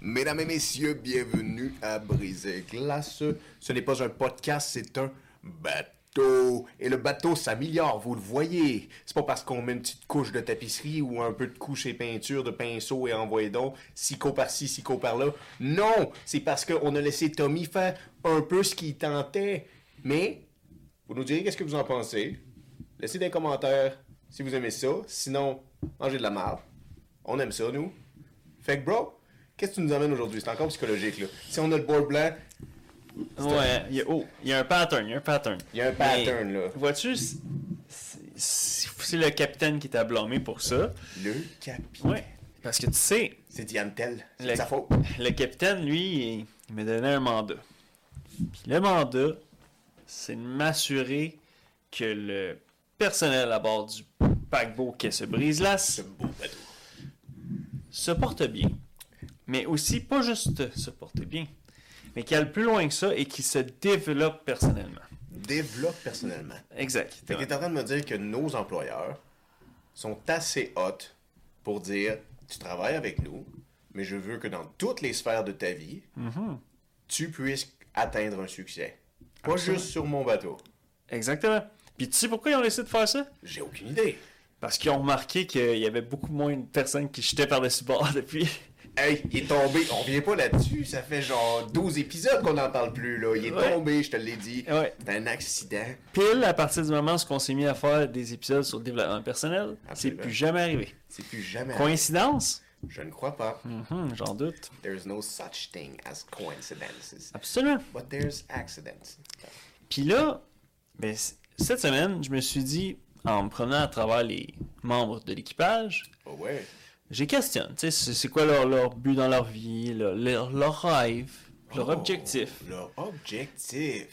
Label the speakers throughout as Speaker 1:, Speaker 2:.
Speaker 1: Mesdames et messieurs, bienvenue à Briser Glace. Ce n'est pas un podcast, c'est un bateau. Et le bateau s'améliore, vous le voyez. C'est pas parce qu'on met une petite couche de tapisserie ou un peu de couche et peinture, de pinceau et envoyé donc, sico par-ci, sico par-là. Non, c'est parce qu'on a laissé Tommy faire un peu ce qu'il tentait. Mais, vous nous direz qu'est-ce que vous en pensez. Laissez des commentaires si vous aimez ça. Sinon, mangez de la marde. On aime ça, nous. Fait que, bro, qu'est-ce que tu nous amènes aujourd'hui? C'est encore psychologique, là. Si on a le bord blanc,
Speaker 2: Ouais, il y, a- oh, il y a un pattern, il y a un pattern.
Speaker 1: il y a un pattern, là.
Speaker 2: Vois-tu, c'est- c'est c'est le capitaine qui t'a blâmé pour ça.
Speaker 1: Le capi.
Speaker 2: Ouais, parce que tu sais,
Speaker 1: C'est Diantel. C'est
Speaker 2: Le-
Speaker 1: de sa faute.
Speaker 2: le capitaine, lui, il, il m'a donné un mandat. Puis le mandat, c'est de m'assurer que le personnel à bord du paquebot qui se brise
Speaker 1: Ce
Speaker 2: lasse
Speaker 1: beau bateau.
Speaker 2: se porte bien. Mais aussi, pas juste se porte bien, mais qui aille plus loin que ça et qui se développe personnellement.
Speaker 1: Développe personnellement.
Speaker 2: Exact.
Speaker 1: Fait que t'es en train de me dire que nos employeurs sont assez hot pour dire tu travailles avec nous, mais je veux que dans toutes les sphères de ta vie, Mm-hmm. tu puisses atteindre un succès. Pas juste sur mon bateau.
Speaker 2: Exactement. Puis tu sais pourquoi ils ont décidé de faire ça?
Speaker 1: J'ai aucune idée.
Speaker 2: Parce qu'ils ont remarqué qu'il y avait beaucoup moins de personnes qui jetaient par-dessus bord depuis.
Speaker 1: Hey, il est tombé, on revient pas là-dessus, ça fait genre 12 épisodes qu'on n'en parle plus, là. Il est
Speaker 2: Ouais.
Speaker 1: tombé, je te l'ai dit.
Speaker 2: Ouais.
Speaker 1: C'est un accident.
Speaker 2: Pile à partir du moment où on s'est mis à faire des épisodes sur le développement personnel, c'est
Speaker 1: Absolument.
Speaker 2: plus jamais arrivé.
Speaker 1: C'est plus jamais.
Speaker 2: Coïncidence?
Speaker 1: Je ne crois pas.
Speaker 2: Mhm, J'en doute.
Speaker 1: There's no such thing as coincidences.
Speaker 2: Absolument.
Speaker 1: But there's accidents.
Speaker 2: Puis là, ben, c- cette semaine, je me suis dit, en me promenant à travers les membres de l'équipage,
Speaker 1: Oh ouais.
Speaker 2: j'ai questionne. Tu sais, c'est c'est quoi leur, leur but dans leur vie, leur, leur, leur rêve, leur
Speaker 1: Oh,
Speaker 2: objectif? Hmm. Mhm.
Speaker 1: Leur objectif.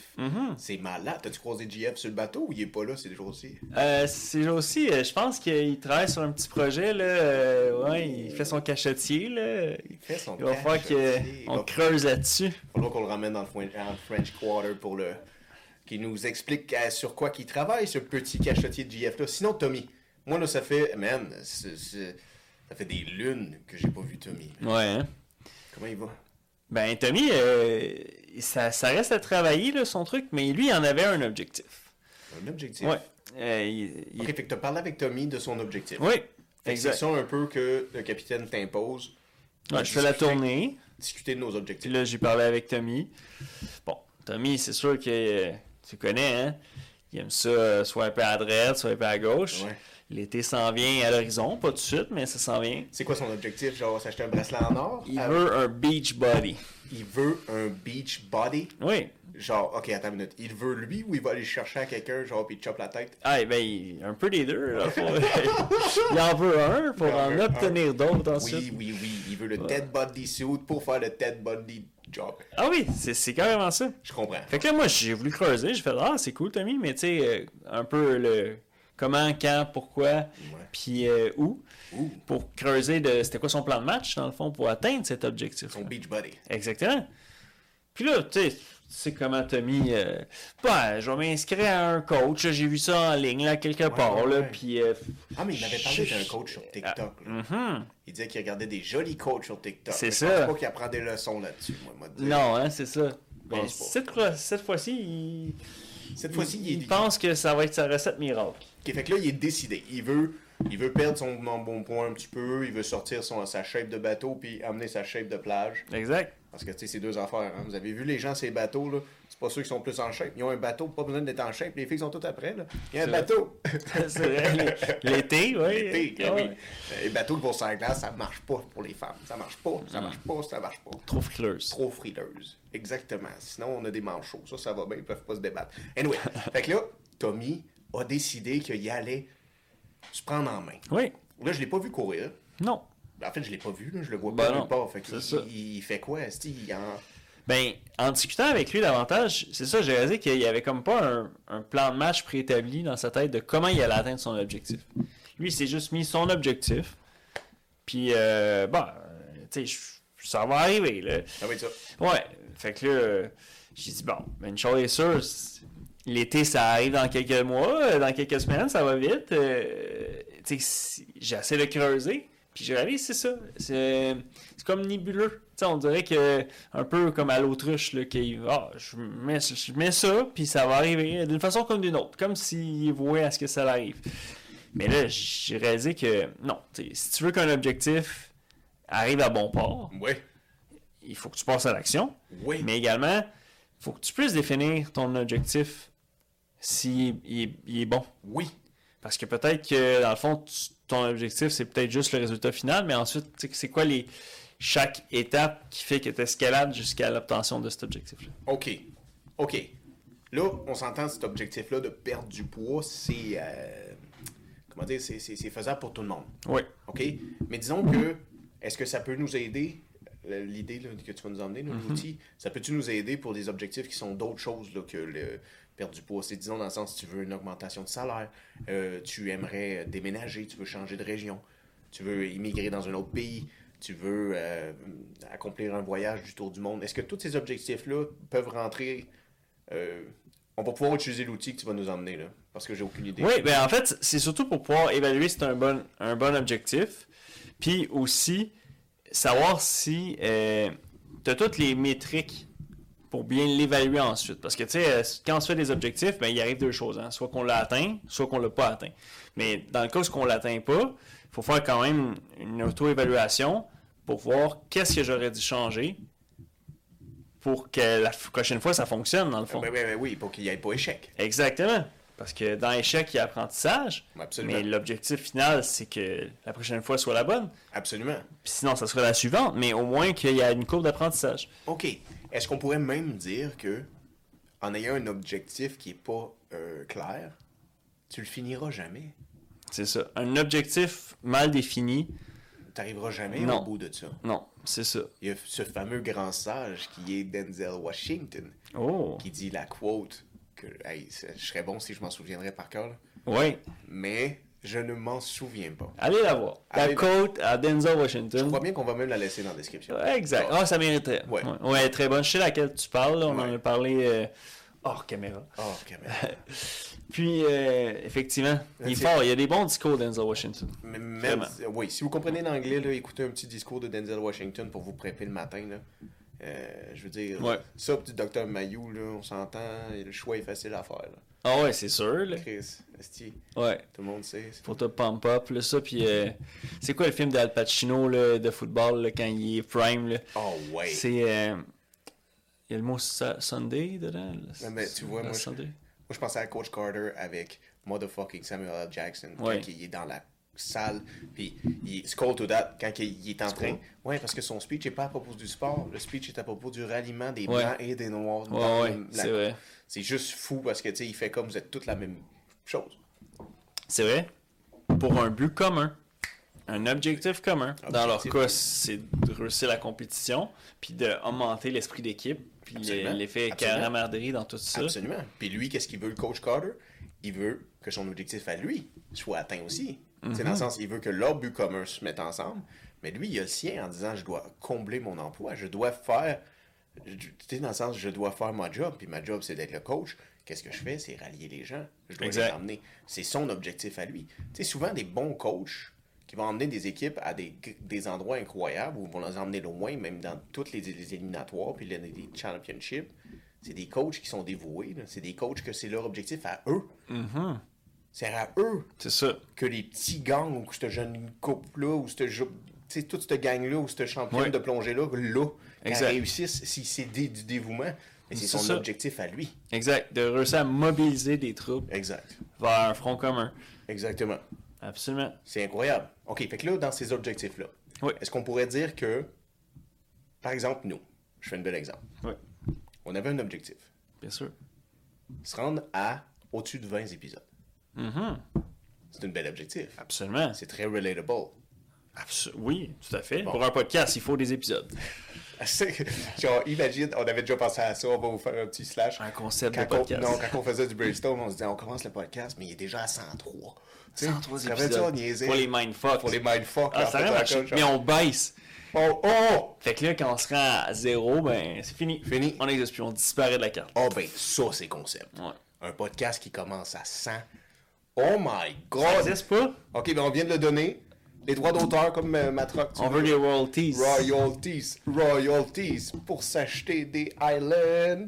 Speaker 1: C'est malade. T'as-tu croisé JF sur le bateau ou il est pas là ces jours-ci?
Speaker 2: Euh, c'est aussi, euh, je pense qu'il travaille sur un petit projet, là. euh, ouais, il fait son cachetier, là.
Speaker 1: Il fait son
Speaker 2: Il va falloir
Speaker 1: cachetier. Il
Speaker 2: qu'on
Speaker 1: va
Speaker 2: creuse là-dessus.
Speaker 1: falloir qu'on le ramène dans le French, dans le French Quarter pour le... Qu'il nous explique euh, sur quoi qu'il travaille, ce petit cachetier de JF-là. Sinon, Tommy, moi, là, ça fait... Man, c'est- c'est- ça fait des lunes que j'ai pas vu Tommy.
Speaker 2: Ouais. hein.
Speaker 1: Comment il va?
Speaker 2: Ben, Tommy, euh, ça, ça reste à travailler, là, son truc, mais lui, il en avait un objectif.
Speaker 1: Un objectif.
Speaker 2: Ouais. Euh, il- il-
Speaker 1: Ok, fait que t'as parlé avec Tommy de son objectif.
Speaker 2: Oui,
Speaker 1: Fait que C'est
Speaker 2: exact.
Speaker 1: ça un peu que le capitaine t'impose,
Speaker 2: Ouais, je fais la tournée,
Speaker 1: discuter de nos
Speaker 2: puis
Speaker 1: objectifs.
Speaker 2: là, j'ai parlé avec Tommy. Bon, Tommy, c'est sûr que euh, tu connais, hein? Il aime ça, euh, soit un peu à droite, soit un peu à gauche.
Speaker 1: Ouais.
Speaker 2: L'été s'en vient à l'horizon, pas tout de suite, mais ça s'en vient.
Speaker 1: C'est quoi son objectif? Genre s'acheter un bracelet en or?
Speaker 2: Il
Speaker 1: Ah,
Speaker 2: veut un beach body.
Speaker 1: il veut un beach body?
Speaker 2: Oui.
Speaker 1: Genre, ok, attends une minute. Il veut lui ou il va aller chercher à quelqu'un, genre, puis il te chope la tête?
Speaker 2: Ah, ben, il- un peu des deux. Là, Faut- il en veut un pour
Speaker 1: Il en
Speaker 2: en,
Speaker 1: veut un.
Speaker 2: obtenir d'autres
Speaker 1: Oui,
Speaker 2: ensuite.
Speaker 1: oui, oui. Il veut le Ted Bundy suit pour faire le Ted Bundy job.
Speaker 2: Ah oui, c'est c'est carrément ça.
Speaker 1: Je comprends.
Speaker 2: Fait que là, moi, j'ai voulu creuser. J'ai fait, ah, c'est cool, Tommy, mais tu sais, euh, un peu le comment, quand, pourquoi, puis euh, où,
Speaker 1: Ouh,
Speaker 2: pour creuser de c'était quoi son plan de match, dans le fond, pour atteindre cet objectif.
Speaker 1: son beach body.
Speaker 2: Exactement. Puis là, tu sais, tu sais comment Tommy. Euh, ben, je vais m'inscrire à un coach. là, J'ai vu ça en ligne, là, quelque part.
Speaker 1: ouais,
Speaker 2: là,
Speaker 1: ouais.
Speaker 2: Puis. euh, ah,
Speaker 1: Ah, mais il m'avait parlé d'un
Speaker 2: je-
Speaker 1: coach sur TikTok. là.
Speaker 2: Mhm.
Speaker 1: Il disait qu'il regardait des jolis coachs sur TikTok.
Speaker 2: C'est
Speaker 1: Mais je
Speaker 2: ça.
Speaker 1: pense pas qu'il apprend des leçons là-dessus, moi. moi, de dire.
Speaker 2: Non, hein, c'est ça.
Speaker 1: pense
Speaker 2: Ben,
Speaker 1: pas.
Speaker 2: cette fois- cette fois-ci, il,
Speaker 1: Cette fois-ci,
Speaker 2: il-
Speaker 1: il,
Speaker 2: il pense que ça va être sa recette miracle.
Speaker 1: Ok, fait que là, il est décidé. Il veut, il veut perdre son bon point un petit peu. Il veut sortir son, sa shape de bateau puis amener sa shape de plage.
Speaker 2: Exact.
Speaker 1: Parce que, tu sais, c'est deux affaires. hein. Vous avez vu les gens, ces bateaux, là. C'est pas ceux qui sont plus en shape. Ils ont un bateau, pas besoin d'être en shape. Les filles sont toutes après, là. Il y a un
Speaker 2: C'est vrai.
Speaker 1: bateau.
Speaker 2: C'est vrai, L'été, oui.
Speaker 1: L'été, quand même. euh, Les bateaux pour sur la glace, ça marche pas pour les femmes. Ça marche pas, ça marche pas, ça marche pas.
Speaker 2: Trop frileuse.
Speaker 1: Trop frileuse. Exactement. Sinon, on a des manchots. Ça, ça va bien. Ils peuvent pas se débattre. Anyway. fait que là, Tommy a décidé qu'il allait se prendre en main.
Speaker 2: Oui.
Speaker 1: Là, je l'ai pas vu courir.
Speaker 2: Non.
Speaker 1: En fait, je l'ai pas vu, là. je le vois
Speaker 2: Ben
Speaker 1: pas
Speaker 2: non,
Speaker 1: nulle part. Fait qu'il-
Speaker 2: c'est ça.
Speaker 1: il, il fait quoi, est il en...
Speaker 2: Ben, en discutant avec lui davantage, c'est ça, j'ai réalisé qu'il y avait comme pas un, un plan de match préétabli dans sa tête de comment il allait atteindre son objectif. Lui, il s'est juste mis son objectif. Puis, euh, bon, euh, tu sais, je- ça va arriver, là.
Speaker 1: Ça va être ça.
Speaker 2: Ouais, fait que là, euh, j'ai dit, bon, ben, une chose est sûre, c'est- l'été, ça arrive dans quelques mois, euh, dans quelques semaines, ça va vite. euh, tu sais, si- j'ai assez de creuser. Puis j'ai réalisé, c'est ça. C'est c'est comme nébuleux. Tu sais, on dirait que, un peu comme à l'autruche, là, qu'il ah, je, mets, je mets ça, puis ça va arriver d'une façon comme d'une autre, comme s'il vouait à ce que ça arrive. Mais là, j'ai réalisé que, non, tu sais, si tu veux qu'un objectif arrive à bon port,
Speaker 1: Ouais.
Speaker 2: il faut que tu passes à l'action.
Speaker 1: Oui.
Speaker 2: Mais également, faut que tu puisses définir ton objectif s'il il est- il est bon.
Speaker 1: Oui.
Speaker 2: Parce que peut-être que, dans le fond, tu- ton objectif, c'est peut-être juste le résultat final, mais ensuite, tu sais, c'est quoi les chaque étape qui fait que tu escalades jusqu'à l'obtention de cet objectif-là.
Speaker 1: OK. OK. Là, on s'entend cet objectif-là de perdre du poids, c'est. euh, comment dire c'est- C'est c'est faisable pour tout le monde.
Speaker 2: Oui.
Speaker 1: OK? Mais disons que, est-ce que ça peut nous aider, euh, l'idée là, que tu vas nous emmener, là, l'outil, ça peut-tu nous aider pour des objectifs qui sont d'autres choses là, que le perdre du poids? C'est, disons, dans le sens, tu veux une augmentation de salaire, euh, tu aimerais déménager, tu veux changer de région, tu veux immigrer dans un autre pays, tu veux euh, accomplir un voyage du tour du monde. Est-ce que tous ces objectifs-là peuvent rentrer... euh, on va pouvoir utiliser l'outil que tu vas nous emmener, là, parce que j'ai aucune idée.
Speaker 2: Oui, ben en fait, c'est surtout pour pouvoir évaluer si c'est un bon, un bon objectif, puis aussi savoir si tu as toutes les métriques pour bien l'évaluer ensuite. Parce que, tu sais, euh, quand on se fait des objectifs, ben, il arrive deux choses. hein. Soit qu'on l'a atteint, soit qu'on l'a pas atteint. Mais dans le cas où on l'atteint pas, il faut faire quand même une auto-évaluation pour voir qu'est-ce que j'aurais dû changer pour que la f- prochaine fois, ça fonctionne, dans le fond.
Speaker 1: Oui, oui, Ben, oui, oui, pour qu'il n'y ait pas échec.
Speaker 2: Exactement. Parce que dans échec, il y a apprentissage.
Speaker 1: Absolument.
Speaker 2: Mais l'objectif final, c'est que la prochaine fois soit la bonne.
Speaker 1: Absolument.
Speaker 2: Puis sinon, ça sera la suivante, mais au moins qu'il y a une courbe d'apprentissage.
Speaker 1: OK. Est-ce qu'on pourrait même dire que, en ayant un objectif qui n'est pas euh, clair, tu le finiras jamais?
Speaker 2: C'est ça. Un objectif mal défini,
Speaker 1: Tu n'arriveras jamais
Speaker 2: Non.
Speaker 1: au bout de ça.
Speaker 2: non, c'est ça.
Speaker 1: Il y a ce fameux grand sage qui est Denzel Washington,
Speaker 2: Oh.
Speaker 1: qui dit la quote que hey, ça- je serais bon si je m'en souviendrais par cœur, là.
Speaker 2: Oui.
Speaker 1: mais je ne m'en souviens pas.
Speaker 2: Allez la voir. La
Speaker 1: Allez la-
Speaker 2: côte à Denzel
Speaker 1: Je
Speaker 2: Washington.
Speaker 1: crois bien qu'on va même la laisser dans la description.
Speaker 2: Ouais, Exact. Ah, ça mériterait.
Speaker 1: Ouais.
Speaker 2: Ouais. Ouais, très bonne. Je sais laquelle tu parles. là. On en
Speaker 1: Ouais.
Speaker 2: a parlé euh, hors caméra.
Speaker 1: Oh, quand même.
Speaker 2: Puis, euh, effectivement, il est
Speaker 1: C'est-
Speaker 2: fort. Il y a des bons discours, Denzel Washington.
Speaker 1: Mais même
Speaker 2: Vraiment.
Speaker 1: si- oui, si vous comprenez l'anglais, là, écoutez un petit discours de Denzel Washington pour vous prêter le matin. Là. Euh, je veux dire,
Speaker 2: Ouais.
Speaker 1: ça, petit docteur Mayou, là, on s'entend, le choix est facile à faire. Là.
Speaker 2: Ah ouais, c'est sûr. là.
Speaker 1: Chris, esti,
Speaker 2: Ouais.
Speaker 1: tout le monde sait. ça.
Speaker 2: pour te pump up, là, ça, puis euh, c'est quoi le film d'Al Pacino, là, de football, là, quand il est prime, là?
Speaker 1: Oh, ouais.
Speaker 2: C'est, euh, il y a le mot Sa- Sunday dedans, là.
Speaker 1: Non, mais tu vois,
Speaker 2: La
Speaker 1: moi, je-
Speaker 2: Sunday.
Speaker 1: Moi, je pensais à Coach Carter avec motherfucking Samuel L. Jackson
Speaker 2: Ouais.
Speaker 1: quand il est dans la salle, puis il scroll to that quand il est en train. Ouais, parce que son speech n'est pas à propos du sport, le speech est à propos du ralliement des
Speaker 2: Ouais.
Speaker 1: blancs et des noirs.
Speaker 2: Ouais,
Speaker 1: dans
Speaker 2: ouais,
Speaker 1: la-
Speaker 2: c'est vrai.
Speaker 1: C'est juste fou parce que tu sais, il fait comme vous êtes toutes la même chose.
Speaker 2: C'est vrai, pour un but commun, un objectif commun. Dans leur
Speaker 1: Objectif.
Speaker 2: cas, c'est de réussir la compétition, puis d'augmenter l'esprit d'équipe, puis euh,
Speaker 1: Absolument.
Speaker 2: l'effet
Speaker 1: Absolument.
Speaker 2: camaraderie dans tout ça.
Speaker 1: Absolument. Puis lui, qu'est-ce qu'il veut, le coach Carter Il veut que son objectif à lui soit atteint aussi. C'est dans le sens, il veut que leurs buts communs se mettent ensemble. Mais lui, il a le sien en disant je dois combler mon emploi, je dois faire. je- Tu sais, dans le sens, je dois faire ma job, puis ma job, c'est d'être le coach. Qu'est-ce que je fais C'est rallier les gens. Je dois
Speaker 2: Exact.
Speaker 1: les emmener. C'est son objectif à lui. Tu sais, souvent, des bons coachs qui vont emmener des équipes à des, des endroits incroyables où ils vont les emmener loin, même dans toutes les, les éliminatoires, puis les, les championships. C'est des coachs qui sont dévoués. là. C'est des coachs que c'est leur objectif à eux.
Speaker 2: Mm-hmm.
Speaker 1: C'est à eux
Speaker 2: C'est ça.
Speaker 1: que les petits gangs ou que cette jeune couple-là ou cette, jou- tu sais, toute cette gang-là ou cette championne
Speaker 2: Ouais.
Speaker 1: de plongée-là, là, qu'elle
Speaker 2: Exact. Mm,
Speaker 1: réussissent si c'est dé- du dévouement. Mais c'est
Speaker 2: C'est
Speaker 1: son
Speaker 2: ça.
Speaker 1: objectif à lui.
Speaker 2: Exact, de réussir à mobiliser des troupes
Speaker 1: Exact.
Speaker 2: vers un front commun.
Speaker 1: Exactement.
Speaker 2: Absolument.
Speaker 1: C'est incroyable. OK, fait que là, dans ces objectifs-là,
Speaker 2: Oui.
Speaker 1: est-ce qu'on pourrait dire que, par exemple, nous, je fais un bel exemple,
Speaker 2: Oui,
Speaker 1: on avait un objectif,
Speaker 2: bien sûr.
Speaker 1: se rendre à au-dessus de 20 épisodes.
Speaker 2: Mm-hmm.
Speaker 1: C'est un bel objectif.
Speaker 2: Absolument.
Speaker 1: C'est très relatable.
Speaker 2: Abso- oui, tout à fait. Pour un podcast, il faut des épisodes.
Speaker 1: C'est- Genre, imagine, on avait déjà pensé à ça, on va vous faire un petit slash.
Speaker 2: Un concept
Speaker 1: quand
Speaker 2: de podcast.
Speaker 1: On, non, quand on faisait du brainstorm, on se disait, on commence le podcast, mais il est déjà à 103. Tu sais,
Speaker 2: 103
Speaker 1: te rappelles-tu, on
Speaker 2: épisodes.
Speaker 1: niaisait
Speaker 2: Pour les mindfucks.
Speaker 1: pour les mindfuck.
Speaker 2: Ah,
Speaker 1: en
Speaker 2: ça
Speaker 1: faisant
Speaker 2: aurait marché,
Speaker 1: comme genre,
Speaker 2: Mais on baisse.
Speaker 1: Oh, oh!
Speaker 2: Fait que là, quand on se rend à zéro, ben, c'est fini.
Speaker 1: Fini.
Speaker 2: On n'existe plus, on disparaît de la carte.
Speaker 1: Oh, ben, ça, c'est concept.
Speaker 2: Ouais.
Speaker 1: Un podcast qui commence à 100. Oh my
Speaker 2: Ça
Speaker 1: God!
Speaker 2: existe pas?
Speaker 1: OK, ben on vient de le donner. Les droits d'auteur, comme euh, Matroc. tu
Speaker 2: On veut des royalties.
Speaker 1: Royalties, royalties pour s'acheter des islands.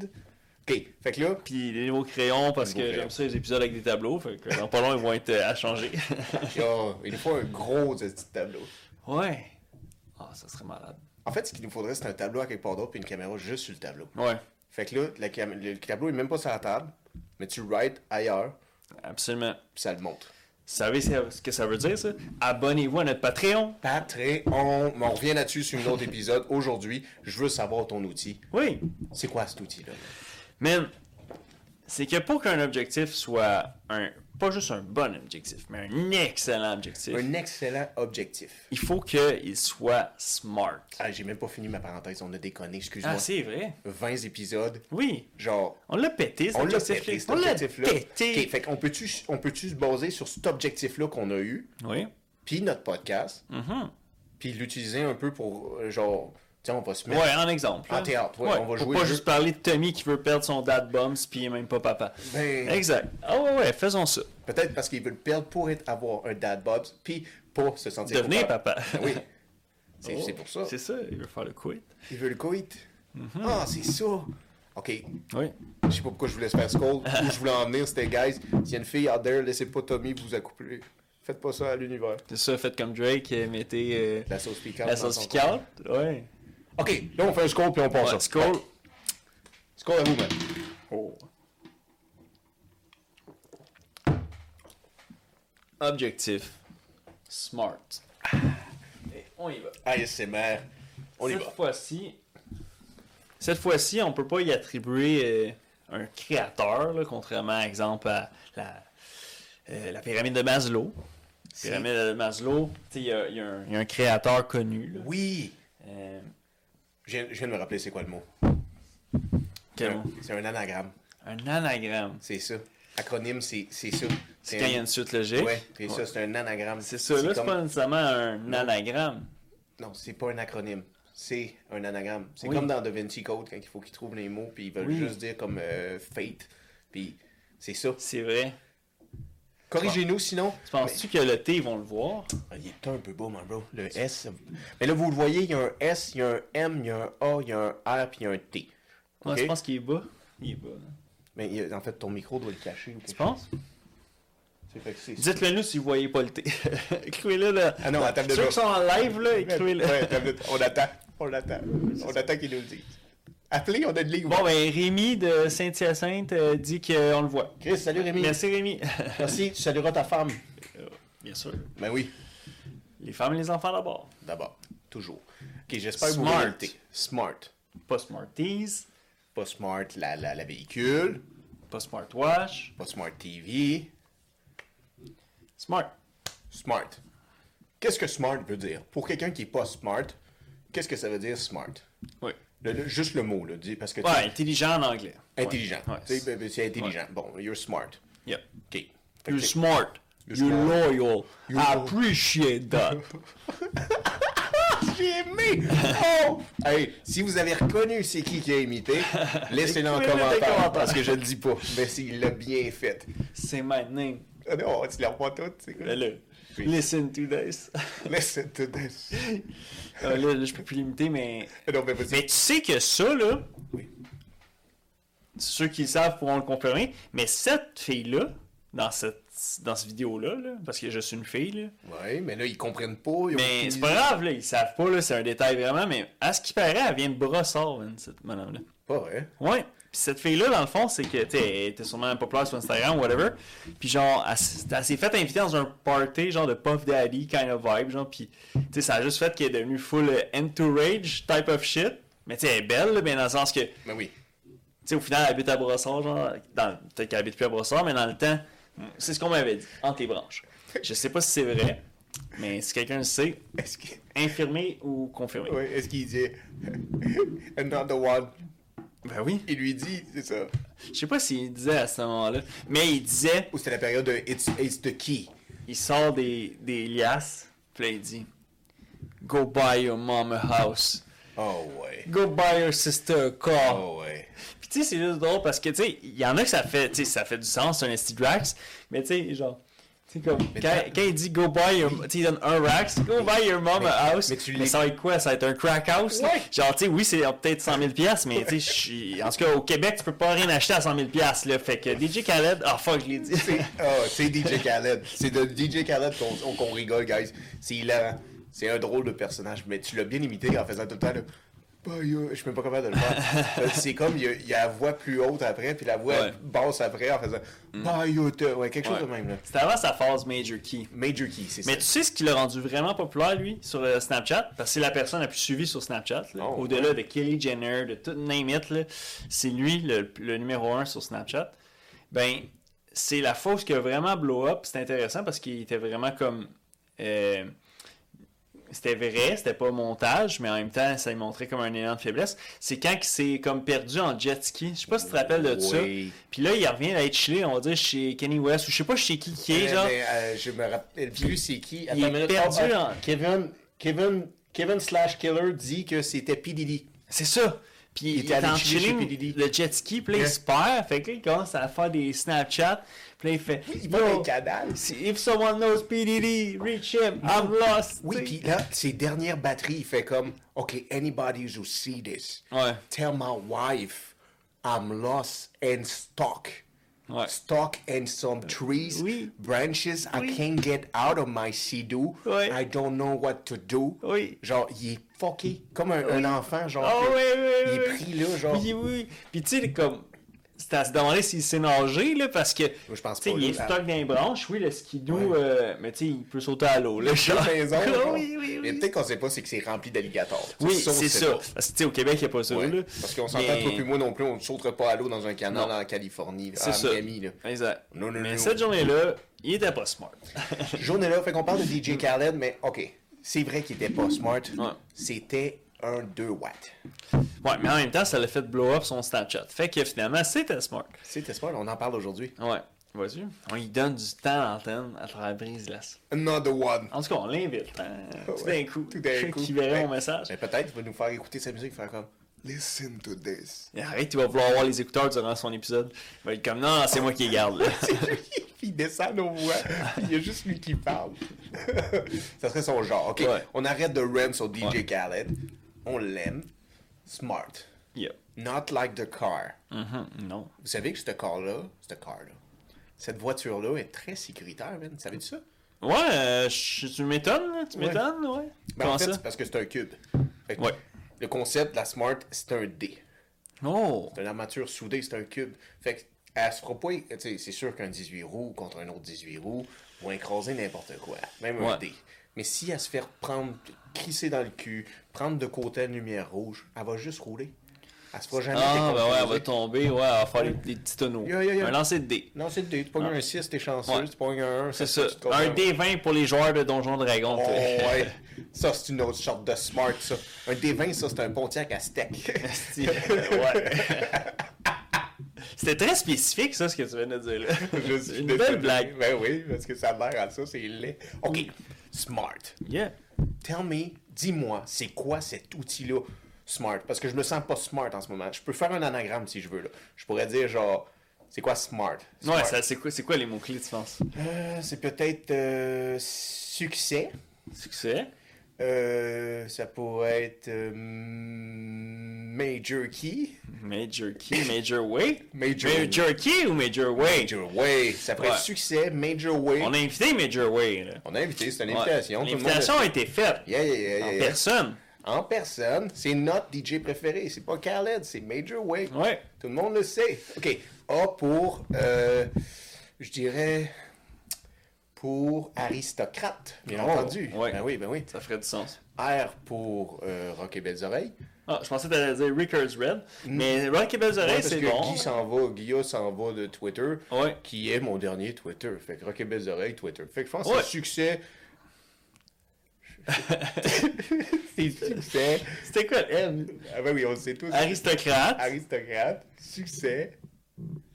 Speaker 1: Ok, fait que là,
Speaker 2: Puis des nouveaux crayons parce
Speaker 1: Nouveaux
Speaker 2: que
Speaker 1: crayons.
Speaker 2: j'aime ça les épisodes avec des tableaux. Fait que dans pas long, ils vont être euh, à changer.
Speaker 1: il y a- il nous faut un gros petit tableau.
Speaker 2: ouais. Ah, ça serait malade.
Speaker 1: En fait, ce qu'il nous faudrait, c'est un tableau à quelque part d'autre puis une caméra juste sur le tableau.
Speaker 2: Ouais.
Speaker 1: Fait que là, la cam- le tableau est même pas sur la table, mais tu write ailleurs,
Speaker 2: Absolument.
Speaker 1: puis ça le monte.
Speaker 2: Vous savez ce que ça veut dire, ça? Abonnez-vous à notre Patreon.
Speaker 1: Patreon, mais on revient là-dessus sur un autre épisode. Aujourd'hui, je veux savoir ton outil.
Speaker 2: Oui.
Speaker 1: C'est quoi cet outil-là?
Speaker 2: Man, c'est que pour qu'un objectif soit un. Pas juste un bon objectif, mais un excellent objectif.
Speaker 1: Un excellent objectif.
Speaker 2: Il faut qu'il soit smart.
Speaker 1: Ah, j'ai même pas fini ma parenthèse, on a déconné, excuse-moi.
Speaker 2: Ah, c'est vrai.
Speaker 1: 20 épisodes,
Speaker 2: Oui.
Speaker 1: genre
Speaker 2: On l'a pété, cet
Speaker 1: On l'a
Speaker 2: objectif-là.
Speaker 1: pété, cet
Speaker 2: On l'a
Speaker 1: objectif-là.
Speaker 2: pété.
Speaker 1: Ok, fait qu'on peut-tu, on peut-tu se baser sur cet objectif-là qu'on a eu,
Speaker 2: Oui.
Speaker 1: puis notre podcast,
Speaker 2: Mhm.
Speaker 1: puis l'utiliser un peu pour, euh, genre, tiens, on va se mettre...
Speaker 2: Ouais, en exemple.
Speaker 1: En
Speaker 2: là.
Speaker 1: théâtre, ouais, on va
Speaker 2: pour
Speaker 1: jouer
Speaker 2: pas
Speaker 1: le jeu.
Speaker 2: juste parler de Tommy qui veut perdre son dad bums puis il est même pas papa.
Speaker 1: Ben-
Speaker 2: Exact. Ah ouais, ouais, faisons ça.
Speaker 1: Peut-être parce qu'ils veulent perdre pour être, avoir un dad bob, puis pour se sentir...
Speaker 2: Devenez
Speaker 1: coupable.
Speaker 2: papa. Oh.
Speaker 1: Ben Oui, c'est, c'est pour ça.
Speaker 2: C'est Mm-hmm. ça, il veut faire le quit.
Speaker 1: Ils veulent le coït. Ah, c'est ça! Ok,
Speaker 2: Oui.
Speaker 1: je sais pas pourquoi je voulais se faire scold, où je voulais en venir, c'était, guys, s'il y a une fille out there, laissez pas Tommy vous accoupler. Faites pas ça à l'univers.
Speaker 2: C'est ça, faites comme Drake, euh, mettez euh,
Speaker 1: La sauce piquante.
Speaker 2: la
Speaker 1: dans
Speaker 2: sauce
Speaker 1: son
Speaker 2: piquante. Ouais.
Speaker 1: corps. Ok, là, on fait un scold, puis on passe
Speaker 2: Ouais,
Speaker 1: ça.
Speaker 2: Score.
Speaker 1: Scold à vous, man.
Speaker 2: Oh. Objectif. Smart. Et on y va.
Speaker 1: Ah, ASMR. On y
Speaker 2: cette
Speaker 1: va.
Speaker 2: fois-ci, cette fois-ci, on peut pas y attribuer euh, un créateur, là, contrairement, exemple, à la, euh, la pyramide de Maslow. La pyramide de Maslow, tu sais, il y, a- il y a un- il y a un créateur connu. là.
Speaker 1: Oui.
Speaker 2: Euh,
Speaker 1: Je viens, je viens de me rappeler c'est quoi le mot.
Speaker 2: quel
Speaker 1: Un-
Speaker 2: mot?
Speaker 1: C'est un anagramme.
Speaker 2: Un anagramme.
Speaker 1: C'est ça. Acronyme, c'est c'est ça.
Speaker 2: C'est quand il y a une suite logique.
Speaker 1: Ouais, c'est
Speaker 2: Ouais.
Speaker 1: ça, c'est un anagramme.
Speaker 2: C'est ça, là, c'est
Speaker 1: comme-
Speaker 2: pas nécessairement un anagramme.
Speaker 1: Non, c'est pas un acronyme. C'est un anagramme. C'est
Speaker 2: Oui.
Speaker 1: comme dans Da Vinci Code, quand il faut qu'ils trouvent les mots, puis ils veulent
Speaker 2: Oui.
Speaker 1: juste dire comme euh, fate. Puis c'est ça.
Speaker 2: C'est vrai.
Speaker 1: Corrigez-nous sinon.
Speaker 2: Tu penses-tu que le T, ils vont le voir?
Speaker 1: Ah, Il est un peu beau, mon bro. Le S. Mais là, vous le voyez, il y a un S, il y a un M, il y a un A, il y a un R, puis il y a un T.
Speaker 2: Moi,
Speaker 1: Ok?
Speaker 2: je pense qu'il est bas. Il est bas. hein.
Speaker 1: Mais il y a- en fait, ton micro doit le cacher. ou quelque
Speaker 2: Tu penses?
Speaker 1: chose. C'est fait que c'est-
Speaker 2: Dites-le nous si vous voyez pas le T. écrivez-le là.
Speaker 1: Ah non, attends
Speaker 2: Ceux
Speaker 1: deux
Speaker 2: qui sont en live, là, écrivez-le.
Speaker 1: Ouais, attends une minute. on attend. On attend. On attend qu'ils nous le disent. Appelez, on a de ligne.
Speaker 2: Bon, ben, Rémi de Saint-Hyacinthe euh, dit qu'on le voit.
Speaker 1: Chris, salut Rémi.
Speaker 2: Merci, Rémi.
Speaker 1: Merci, tu salueras ta femme.
Speaker 2: Euh, Bien sûr.
Speaker 1: Ben oui,
Speaker 2: Les femmes et les enfants d'abord.
Speaker 1: d'abord. Toujours. Ok, j'espère que vous
Speaker 2: Smart.
Speaker 1: voyez le thé. Smart.
Speaker 2: Pas Smarties,
Speaker 1: Pas smart, la, la, la véhicule.
Speaker 2: pas Smartwatch.
Speaker 1: Pas smart TV.
Speaker 2: Smart.
Speaker 1: Smart. Qu'est-ce que smart veut dire? Pour quelqu'un qui n'est pas smart, qu'est-ce que ça veut dire smart?
Speaker 2: Oui.
Speaker 1: Le- le- juste le mot, là, dis- parce que tu-
Speaker 2: Ouais, intelligent en anglais.
Speaker 1: intelligent.
Speaker 2: Ouais.
Speaker 1: Tu sais, ben, ben, c'est intelligent. Bon, you're smart.
Speaker 2: Yep.
Speaker 1: Ok. Fait
Speaker 2: You're
Speaker 1: que-
Speaker 2: smart. You're, loyal.
Speaker 1: You're
Speaker 2: I
Speaker 1: loyal.
Speaker 2: appreciate that.
Speaker 1: J'ai aimé! Oh! Hey, si vous avez reconnu c'est qui qui a imité, laissez-le en
Speaker 2: Écrivez-le dans les
Speaker 1: commentaire
Speaker 2: commentaires.
Speaker 1: parce que je le dis pas. Mais s'il l'a bien fait.
Speaker 2: C'est my name.
Speaker 1: Ah Non, tu l'as pas tout, c'est quoi?
Speaker 2: Là,
Speaker 1: Oui.
Speaker 2: Listen to this.
Speaker 1: Laisse tout.
Speaker 2: Euh, là, là, je peux plus l'imiter, mais
Speaker 1: Eh Non, mais vas-y.
Speaker 2: Mais tu sais que ça, là,
Speaker 1: Oui.
Speaker 2: ceux qui le savent pourront le confirmer, mais cette fille-là, dans cette, dans cette vidéo-là, là, parce que je suis une fille, là,
Speaker 1: Ouais, mais là, ils comprennent pas. Ils ont
Speaker 2: mais
Speaker 1: aucune
Speaker 2: c'est pas grave, là, ils savent pas, là, c'est un détail vraiment, mais à ce qui paraît, elle vient de Brossard, man, cette madame-là.
Speaker 1: idée. Pas vrai.
Speaker 2: Ouais. Puis cette fille-là, dans le fond, c'est que, tu sais, elle était sûrement populaire sur Instagram, whatever. Puis genre, elle, s- elle s'est faite inviter dans un party, genre de Puff Daddy kind of vibe, genre. Puis, tu sais, ça a juste fait qu'elle est devenue full euh, entourage type of shit. Mais tu sais, elle est belle, là, mais dans le sens que.
Speaker 1: Mais oui.
Speaker 2: Tu sais, au final, elle habite à Brossard, genre, dans- peut-être qu'elle habite plus à Brossard, mais dans le temps, c'est ce qu'on m'avait dit, entre les branches. Je sais pas si c'est vrai, mais si quelqu'un le sait,
Speaker 1: Est-ce qu'il
Speaker 2: infirmé ou confirmé.
Speaker 1: ouais, est-ce qu'il dit Another one?
Speaker 2: Ben oui.
Speaker 1: Il lui dit, c'est ça.
Speaker 2: Je sais pas s'il disait à ce moment-là, mais il disait,
Speaker 1: Ou c'était la période de It's, it's the key.
Speaker 2: il sort des, des liasses, puis là, il dit, Go buy your mom a house.
Speaker 1: Oh ouais.
Speaker 2: Go buy your sister a car.
Speaker 1: Oh ouais.
Speaker 2: Puis tu sais, c'est juste drôle parce que tu sais, il y en a que ça fait, tu sais, ça fait du sens, c'est un esti Drax, mais tu sais, genre, C'est comme,
Speaker 1: Mais
Speaker 2: quand,
Speaker 1: t'as-
Speaker 2: quand il dit go buy your, tu sais, il donne un rack, c'est go buy your mom
Speaker 1: Mais-
Speaker 2: a house.
Speaker 1: mais tu
Speaker 2: Mais,
Speaker 1: l'es-
Speaker 2: ça va être quoi? Ça va être un crack house? là?
Speaker 1: Ouais.
Speaker 2: Genre, tu sais, oui, c'est euh, peut-être 100 000 piastres, mais tu sais, je suis- en tout cas, au Québec, tu peux pas rien acheter à 100 000 piastres, là. Fait que DJ Khaled, ah fuck, je l'ai dit.
Speaker 1: C'est ah, c'est DJ Khaled. C'est de DJ Khaled qu'on qu'on rigole, guys. C'est hilarant. C'est un drôle de personnage, mais tu l'as bien imité en faisant tout le temps le... Bah, yo, Je suis même pas capable de le faire. Euh, c'est comme il y, a, il y a la voix plus haute après, puis la voix
Speaker 2: Ouais.
Speaker 1: basse après en faisant Bah, yo, t'as- ouais, quelque chose de même. Là.
Speaker 2: C'était avant sa phase Major Key.
Speaker 1: Major Key, c'est ça.
Speaker 2: Mais tu sais ce qui l'a rendu vraiment populaire, lui, sur euh, Snapchat? Parce que c'est la personne la plus suivie sur Snapchat. là.
Speaker 1: Oh,
Speaker 2: Au-delà de Kylie Jenner, de tout name it, là, c'est lui le, le numéro un sur Snapchat. Ben, c'est la fausse qui a vraiment blow up. C'est intéressant parce qu'il était vraiment comme. euh, c'était vrai, c'était pas montage, mais en même temps, ça lui montrait comme un élan de faiblesse. C'est quand il s'est comme perdu en jet ski. Je sais pas si tu te rappelles de ça.
Speaker 1: Oui.
Speaker 2: Puis là, il revient à être chillé, on va dire, chez Kenny West, ou je sais pas chez qui qui est,
Speaker 1: Mais,
Speaker 2: genre.
Speaker 1: mais, euh, je me rappelle plus c'est qui.
Speaker 2: Il est
Speaker 1: une minute.
Speaker 2: perdu,
Speaker 1: Oh,
Speaker 2: hein.
Speaker 1: Kevin, Kevin, Kevin slash Killer dit que c'était P. Diddy.
Speaker 2: C'est ça. Puis il,
Speaker 1: était
Speaker 2: est
Speaker 1: allé
Speaker 2: en
Speaker 1: chiller chez
Speaker 2: chilling,
Speaker 1: P. Diddy.
Speaker 2: le jet ski, puis là, il
Speaker 1: Ouais.
Speaker 2: se perd. Fait que là, il commence à faire des Snapchats. Puis là, il fait
Speaker 1: Il va dans
Speaker 2: Yo,
Speaker 1: le canal.
Speaker 2: si- If someone knows PDD, reach him, I'm lost.
Speaker 1: Oui,
Speaker 2: tu sais.
Speaker 1: puis là, ses dernières batteries, il fait comme OK, anybody who see this,
Speaker 2: Ouais.
Speaker 1: tell my wife I'm lost and stuck.
Speaker 2: Ouais.
Speaker 1: Stuck in some trees,
Speaker 2: Oui.
Speaker 1: branches. I
Speaker 2: Oui.
Speaker 1: can't get out of my sidou.
Speaker 2: Ouais.
Speaker 1: I don't know what to do.
Speaker 2: Oui.
Speaker 1: Genre, il est fucké, comme un, un enfant. Genre,
Speaker 2: Ah
Speaker 1: que-
Speaker 2: ouais, ouais,
Speaker 1: il est
Speaker 2: ouais.
Speaker 1: pris là, genre.
Speaker 2: Oui, oui. Puis tu sais, comme. C'est à se demander s'il sait nager, là, parce que.
Speaker 1: je pense
Speaker 2: tu sais,
Speaker 1: pas,
Speaker 2: Il est
Speaker 1: là.
Speaker 2: stock dans les branches, oui, le skidoo,
Speaker 1: Ouais.
Speaker 2: euh, mais tu sais, il peut sauter à l'eau, là. genre.
Speaker 1: maison.
Speaker 2: Oui,
Speaker 1: genre.
Speaker 2: oui, oui,
Speaker 1: Mais
Speaker 2: oui.
Speaker 1: peut-être qu'on sait pas, c'est que c'est rempli d'alligators.
Speaker 2: Oui,
Speaker 1: on sait
Speaker 2: c'est ça.
Speaker 1: pas.
Speaker 2: Parce que, tu sais, au Québec, il n'y a pas ça,
Speaker 1: Ouais.
Speaker 2: là.
Speaker 1: Parce qu'on s'entend,
Speaker 2: Mais-
Speaker 1: toi et moi non plus, on ne sautera pas à l'eau dans un canal
Speaker 2: Non.
Speaker 1: en Californie, là,
Speaker 2: C'est
Speaker 1: à
Speaker 2: ça.
Speaker 1: Miami. Là.
Speaker 2: Exact.
Speaker 1: Non, non,
Speaker 2: Mais
Speaker 1: non,
Speaker 2: cette
Speaker 1: non.
Speaker 2: journée-là, il était pas smart.
Speaker 1: Journée-là, fait qu'on parle de DJ Khaled, mais OK, c'est vrai qu'il était pas smart. C'était un 2 watts.
Speaker 2: ouais, mais en même temps, ça l'a fait blow up son Snapchat. Fait que finalement, c'était smart.
Speaker 1: C'était smart, on en parle aujourd'hui.
Speaker 2: Ouais. Vas-y. On lui donne du temps à l'antenne à travers brise glace.
Speaker 1: Another one.
Speaker 2: En tout cas, on l'invite. hein, tout
Speaker 1: Ouais,
Speaker 2: d'un coup.
Speaker 1: tout d'un
Speaker 2: Ceux
Speaker 1: coup.
Speaker 2: Qui verrait mon
Speaker 1: Ouais.
Speaker 2: message.
Speaker 1: Mais peut-être il va nous faire écouter sa musique, faire comme Listen to this.
Speaker 2: Et arrête, il va vouloir avoir les écouteurs durant son épisode. Il va être comme, non, c'est moi qui les garde. là.
Speaker 1: C'est lui qui descend nos voix, puis il y a juste lui qui parle. ça serait son genre. OK,
Speaker 2: Ouais.
Speaker 1: on arrête de rem sur DJ
Speaker 2: Ouais.
Speaker 1: Khaled. On l'aime. Smart.
Speaker 2: Yeah.
Speaker 1: Not like the car.
Speaker 2: Mhm, Non.
Speaker 1: Vous savez que ce car-là, ce car-là, cette voiture-là est très sécuritaire, man. Savez-tu ça?
Speaker 2: Ouais, euh, je- tu m'étonnes, là, tu
Speaker 1: Ouais.
Speaker 2: m'étonnes, ouais.
Speaker 1: Ben,
Speaker 2: Comment
Speaker 1: en fait,
Speaker 2: ça?
Speaker 1: c'est parce que c'est un cube. Fait que
Speaker 2: Ouais.
Speaker 1: Le concept, de la Smart, c'est un dé.
Speaker 2: Oh!
Speaker 1: C'est une armature soudée, c'est un cube. Fait que, elle se fera pas, tu sais, c'est sûr qu'un 18 roues contre un autre 18 roues vont écraser n'importe quoi, même
Speaker 2: Ouais.
Speaker 1: un dé. Mais si elle se fait prendre, crisser dans le cul, prendre de côté la lumière rouge, elle va juste rouler. Elle se fera jamais
Speaker 2: Ah, ben ouais, elle va
Speaker 1: décomposer.
Speaker 2: tomber, ouais, elle va faire des, des petits tonneaux.
Speaker 1: Yo, yo, yo.
Speaker 2: Un lancer de dés.
Speaker 1: Non, c'est le dé. Tu pognes
Speaker 2: Ah.
Speaker 1: un 6, t'es chanceux.
Speaker 2: Ouais.
Speaker 1: Tu pognes un 1,
Speaker 2: C'est ça. Un D20 pour les joueurs de Donjon Dragon.
Speaker 1: Oh,
Speaker 2: toi.
Speaker 1: ouais. Ça, c'est une autre sorte de smart, ça. Un D20, ça, c'est un Pontiac à steak.
Speaker 2: Esti, ouais. C'était très spécifique, ça, ce que tu viens de dire. Là.
Speaker 1: Je suis
Speaker 2: Une
Speaker 1: désolé.
Speaker 2: belle blague.
Speaker 1: Ben oui, parce que ça a l'air à ça, c'est laid. OK, smart.
Speaker 2: Yeah.
Speaker 1: Tell me, dis-moi, c'est quoi cet outil-là, smart? Parce que je me sens pas smart en ce moment. Je peux faire un anagramme si je veux, là. Je pourrais dire, genre, c'est quoi smart? Smart.
Speaker 2: Ouais, ça, c'est quoi, c'est quoi les mots-clés, tu penses
Speaker 1: Euh, c'est peut-être euh, succès.
Speaker 2: Succès.
Speaker 1: Euh, ça pourrait être euh, major key.
Speaker 2: Major Key, Major Way.
Speaker 1: Major-
Speaker 2: Key ou Major Way
Speaker 1: Major Way. Ça pourrait
Speaker 2: Ouais.
Speaker 1: être succès, Major Way.
Speaker 2: On a invité Major Way. Là.
Speaker 1: On a invité, c'est une
Speaker 2: Ouais.
Speaker 1: invitation. tout le monde-
Speaker 2: L'invitation a été faite.
Speaker 1: Yeah, yeah, yeah, yeah,
Speaker 2: En
Speaker 1: yeah.
Speaker 2: personne.
Speaker 1: En personne, c'est notre DJ préféré. C'est pas Khaled, c'est Major Way.
Speaker 2: Ouais.
Speaker 1: Tout le monde le sait. OK. A pour, euh, je dirais, pour aristocrate, bien
Speaker 2: Oh,
Speaker 1: entendu.
Speaker 2: ouais.
Speaker 1: Ben oui, ben oui.
Speaker 2: Ça ferait du sens.
Speaker 1: R pour euh, Rock et Belles Oreilles.
Speaker 2: Ah, je pensais que t'allais dire Rickard's Red. Mais Rock et Belles
Speaker 1: Mm. Ouais,
Speaker 2: Oreilles,
Speaker 1: parce
Speaker 2: c'est
Speaker 1: que
Speaker 2: bon.
Speaker 1: Guy s'en va, Guilla s'en va de Twitter,
Speaker 2: Ouais.
Speaker 1: qui est mon dernier Twitter. Fait que Rock et Belles Oreilles, Twitter. Fait que je pense
Speaker 2: Ouais.
Speaker 1: que c'est succès. c'est succès.
Speaker 2: C'était quoi le M
Speaker 1: Ah ben oui, on le sait tous.
Speaker 2: Aristocrate.
Speaker 1: Aristocrate, succès.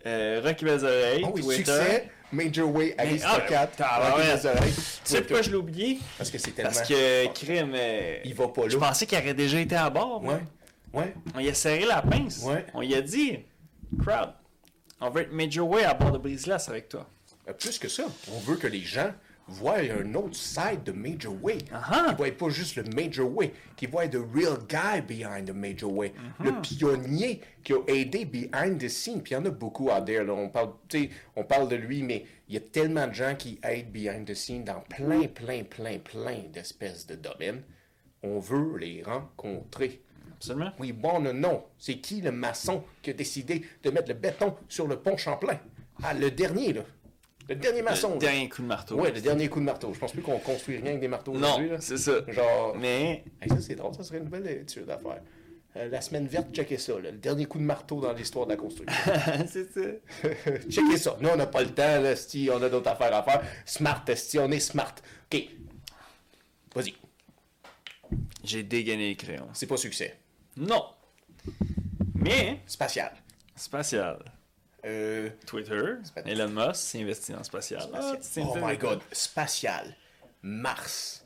Speaker 2: Euh, Rocky Belles Oreilles,
Speaker 1: Oh oui,
Speaker 2: Twitter.
Speaker 1: succès. Major Way, aristocrate.
Speaker 2: ah, ben,
Speaker 1: Rock et
Speaker 2: tabarouette.
Speaker 1: Belles Oreilles,
Speaker 2: Tu sais
Speaker 1: Twitter.
Speaker 2: pourquoi je l'ai oublié?
Speaker 1: Parce que c'est tellement.
Speaker 2: Parce que Crime, euh,
Speaker 1: Il va pas
Speaker 2: je
Speaker 1: là.
Speaker 2: pensais qu'il aurait déjà été à bord. moi.
Speaker 1: Ouais. Ouais.
Speaker 2: On y a serré la pince.
Speaker 1: Ouais.
Speaker 2: On y a dit, crowd, on veut être Major Way à bord de Brise-Glace avec toi.
Speaker 1: Euh, Plus que ça, on veut que les gens voient un autre side de Major Way. Qu'ils voient pas juste le Major Way, qu'ils voient the real guy behind the Major Way. Le pionnier qui a aidé behind the scenes. Puis il y en a beaucoup out there. là. On, parle, tu sais, on parle de lui, mais il y a tellement de gens qui aident behind the scenes dans plein, plein, plein, plein d'espèces de domaines. On veut les rencontrer.
Speaker 2: Absolument.
Speaker 1: Oui, bon, non, non. C'est qui le maçon qui a décidé de mettre le béton sur le pont Champlain? Ah, le dernier, là. Le dernier maçon.
Speaker 2: Le
Speaker 1: là.
Speaker 2: Euh, dernier coup de marteau.
Speaker 1: Ouais, le dernier coup de marteau. Je pense plus qu'on construit rien avec des marteaux aujourd'hui,
Speaker 2: Non,
Speaker 1: là.
Speaker 2: c'est ça.
Speaker 1: Genre.
Speaker 2: Mais
Speaker 1: Hey, ça, c'est drôle, ça serait une nouvelle étude à faire. Euh, la semaine verte, checkez ça, là. Le dernier coup de marteau dans l'histoire de la construction.
Speaker 2: c'est ça.
Speaker 1: checkez ça. Nous, on n'a pas le temps, là, si on a d'autres affaires à faire. Smart, si on est smart. OK. Vas-y.
Speaker 2: J'ai dégainé les crayons.
Speaker 1: C'est pas succès.
Speaker 2: Non. Mais
Speaker 1: Spatial.
Speaker 2: spatial.
Speaker 1: Euh.
Speaker 2: Twitter,
Speaker 1: Spatial.
Speaker 2: Elon Musk s'est investi dans spatial. Ah, tu t'es
Speaker 1: Oh
Speaker 2: fait-
Speaker 1: my god, spatial, Mars,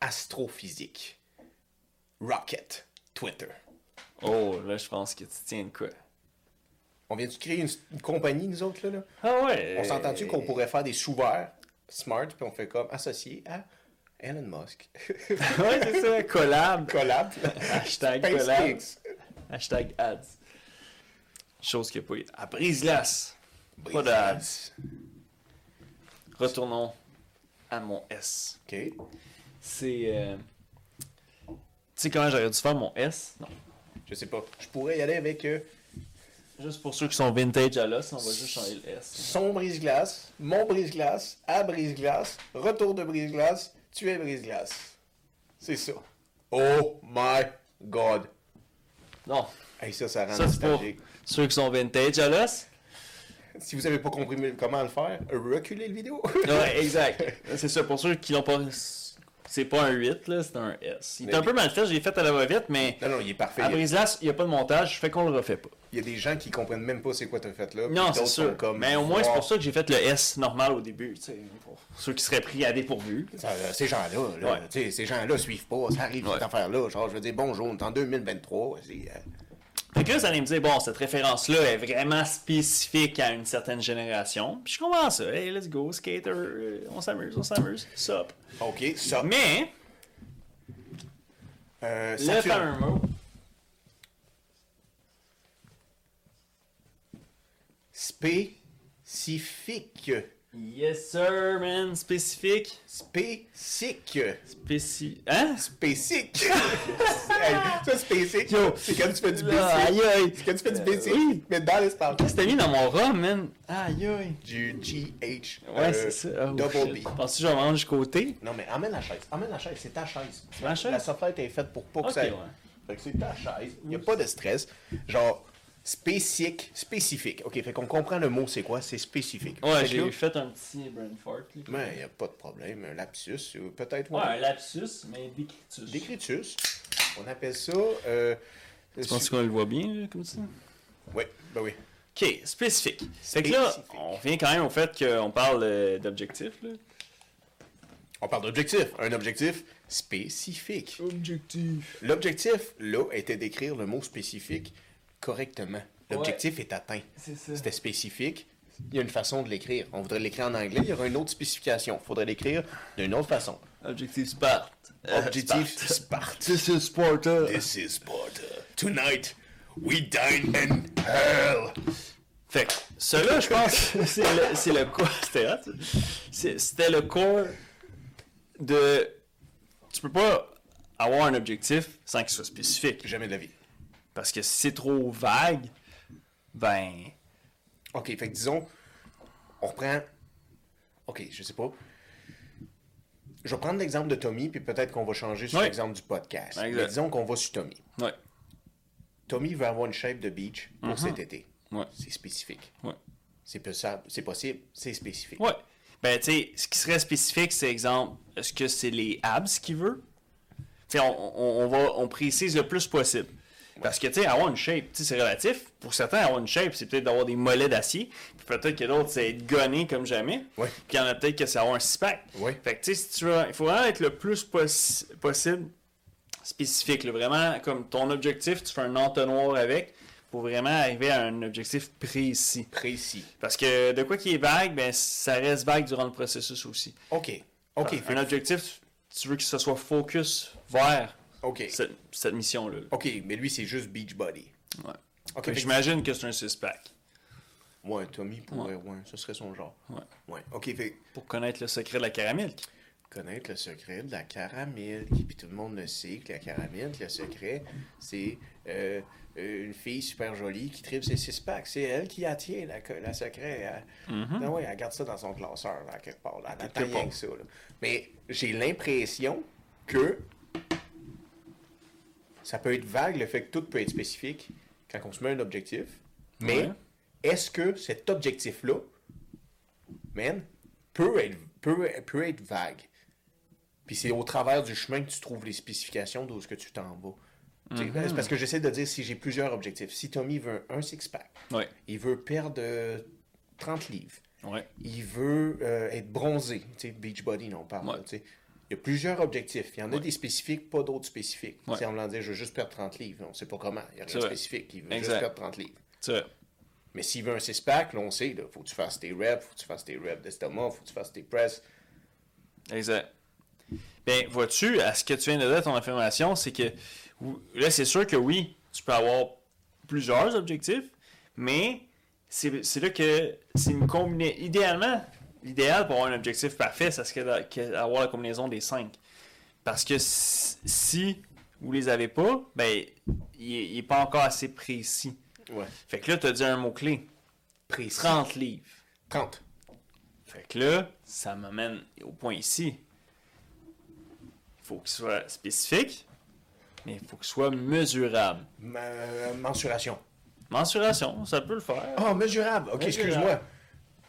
Speaker 1: astrophysique, rocket, Twitter.
Speaker 2: Oh, là, je pense que tu tiens de quoi.
Speaker 1: On vient de créer une, une compagnie, nous autres, là? là?
Speaker 2: Ah ouais.
Speaker 1: On s'entend-tu qu'on pourrait faire des sous-verts smart, puis on fait comme associé à Elon Musk.
Speaker 2: euh, Ouais, c'est ça. Collab.
Speaker 1: Collab.
Speaker 2: Hashtag
Speaker 1: SpaceX.
Speaker 2: collab. Hashtag ads. Chose qui a pas eu. À brise-glace. Pas de ads. Retournons à mon S.
Speaker 1: OK.
Speaker 2: C'est. euh, Tu sais comment j'aurais dû faire mon S Non.
Speaker 1: Je sais pas. Je pourrais y aller avec euh,
Speaker 2: Juste pour ceux qui sont vintage à l'os, on va juste changer le S.
Speaker 1: son brise-glace, mon brise-glace, à brise-glace, retour de brise-glace, tu es brise-glace. C'est ça. Oh my god.
Speaker 2: Non.
Speaker 1: Hey, ça, ça rend
Speaker 2: Ça, c'est pour
Speaker 1: nostalgique.
Speaker 2: ceux qui sont vintage à l'os.
Speaker 1: Si vous avez pas compris comment le faire, reculez le vidéo.
Speaker 2: Ouais, exact. C'est ça, pour ceux qui l'ont pas. C'est pas un 8, là, c'est un S. Il est
Speaker 1: Mais
Speaker 2: un
Speaker 1: oui.
Speaker 2: peu mal fait, j'ai fait à la va-vite, mais
Speaker 1: non, non, il est parfait.
Speaker 2: à
Speaker 1: Il y, a,
Speaker 2: Brise-Glace, il n'y a pas de montage, fait qu'on le refait pas.
Speaker 1: il y a des gens qui comprennent même pas c'est quoi t'as fait là. puis
Speaker 2: Non,
Speaker 1: d'autres
Speaker 2: c'est
Speaker 1: sont
Speaker 2: sûr.
Speaker 1: Comme,
Speaker 2: mais au moins, c'est pour ça que j'ai fait le S normal au début, tu sais, pour ceux qui seraient pris à dépourvu.
Speaker 1: Ça, euh, ces gens-là, là,
Speaker 2: Ouais.
Speaker 1: tu sais, ces gens-là suivent pas, ça arrive
Speaker 2: Ouais.
Speaker 1: cette affaire-là. Genre, je veux dire, bonjour, on est en 2023. c'est, euh,
Speaker 2: Fait que là, vous allez me dire, bon, cette référence-là est vraiment spécifique à une certaine génération. Puis je comprends ça. Hey, let's go, skater, euh, on s'amuse, on s'amuse, sup.
Speaker 1: OK, ça.
Speaker 2: Mais,
Speaker 1: Euh,
Speaker 2: le
Speaker 1: Saturne.
Speaker 2: fameux mot,
Speaker 1: Spécifique.
Speaker 2: yes sir, man, spécifique,
Speaker 1: Spécifique.
Speaker 2: spécifique, hein?
Speaker 1: Spécifique. Hey, ça, spécifique,
Speaker 2: Yo.
Speaker 1: c'est quand tu fais du
Speaker 2: Là,
Speaker 1: basic.
Speaker 2: aïe, aïe.
Speaker 1: C'est quand tu fais du
Speaker 2: Euh,
Speaker 1: basic,
Speaker 2: oui.
Speaker 1: mais dans l'espace.
Speaker 2: Qu'est-ce que t'as mis dans mon rhum, man? Aïe, aïe.
Speaker 1: du GH.
Speaker 2: Ouais,
Speaker 1: euh,
Speaker 2: c'est ça. Oh,
Speaker 1: double
Speaker 2: shit.
Speaker 1: B.
Speaker 2: Penses-tu que je vais manger côté?
Speaker 1: Non, mais emmène la chaise. Emmène la chaise. C'est ta chaise.
Speaker 2: ma chaise?
Speaker 1: La sofflette est faite pour pas que
Speaker 2: Ok,
Speaker 1: ça.
Speaker 2: ouais.
Speaker 1: Fait que c'est ta chaise. Il n'y a pas de stress. Genre, spécifique. Spécifique. OK, fait qu'on comprend le mot, c'est quoi? C'est spécifique.
Speaker 2: Ouais,
Speaker 1: Fait que là-
Speaker 2: j'ai fait un petit brain fart. là.
Speaker 1: Mais il n'y a pas de problème. Un lapsus, euh, peut-être.
Speaker 2: Ouais,
Speaker 1: Ouais.
Speaker 2: un lapsus, mais décritus.
Speaker 1: Décritus. On appelle ça. Euh,
Speaker 2: Tu penses qu'on le voit bien, là, comme ça?
Speaker 1: Oui, ben oui.
Speaker 2: OK, spécifique. Fait que là,
Speaker 1: Spécifique.
Speaker 2: on revient quand même au fait qu'on parle euh, d'objectifs, là.
Speaker 1: On parle d'objectif. Un objectif spécifique.
Speaker 2: Objectif.
Speaker 1: L'objectif, là, était d'écrire le mot spécifique correctement. L'objectif est atteint.
Speaker 2: C'est ça.
Speaker 1: C'était spécifique. Il y a une façon de l'écrire. On voudrait l'écrire en anglais, il y aura une autre spécification. Il faudrait l'écrire d'une autre façon.
Speaker 2: Objectif Sparte. Euh,
Speaker 1: Objectif
Speaker 2: Sparte.
Speaker 1: Sparte.
Speaker 2: This is uh. Sparta.
Speaker 1: This is Sparta. Tonight, we dine in hell.
Speaker 2: Fait que, cela, je pense, que c'est le, c'est le corps. C'était hot, ça. C'est- C'était le corps de. Tu peux pas avoir un objectif sans qu'il soit spécifique.
Speaker 1: Jamais de la vie.
Speaker 2: Parce que si c'est trop vague, ben.
Speaker 1: OK, fait que disons, on reprend. OK, je sais pas. Je vais prendre l'exemple de Tommy, puis peut-être qu'on va changer sur
Speaker 2: Ouais.
Speaker 1: l'exemple du podcast.
Speaker 2: Exact.
Speaker 1: Mais disons qu'on va sur Tommy.
Speaker 2: Ouais.
Speaker 1: Tommy veut avoir une shape de beach
Speaker 2: Mhm.
Speaker 1: pour cet été.
Speaker 2: Ouais.
Speaker 1: C'est spécifique.
Speaker 2: Ouais.
Speaker 1: C'est possible, c'est possible, c'est spécifique.
Speaker 2: Ouais. Ben, tu sais, ce qui serait spécifique, c'est exemple, est-ce que c'est les abs qu'il veut? Tu sais, on, on, on va, on précise le plus possible. Parce que, tu sais, avoir une shape, tu sais, c'est relatif. Pour certains, avoir une shape, c'est peut-être d'avoir des mollets d'acier. Puis peut-être que d'autres, c'est être gonné comme jamais.
Speaker 1: Ouais.
Speaker 2: Puis il y en a peut-être que c'est avoir un six-pack.
Speaker 1: Ouais.
Speaker 2: Fait que, tu sais, si tu veux- il faut vraiment être le plus possi- possible spécifique. là. Vraiment, comme ton objectif, tu fais un entonnoir avec. pour vraiment arriver à un objectif précis.
Speaker 1: Précis.
Speaker 2: Parce que de quoi qui est vague, ben, ça reste vague durant le processus aussi.
Speaker 1: OK. OK.
Speaker 2: un
Speaker 1: fait-
Speaker 2: objectif, tu veux que ce soit focus vers
Speaker 1: OK.
Speaker 2: cette, cette mission-là.
Speaker 1: OK, mais lui, c'est juste Beachbody.
Speaker 2: Ouais.
Speaker 1: OK.
Speaker 2: Fait que
Speaker 1: fait-
Speaker 2: J'imagine que c'est un six-pack
Speaker 1: Ouais, Tommy pourrait, ouais. ce serait son genre.
Speaker 2: Ouais.
Speaker 1: Ouais. OK, fait
Speaker 2: pour connaître le secret de la caramel.
Speaker 1: connaître le secret de la caramel. Puis tout le monde le sait que la caramel, le secret, c'est euh, une fille super jolie qui tripe ses six-packs. C'est elle qui attire la, co- la secret. Elle, Non, ouais, elle garde ça dans son classeur, là, quelque part. Là. Elle attend rien
Speaker 2: Mm-hmm. part.
Speaker 1: que ça. là. Mais j'ai l'impression que ça peut être vague, le fait que tout peut être spécifique quand on se met un objectif. Mais
Speaker 2: Ouais.
Speaker 1: est-ce que cet objectif-là, man, peut être, peut, peut être vague? Puis c'est au travers du chemin que tu trouves les spécifications d'où est-ce que tu t'en vas. Tu
Speaker 2: Mm-hmm.
Speaker 1: sais, C'est parce que j'essaie de dire si j'ai plusieurs objectifs. Si Tommy veut un six-pack,
Speaker 2: Ouais.
Speaker 1: il veut perdre euh, 30 livres,
Speaker 2: Ouais.
Speaker 1: il veut euh, être bronzé, tu sais, Beachbody, on parle.
Speaker 2: Ouais.
Speaker 1: là, tu sais. Il y a plusieurs objectifs. Il y en a des spécifiques, pas d'autres spécifiques.
Speaker 2: Ouais.
Speaker 1: C'est en voulant dire, je veux juste perdre 30 livres. On sait pas comment. Il n'y a
Speaker 2: C'est
Speaker 1: rien de
Speaker 2: vrai.
Speaker 1: spécifique. Il veut juste
Speaker 2: Exact.
Speaker 1: perdre 30 livres.
Speaker 2: Tu vois.
Speaker 1: Mais s'il veut un six-pack, là, on sait, il faut que tu fasses tes reps, faut que tu fasses tes reps d'estomac, faut que tu fasses tes presses.
Speaker 2: Exact. Ben, vois-tu, à ce que tu viens de dire, ton affirmation, c'est que ou- là, c'est sûr que oui, tu peux avoir plusieurs objectifs, mais c'est c'est là que c'est une combinaison. Idéalement, l'idéal pour avoir un objectif parfait, ça serait d'a- que- d'avoir la combinaison des cinq. Parce que si, si vous les avez pas, ben, il n'est pas encore assez précis.
Speaker 1: Ouais.
Speaker 2: Fait que là, tu as dit un mot-clé
Speaker 1: Précis.
Speaker 2: 30 livres.
Speaker 1: 30.
Speaker 2: Fait que là, ça m'amène au point ici. Il faut qu'il soit spécifique, mais il faut qu'il soit mesurable.
Speaker 1: Ma- euh, mensuration.
Speaker 2: Mensuration, ça peut le faire.
Speaker 1: Ah, mesurable. Ok,
Speaker 2: Mesurable.
Speaker 1: excuse-moi.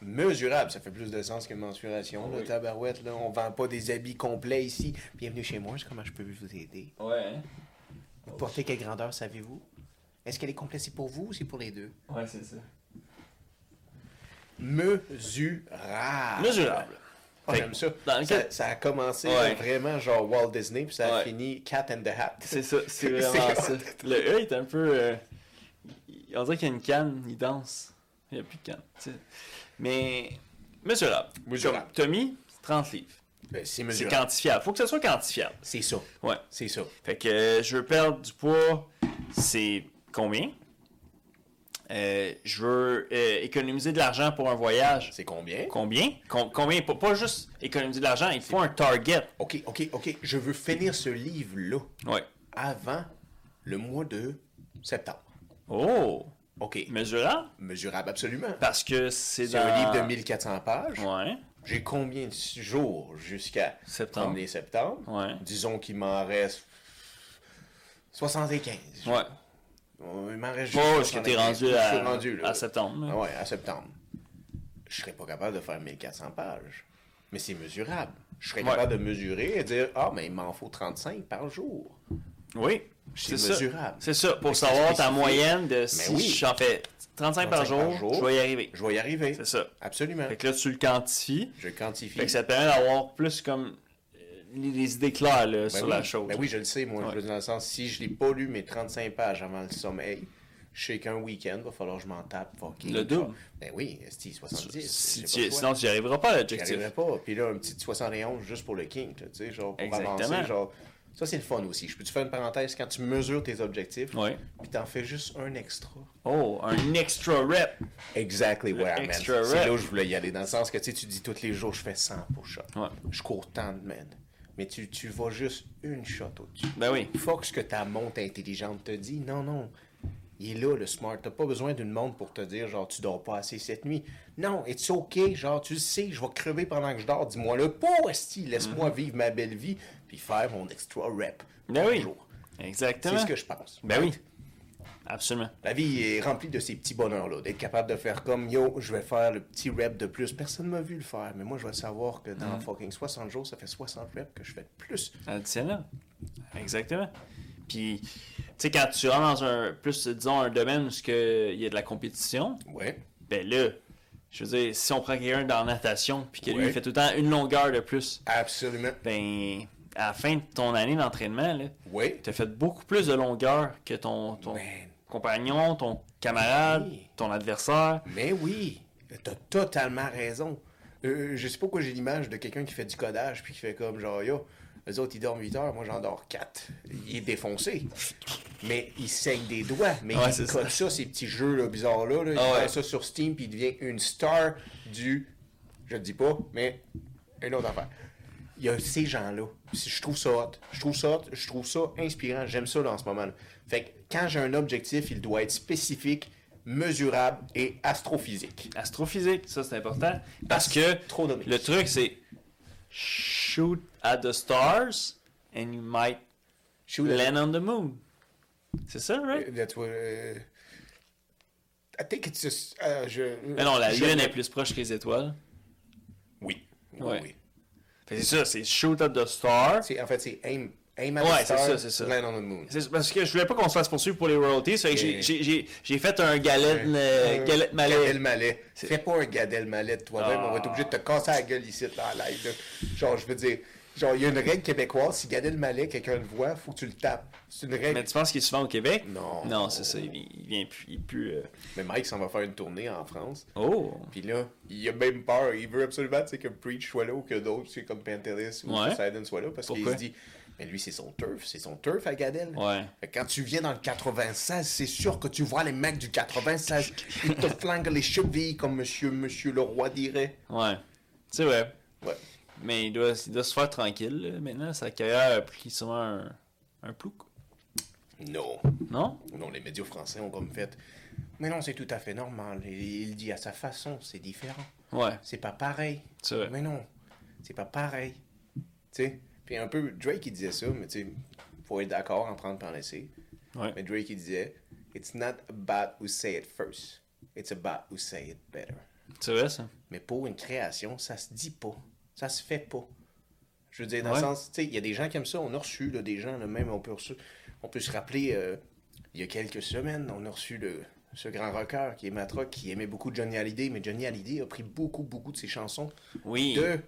Speaker 1: Mesurable, ça fait plus de sens que mensuration,
Speaker 2: Oui.
Speaker 1: le tabarouette. Là. On vend pas des habits complets ici. Bienvenue chez moi, c'est comment je peux vous aider.
Speaker 2: Ouais, hein?
Speaker 1: Vous portez quelle grandeur, savez-vous Est-ce qu'elle est complète, c'est pour vous ou c'est pour les deux
Speaker 2: ouais, c'est ça.
Speaker 1: Mesurable.
Speaker 2: Mesurable.
Speaker 1: Ah,
Speaker 2: Fait
Speaker 1: j'aime ça.
Speaker 2: dans le
Speaker 1: ça.
Speaker 2: cas-
Speaker 1: ça a commencé euh,
Speaker 2: Ouais.
Speaker 1: vraiment genre Walt Disney, puis ça a
Speaker 2: Ouais.
Speaker 1: fini Cat and the Hat. Euh,
Speaker 2: C'est ça, c'est vraiment ça. Le E est un peu. euh, il- on dirait qu'il y a une canne, il danse. Il n'y a plus de canne. tu sais. Mais. Mesurable.
Speaker 1: Mesurable.
Speaker 2: Comme Tommy, 30 livres.
Speaker 1: Ben, c'est
Speaker 2: C'est
Speaker 1: mesurable.
Speaker 2: quantifiable. faut que ce soit quantifiable.
Speaker 1: C'est ça.
Speaker 2: Ouais.
Speaker 1: C'est ça.
Speaker 2: Fait que euh, je veux perdre du poids, c'est combien? Euh, je veux euh, économiser de l'argent pour un voyage,
Speaker 1: C'est combien
Speaker 2: combien? Com- combien? Pas, pas juste économiser de l'argent, il faut un target.
Speaker 1: Ok, ok, ok. Je veux finir ce livre-là
Speaker 2: Ouais.
Speaker 1: avant le mois de septembre.
Speaker 2: Oh!
Speaker 1: Ok.
Speaker 2: Mesurable?
Speaker 1: Mesurable, absolument.
Speaker 2: Parce que c'est
Speaker 1: C'est
Speaker 2: dans...
Speaker 1: un livre de 1400 pages.
Speaker 2: Ouais,
Speaker 1: J'ai combien de jours jusqu'à
Speaker 2: Septembre.
Speaker 1: 1er septembre?
Speaker 2: Ouais.
Speaker 1: Disons qu'il m'en reste 75.
Speaker 2: ouais.
Speaker 1: Il m'en reste
Speaker 2: Pas
Speaker 1: juste
Speaker 2: ce que t'es
Speaker 1: 75.
Speaker 2: rendu
Speaker 1: Je suis
Speaker 2: à,
Speaker 1: rendu, là.
Speaker 2: à septembre.
Speaker 1: Ah ouais, à septembre. Je serais pas capable de faire 1400 pages. Mais c'est mesurable. Je serais
Speaker 2: Ouais.
Speaker 1: capable de mesurer et dire Ah, mais il m'en faut 35 par jour. Ah
Speaker 2: Oui,
Speaker 1: C'est
Speaker 2: c'est ça.
Speaker 1: mesurable.
Speaker 2: C'est ça, pour
Speaker 1: que c'est
Speaker 2: savoir ta
Speaker 1: spécifique.
Speaker 2: moyenne de si
Speaker 1: oui.
Speaker 2: j'en fais 35, par,
Speaker 1: 35
Speaker 2: jour,
Speaker 1: par jour.
Speaker 2: je vais y arriver.
Speaker 1: Je vais y arriver.
Speaker 2: C'est ça.
Speaker 1: Absolument.
Speaker 2: Fait que là, tu le quantifies.
Speaker 1: Je quantifie.
Speaker 2: Fait que ça te permet d'avoir plus comme euh, les, les idées claires là,
Speaker 1: Ben
Speaker 2: sur
Speaker 1: oui.
Speaker 2: la chose.
Speaker 1: Ben oui, je le sais, moi,
Speaker 2: Ouais.
Speaker 1: je le dis dans le sens, si je n'ai pas lu mes 35 pages avant le sommeil, je sais qu'un week-end, va falloir que je m'en tape. fucking.
Speaker 2: Le double.
Speaker 1: Ben oui, esti, 70.
Speaker 2: Si
Speaker 1: j'ai
Speaker 2: tu-
Speaker 1: pas le choix.
Speaker 2: sinon, tu n'y arriveras pas à
Speaker 1: J'y
Speaker 2: l'objectif.
Speaker 1: arriverais pas. Puis là, un petit 71 juste pour le kink, là, tu sais, genre, pour
Speaker 2: Exactement.
Speaker 1: avancer, genre... Ça, c'est le fun aussi. Je peux te faire une parenthèse quand tu mesures tes objectifs,
Speaker 2: Ouais.
Speaker 1: puis t'en fais juste un extra.
Speaker 2: Oh, un extra rep.
Speaker 1: Exactly where I'm at. C'est
Speaker 2: extra rep.
Speaker 1: là où je voulais y aller, dans le sens que, tu sais, tu dis tous les jours, je fais 100 pour shot.
Speaker 2: Ouais.
Speaker 1: Je cours tant de man. Mais tu, tu vas juste une shot au-dessus.
Speaker 2: Ben oui.
Speaker 1: Fuck ce que ta montre intelligente te dit. Non, non. Il est là, le smart. T'as pas besoin d'une montre pour te dire, genre, tu dors pas assez cette nuit. Non, it's OK. Genre, tu le sais, je vais crever pendant que je dors. Dis-moi le pas, esti. Laisse-moi vivre ma belle vie, puis faire mon extra rep.
Speaker 2: Mhm. Ben oui.
Speaker 1: Toujours. C'est
Speaker 2: Exactement.
Speaker 1: ce que je pense.
Speaker 2: Ben oui. Absolument.
Speaker 1: La vie est remplie de ces petits bonheurs-là. D'être capable de faire comme yo, je vais faire le petit rep de plus. Personne m'a vu le faire, mais moi, je vais savoir que
Speaker 2: Mhm.
Speaker 1: dans fucking 60 jours, ça fait 60 reps que je fais de plus.
Speaker 2: Additionnel. Exactement. Puis, tu sais, quand tu rentres dans un, plus, disons, un domaine où ce que il y a de la compétition,
Speaker 1: Ouais.
Speaker 2: ben là, je veux dire, si on prend quelqu'un dans la natation, puis que lui,
Speaker 1: Ouais.
Speaker 2: il fait tout le temps une longueur de plus,
Speaker 1: Absolument.
Speaker 2: ben, à la fin de ton année d'entraînement, là,
Speaker 1: Ouais.
Speaker 2: T'as fait beaucoup plus de longueur que ton, ton,
Speaker 1: Man.
Speaker 2: compagnon, ton camarade,
Speaker 1: Oui.
Speaker 2: ton adversaire.
Speaker 1: Mais oui, t'as totalement raison. Euh, je sais pas pourquoi j'ai l'image de quelqu'un qui fait du codage puis qui fait comme genre yo, les autres ils dorment 8 heures, moi j'en dors 4. Il est défoncé. Mais il saigne des doigts, mais
Speaker 2: Ouais,
Speaker 1: il
Speaker 2: c'est
Speaker 1: code ça. ces petits jeux là, bizarres là, là. il
Speaker 2: Ah ouais.
Speaker 1: fait ça sur Steam puis il devient une star du je le dis pas, mais une autre affaire. Il y a ces gens-là. Si Je trouve ça hot. Je trouve ça hot. Je trouve ça inspirant. J'aime ça dans ce moment là Fait que quand j'ai un objectif, il doit être spécifique, mesurable et astrophysique.
Speaker 2: Astrophysique, ça c'est important. Parce que
Speaker 1: Trop dommage.
Speaker 2: le truc c'est shoot at the stars and you might
Speaker 1: Shoot
Speaker 2: land on the moon. C'est ça, right?
Speaker 1: Uh, That's what. Uh, I think it's just. uh, je,
Speaker 2: Mais non, la
Speaker 1: je-
Speaker 2: lune est plus proche que les étoiles.
Speaker 1: Oui. Oui,
Speaker 2: Ouais.
Speaker 1: oui.
Speaker 2: Fait que C'est ça, c'est shoot at the stars.
Speaker 1: C'est- En fait, c'est aim, aim at
Speaker 2: Ouais,
Speaker 1: the
Speaker 2: c'est
Speaker 1: star,
Speaker 2: ça, c'est ça.
Speaker 1: land on the moon.
Speaker 2: C'est parce que je voulais pas qu'on se fasse poursuivre pour les royalties, fait que j'ai-
Speaker 1: Et-
Speaker 2: j'ai- j'ai j'ai fait un galette, euh,
Speaker 1: Un
Speaker 2: galette malais.
Speaker 1: Gadel Malais.
Speaker 2: C'est-
Speaker 1: Fais pas un Gadel Malais de toi-même,
Speaker 2: Ah.
Speaker 1: on va être obligé de te casser la gueule ici dans la live. là. Genre, je veux dire, genre, il y a une règle québécoise, si Gadel Malais, quelqu'un le voit, faut que tu le tapes. C'est une règle.
Speaker 2: Mais
Speaker 1: Mais,
Speaker 2: tu penses qu'il est souvent au Québec?
Speaker 1: Non.
Speaker 2: Non, c'est ça, il vient, il vient plus. il est plus, euh,
Speaker 1: Mike s'en va faire une tournée en France.
Speaker 2: Oh!
Speaker 1: Puis là, il a même peur. Il veut absolument tu sais, que Preach soit là ou que d'autres, tu sais, comme Pantelis ou
Speaker 2: Ouais.
Speaker 1: Poseidon soit là parce qu'il
Speaker 2: Pourquoi?
Speaker 1: se dit, mais lui, c'est son turf, c'est son turf à Gadel.
Speaker 2: Ouais.
Speaker 1: Fait que Quand tu viens dans le 96, c'est sûr que tu vois les mecs du 96. Ils te flinguent les chevilles comme monsieur, monsieur le roi dirait.
Speaker 2: Ouais. C'est vrai.
Speaker 1: Ouais.
Speaker 2: Mais il doit, il doit se faire tranquille là, maintenant. Sa carrière a pris souvent un, un plouc.
Speaker 1: Non.
Speaker 2: Non?
Speaker 1: Non, les médias français ont comme fait. Mais non, c'est tout à fait normal. Il, il dit à sa façon, c'est différent.
Speaker 2: Ouais.
Speaker 1: C'est pas pareil.
Speaker 2: C'est vrai.
Speaker 1: Mais non, c'est pas pareil. Tu sais? Puis un peu, Drake, il disait ça, mais tu sais, faut être d'accord, en prendre, puis en laisser.
Speaker 2: Ouais.
Speaker 1: Mais Drake, il disait, It's not about who say it first. It's about who say it better.
Speaker 2: C'est vrai ça.
Speaker 1: Mais pour une création, ça se dit pas. Ça se fait pas. Je veux dire, dans
Speaker 2: Ouais.
Speaker 1: le sens, tu sais, il y a des gens comme ça, on a reçu là, des gens, là, même, on peut, reçu- on peut se rappeler, euh, il y a quelques semaines, on a reçu le, ce grand rocker qui est Matrock, qui aimait beaucoup Johnny Hallyday, mais Johnny Hallyday a pris beaucoup, beaucoup de ses chansons
Speaker 2: Oui.
Speaker 1: de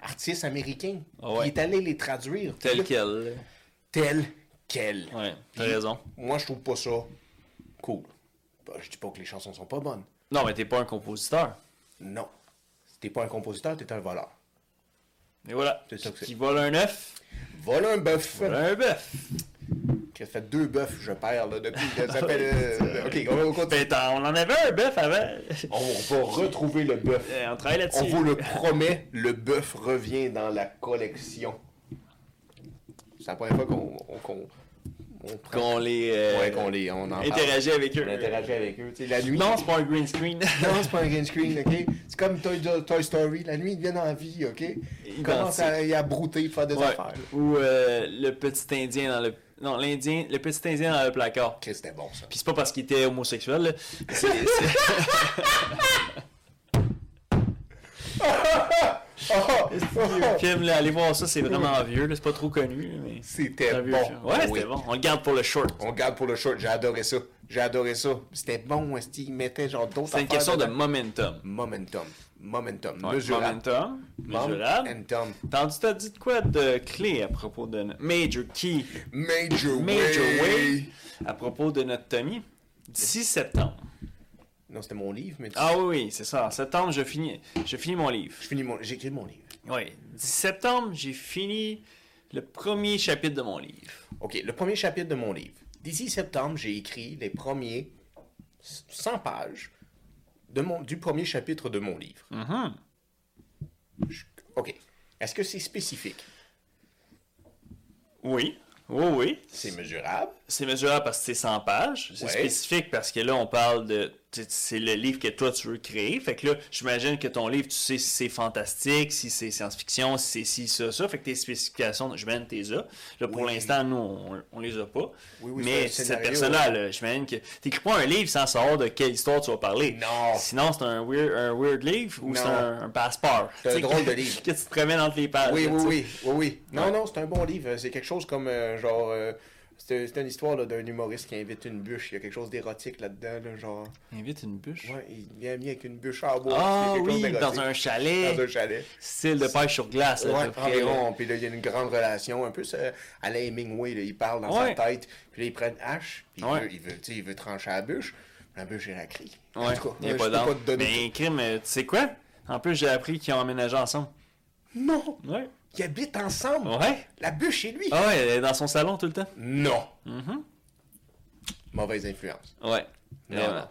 Speaker 1: artistes américains.
Speaker 2: Ah ouais.
Speaker 1: Il est allé les traduire.
Speaker 2: Tel quel.
Speaker 1: Tel quel.
Speaker 2: Ouais. T'as
Speaker 1: Puis-
Speaker 2: raison.
Speaker 1: Moi, je trouve pas ça cool. Bah, je dis pas que les chansons sont pas bonnes.
Speaker 2: Non, mais t'es pas un compositeur.
Speaker 1: Non. T'es pas un compositeur, t'es un voleur.
Speaker 2: Et voilà.
Speaker 1: C'est ça que c'est.
Speaker 2: Qui vole un œuf,
Speaker 1: Vole un bœuf.
Speaker 2: vole un bœuf.
Speaker 1: Ça fait deux bœufs, je perds, là, depuis que ça fait... euh, OK, on, va- on continue.
Speaker 2: Ben, t'en- on en avait un bœuf avant.
Speaker 1: Ben, On va retrouver le bœuf.
Speaker 2: Euh, on travaille
Speaker 1: On
Speaker 2: là-dessus.
Speaker 1: vous le promet, le bœuf revient dans la collection. C'est la première fois qu'on... on- qu'on- on prend-
Speaker 2: Qu'on les. euh,
Speaker 1: Ouais, qu'on les... On en parle.
Speaker 2: interagit avec eux.
Speaker 1: On interagit avec eux. Tu sais, la nuit...
Speaker 2: Non, c'est pas un green screen.
Speaker 1: Non, c'est pas un green screen, ok? C'est comme Toy, Toy Story, la nuit, ils viennent en vie, ok? Ils commencent à, à brouter, faire des
Speaker 2: Ouais.
Speaker 1: affaires. là.
Speaker 2: Ou euh, le petit indien dans le. Non, l'indien. Le petit indien dans le placard.
Speaker 1: Chris, c'était bon, ça.
Speaker 2: Puis c'est pas parce qu'il était homosexuel, là. C'est- c'est-
Speaker 1: Oh,
Speaker 2: le film, là, allez voir ça, c'est vraiment vieux, là. C'est pas trop connu, mais. c'est
Speaker 1: c'était
Speaker 2: un vieux
Speaker 1: bon.
Speaker 2: film. Ouais,
Speaker 1: Oui.
Speaker 2: c'était bon. On le garde pour le short.
Speaker 1: On garde pour le short, j'ai adoré ça. J'ai adoré ça. C'était bon, est-ce qu'ils mettaient genre d'autres
Speaker 2: C'est une
Speaker 1: affaires
Speaker 2: question de
Speaker 1: dedans?
Speaker 2: momentum.
Speaker 1: momentum. Momentum.
Speaker 2: Ouais,
Speaker 1: mesurable.
Speaker 2: Momentum.
Speaker 1: Mom
Speaker 2: Mesurable.
Speaker 1: and Tom.
Speaker 2: Tandis que t'as dit de quoi de clé à propos de. no- Major key.
Speaker 1: Major,
Speaker 2: Major
Speaker 1: way.
Speaker 2: way. À propos de notre Tommy. 6 septembre.
Speaker 1: Non, c'était mon livre, mais
Speaker 2: Ah oui, oui, c'est ça. En septembre, je finis, je finis mon livre.
Speaker 1: je finis mon... j'ai écrit mon livre.
Speaker 2: Oui. 10 septembre, j'ai fini le premier chapitre de mon livre.
Speaker 1: OK, le premier chapitre de mon livre. D'ici septembre, j'ai écrit les premiers 100 pages de mon, du premier chapitre de mon livre.
Speaker 2: Mm-hmm.
Speaker 1: Je- OK. Est-ce que c'est spécifique?
Speaker 2: Oui. Oui, Oh oui.
Speaker 1: C'est mesurable?
Speaker 2: C'est mesurable parce que c'est 100 pages. C'est
Speaker 1: Ouais.
Speaker 2: spécifique parce que là, on parle de. tu sais, C'est le livre que toi, tu veux créer. Fait que là, j'imagine que ton livre, tu sais si c'est fantastique, si c'est science-fiction, si c'est ci, ça, ça. Fait que tes spécifications, j'imagine que t'es là. Là, pour
Speaker 1: Oui.
Speaker 2: l'instant, nous, on, on les a pas.
Speaker 1: Oui, oui, c'est un
Speaker 2: Mais cette
Speaker 1: scénario.
Speaker 2: personne-là, là, j'imagine que. T'écris pas un livre sans savoir de quelle histoire tu vas parler.
Speaker 1: Non.
Speaker 2: Sinon, c'est un weird, un weird livre ou
Speaker 1: Non.
Speaker 2: c'est un, un passeport.
Speaker 1: C'est un
Speaker 2: Tu sais,
Speaker 1: drôle de
Speaker 2: que-
Speaker 1: livre.
Speaker 2: Que tu te promènes entre les pages.
Speaker 1: Oui,
Speaker 2: là,
Speaker 1: oui,
Speaker 2: tu Ah, sais.
Speaker 1: oui, oui, oui. Non,
Speaker 2: Ouais.
Speaker 1: non, c'est un bon livre. C'est quelque chose comme euh, genre euh, C'est c'est une histoire là, d'un humoriste qui invite une bûche. Il y a quelque chose d'érotique là-dedans, là, genre.
Speaker 2: Invite une bûche.
Speaker 1: Ouais, il vient mis avec une bûche à bois.
Speaker 2: Ah
Speaker 1: c'est quelque chose
Speaker 2: oui,
Speaker 1: d'érotique.
Speaker 2: dans un chalet.
Speaker 1: Dans un chalet.
Speaker 2: Style de pêche sur glace. là, à
Speaker 1: Ouais,
Speaker 2: peu près, là.
Speaker 1: environ. Puis là, il y a une grande relation. Un peu ça, Alain Hemingway, là, il parle dans
Speaker 2: Ouais.
Speaker 1: sa tête. Puis là, il prend une hache. Puis
Speaker 2: Ouais.
Speaker 1: il, veut, il, veut, tu sais, il veut trancher la bûche. La bûche, elle a crié.
Speaker 2: Ouais, il n'y a
Speaker 1: je
Speaker 2: pas
Speaker 1: peux pas
Speaker 2: d'ordre.
Speaker 1: te donner.
Speaker 2: Mais crime, euh, tu sais quoi? En plus, j'ai appris qu'ils ont emménagé ensemble.
Speaker 1: Non,
Speaker 2: Ouais.
Speaker 1: ils habitent ensemble.
Speaker 2: Ouais.
Speaker 1: La bûche et lui.
Speaker 2: Ah ouais, elle est dans son salon tout le temps.
Speaker 1: Non.
Speaker 2: Mhm.
Speaker 1: Mauvaise influence.
Speaker 2: Ouais.
Speaker 1: Non,
Speaker 2: Vraiment.
Speaker 1: non.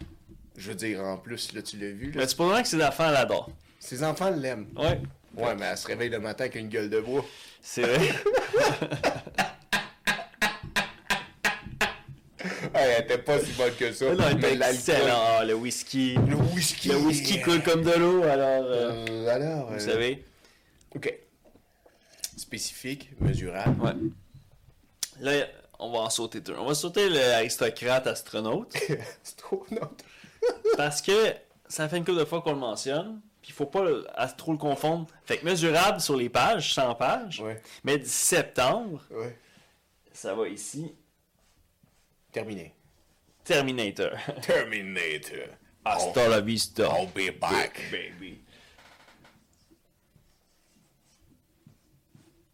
Speaker 1: Je veux dire, en plus, là, tu l'as vu. Là,
Speaker 2: Mais tu peux dire que ses enfants l'adorent.
Speaker 1: Ses enfants l'aiment.
Speaker 2: Ouais.
Speaker 1: Ouais, mais elle se réveille le matin avec une gueule de bois.
Speaker 2: C'est vrai.
Speaker 1: Ouais, elle était pas si bonne que ça.
Speaker 2: non, elle
Speaker 1: mais
Speaker 2: était excellent. Ah, le whisky.
Speaker 1: Le whisky.
Speaker 2: Le whisky coule comme de l'eau, alors. euh,
Speaker 1: Euh, alors.
Speaker 2: Vous
Speaker 1: euh,
Speaker 2: savez?
Speaker 1: OK. Spécifique, mesurable.
Speaker 2: Ouais. Là, on va en sauter deux. On va sauter l'aristocrate astronaute.
Speaker 1: C'est trop notre.
Speaker 2: Parce que ça fait une couple de fois qu'on le mentionne. Puis il faut pas le- à trop le confondre. Fait que mesurable sur les pages, 100 pages.
Speaker 1: Ouais,
Speaker 2: Mais 10 septembre,
Speaker 1: ouais.
Speaker 2: ça va ici.
Speaker 1: Terminé.
Speaker 2: Terminator.
Speaker 1: Terminator.
Speaker 2: Hasta la vista.
Speaker 1: I'll Oh. be back.
Speaker 2: Ah, oh, baby.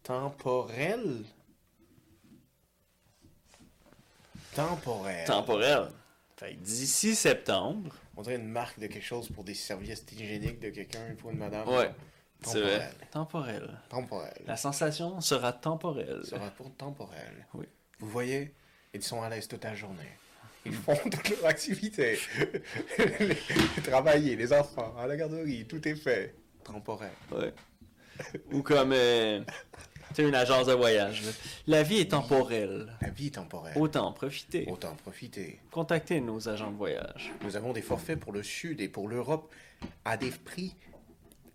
Speaker 1: Temporel. Temporel.
Speaker 2: Temporel. Fait que d'ici septembre.
Speaker 1: On dirait une marque de quelque chose pour des services hygiéniques de quelqu'un pour une madame.
Speaker 2: C'est vrai. Temporel.
Speaker 1: Temporel.
Speaker 2: La sensation sera temporelle.
Speaker 1: Ce rapport temporel.
Speaker 2: Oui.
Speaker 1: Vous voyez, ils sont à l'aise toute la journée. Ils font toute leur activité. Les- Travailler, les enfants, à la garderie, tout est fait. Temporel.
Speaker 2: Ouais. Ou comme. euh, tu sais, une agence de voyage. là. La vie est temporelle.
Speaker 1: La vie est temporelle.
Speaker 2: Autant en profiter.
Speaker 1: Autant en profiter.
Speaker 2: Contactez nos agents de voyage.
Speaker 1: Nous avons des forfaits pour le Sud et pour l'Europe à des prix.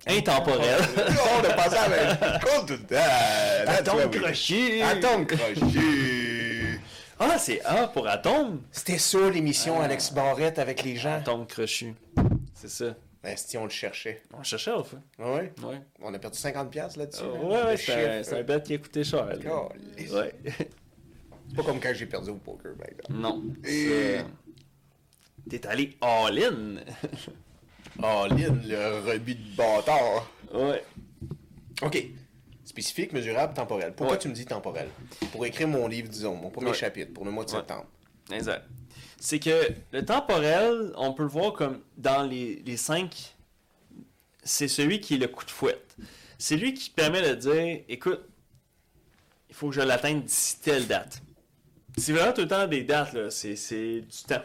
Speaker 2: Intemporel.
Speaker 1: on est passé avec compte euh,
Speaker 2: Atome crochet.
Speaker 1: Attends, crochet.
Speaker 2: Ah, c'est A pour atome.
Speaker 1: C'était ça
Speaker 2: Ah.
Speaker 1: l'émission Alex Barrette avec les gens.
Speaker 2: Atome crochu. C'est ça.
Speaker 1: Ben, si on le cherchait. Ah
Speaker 2: On cherchait au fait.
Speaker 1: Ouais.
Speaker 2: hein. Ouais.
Speaker 1: On a perdu 50$ là-dessus.
Speaker 2: Euh,
Speaker 1: là.
Speaker 2: ouais,
Speaker 1: Le
Speaker 2: ouais, c'est un-
Speaker 1: chiffre.
Speaker 2: c'est un bet qui a coûté cher. là.
Speaker 1: Calisse.
Speaker 2: Ouais.
Speaker 1: C'est Pas comme quand j'ai perdu au poker, par exemple.
Speaker 2: non.
Speaker 1: Et-
Speaker 2: C'est- euh, T'es allé all-in. Mm.
Speaker 1: Oh, Lynn, le rebut de bâtard.
Speaker 2: ouais.
Speaker 1: OK. Spécifique, mesurable, temporel. Pourquoi
Speaker 2: Ouais.
Speaker 1: tu me dis temporel? Pour écrire mon livre, disons, mon premier
Speaker 2: Ouais.
Speaker 1: chapitre, pour le mois de
Speaker 2: Ouais.
Speaker 1: septembre.
Speaker 2: Exact. C'est que le temporel, on peut le voir comme dans les, les cinq, c'est celui qui est le coup de fouette. C'est lui qui permet de dire écoute, il faut que je l'atteigne d'ici telle date. C'est vraiment tout le temps des dates, là. C'est, c'est du temps.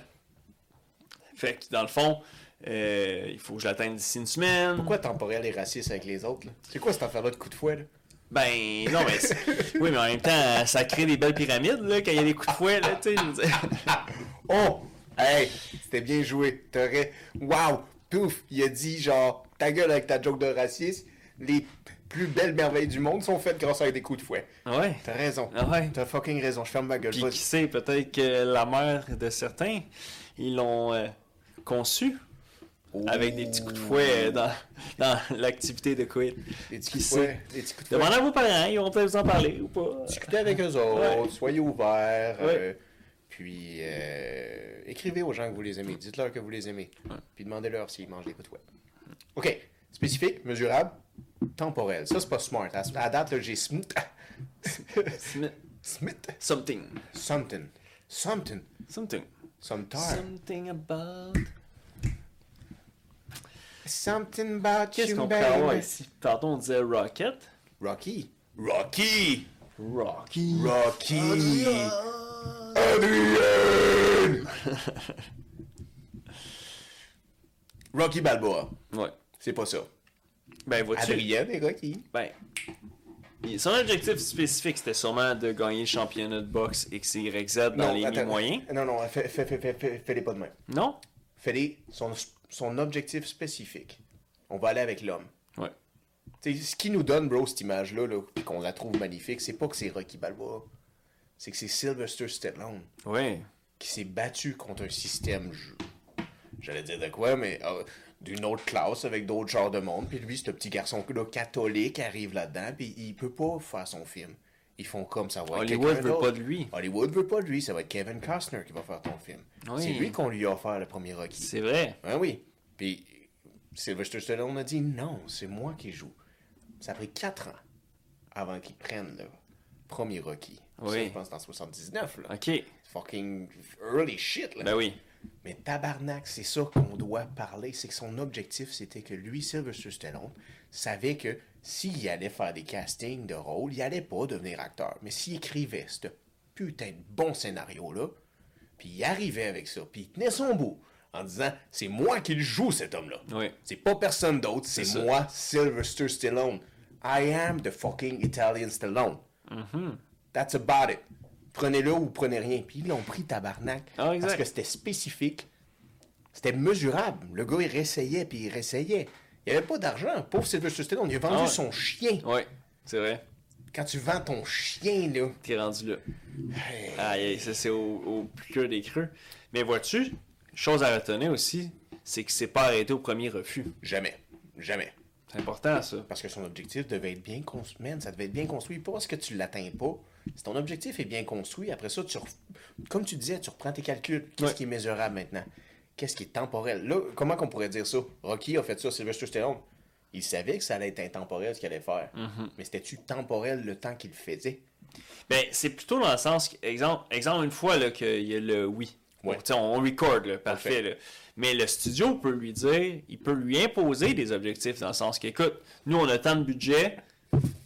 Speaker 2: Fait que dans le fond, euh, il faut que je l'atteigne d'ici une semaine.
Speaker 1: Pourquoi temporel et raciste avec les autres? là? C'est quoi cette affaire-là de coup de fouet? Là?
Speaker 2: Ben, non, mais. c'est- oui, mais en même temps, ça crée des belles pyramides, là, quand il y a des coups de fouet, là, tu sais. je veux dire.
Speaker 1: Oh! Hey! C'était bien joué. T'aurais. Waouh! Pouf! Il a dit genre, ta gueule avec ta joke de raciste, les plus belles merveilles du monde sont faites grâce à des coups de fouet.
Speaker 2: Ouais.
Speaker 1: T'as raison.
Speaker 2: Ah Ouais.
Speaker 1: T'as fucking raison. Je ferme ma gueule.
Speaker 2: Puis
Speaker 1: Vas-y.
Speaker 2: qui sait, peut-être que la mère de certains, ils l'ont euh, conçu avec des petits coups de fouet euh, dans, dans l'activité de quid.
Speaker 1: Oh. Des petits
Speaker 2: Qui
Speaker 1: coups de fouet. Des petits coups de fouet.
Speaker 2: Demandez à vos parents, ils vont peut-être vous en parler ou pas.
Speaker 1: Discutez avec eux autres. Soyez ouverts.
Speaker 2: Ouais.
Speaker 1: euh, puis euh, écrivez aux gens que vous les aimez. Dites-leur que vous les aimez. Puis demandez-leur s'ils mangent des coups de fouet. OK. Spécifique, mesurable, temporel. Ça, c'est pas smart. À, à date, là, j'ai smith. smith.
Speaker 2: Something.
Speaker 1: Something. Something.
Speaker 2: Something.
Speaker 1: Sometime.
Speaker 2: Something about.
Speaker 1: Something about
Speaker 2: Qu'est-ce
Speaker 1: you,
Speaker 2: qu'on peut
Speaker 1: baby.
Speaker 2: avoir ici Pardon, on disait Rocket.
Speaker 1: Rocky. Rocky.
Speaker 2: Rocky.
Speaker 1: Rocky. Adrien. Rocky Balboa.
Speaker 2: Ouais.
Speaker 1: C'est pas ça.
Speaker 2: Ben, vois-tu.
Speaker 1: Adrien et Rocky.
Speaker 2: Ben. il- Son objectif spécifique, c'était sûrement de gagner le championnat de boxe XYZ dans les
Speaker 1: attends.
Speaker 2: mi-moyens.
Speaker 1: Non, non, fais, fais, fais, fais, fais- fais les pas de main.
Speaker 2: Non?
Speaker 1: Fais-les son, son objectif spécifique. On va aller avec l'homme.
Speaker 2: Ouais.
Speaker 1: T'sais, ce qui nous donne, bro, cette image-là, là, puis qu'on la trouve magnifique, c'est pas que c'est Rocky Balboa. C'est que c'est Sylvester Stallone
Speaker 2: Ouais.
Speaker 1: qui s'est battu contre un système, je- j'allais dire de quoi, mais euh, d'une autre classe avec d'autres genres de monde. Puis lui, ce petit garçon-là catholique arrive là-dedans, puis il peut pas faire son film. Ils font comme ça va être
Speaker 2: Hollywood
Speaker 1: quelqu'un
Speaker 2: veut
Speaker 1: d'autre.
Speaker 2: pas de lui.
Speaker 1: Hollywood veut pas de lui, ça va être Kevin Costner qui va faire ton film.
Speaker 2: Oui.
Speaker 1: C'est lui qu'on lui a offert le premier Rocky.
Speaker 2: C'est vrai.
Speaker 1: Ah oui. Puis Sylvester Stallone a dit non, c'est moi qui joue. Ça a pris 4 ans avant qu'ils prennent le premier Rocky.
Speaker 2: Oui.
Speaker 1: Ça, je pense dans 79. Là.
Speaker 2: OK.
Speaker 1: Fucking early shit. Là.
Speaker 2: Ben oui.
Speaker 1: Mais tabarnak, c'est ça qu'on doit parler. C'est que son objectif, c'était que lui, Sylvester Stallone, savait que s'il allait faire des castings de rôle, il allait pas devenir acteur. Mais s'il écrivait ce putain de bon scénario-là, puis il arrivait avec ça, puis il tenait son bout en disant « C'est moi qui le joue, cet homme-là.
Speaker 2: Oui.
Speaker 1: C'est pas personne d'autre,
Speaker 2: ça.
Speaker 1: c'est moi, Sylvester Stallone. I am the fucking Italian Stallone. That's about it. Prenez-le ou prenez rien. Puis ils l'ont pris tabarnak.
Speaker 2: Ah, exact.
Speaker 1: Parce que c'était spécifique. C'était mesurable. Le gars, il réessayait, puis il réessayait. Il n'y avait pas d'argent. Pauvre Sylvester Stallone, il a vendu
Speaker 2: Ah ouais.
Speaker 1: son chien.
Speaker 2: Oui. C'est vrai.
Speaker 1: Quand tu vends ton chien, là...
Speaker 2: T'es rendu là. Aïe, aïe, ça c'est au, au plus creux des creux. Mais vois-tu, chose à retenir aussi, c'est qu'il s'est pas arrêté au premier refus.
Speaker 1: Jamais. Jamais.
Speaker 2: C'est important ça.
Speaker 1: Parce que son objectif devait être bien construit. Man, ça devait être bien construit. Pas parce que tu l'atteins pas. Si ton objectif est bien construit, après ça, tu ref- comme tu disais, tu reprends tes calculs. Qu'est-ce
Speaker 2: Ouais.
Speaker 1: qui est mesurable maintenant? Qu'est-ce qui est temporel? Là, comment qu'on pourrait dire ça? Rocky a fait ça, Sylvester Stallone. Il savait que ça allait être intemporel ce qu'il allait faire. Mais c'était-tu temporel le temps qu'il le faisait?
Speaker 2: Ben, c'est plutôt dans le sens, que- exemple, exemple une fois là, qu'il y a le oui.
Speaker 1: Ouais.
Speaker 2: Bon, t'sais, on, on record, là, parfait. là. Mais le studio peut lui dire, il peut lui imposer des objectifs dans le sens qu'écoute, nous on a tant de budget,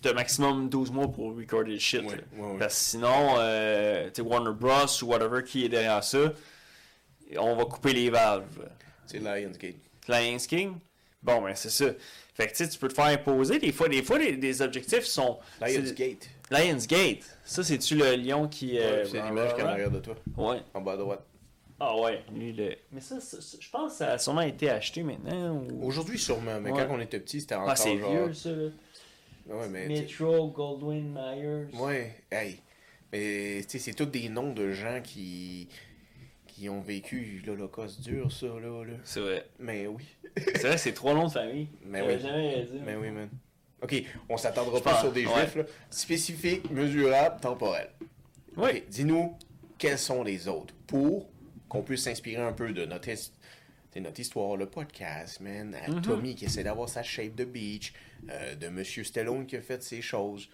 Speaker 2: t'as maximum 12 mois pour recorder le shit.
Speaker 1: Ouais,
Speaker 2: là.
Speaker 1: ouais, ouais.
Speaker 2: Parce que sinon, euh, t'sais, Warner Bros ou whatever qui est derrière ça, on va couper les valves.
Speaker 1: C'est Lionsgate.
Speaker 2: Lions King. Bon, ben c'est ça. Fait que tu sais, tu peux te faire imposer. Des fois, des fois, les, les objectifs sont. c'est-
Speaker 1: Lionsgate.
Speaker 2: Lionsgate. Ça, c'est-tu le lion qui. euh,
Speaker 1: c'est l'image qu'il y a en arrière de toi,
Speaker 2: Ouais.
Speaker 1: en bas à droite.
Speaker 2: Ah ouais, lui, le. Mais ça, ça- ça- je pense que ça a sûrement été acheté maintenant. Ou...
Speaker 1: Aujourd'hui, sûrement, mais
Speaker 2: Ouais.
Speaker 1: quand on était petit, c'était encore
Speaker 2: Ah, c'est
Speaker 1: genre...
Speaker 2: vieux, ça, là.
Speaker 1: Ouais, mais tu-
Speaker 2: Metro, Goldwyn, Myers.
Speaker 1: Ouais, hey. Mais tu sais, c'est tous des noms de gens qui qui ont vécu l'Holocauste dur, ça, là, là.
Speaker 2: C'est vrai.
Speaker 1: Mais oui.
Speaker 2: C'est vrai, c'est trois noms de famille.
Speaker 1: Mais
Speaker 2: J'avais
Speaker 1: oui.
Speaker 2: jamais réalisé.
Speaker 1: Mais oui, man. Ok, on s'attendra
Speaker 2: Je
Speaker 1: pas
Speaker 2: pense,
Speaker 1: sur des
Speaker 2: ouais.
Speaker 1: juifs, là. Spécifique, mesurable, temporel.
Speaker 2: Oui.
Speaker 1: Ok, dis-nous, quels sont les autres pour qu'on puisse s'inspirer un peu de notre, his- de notre histoire, le podcast, man. à Tommy qui essaie d'avoir sa shape de beach, euh, de Monsieur Stallone qui a fait ses choses.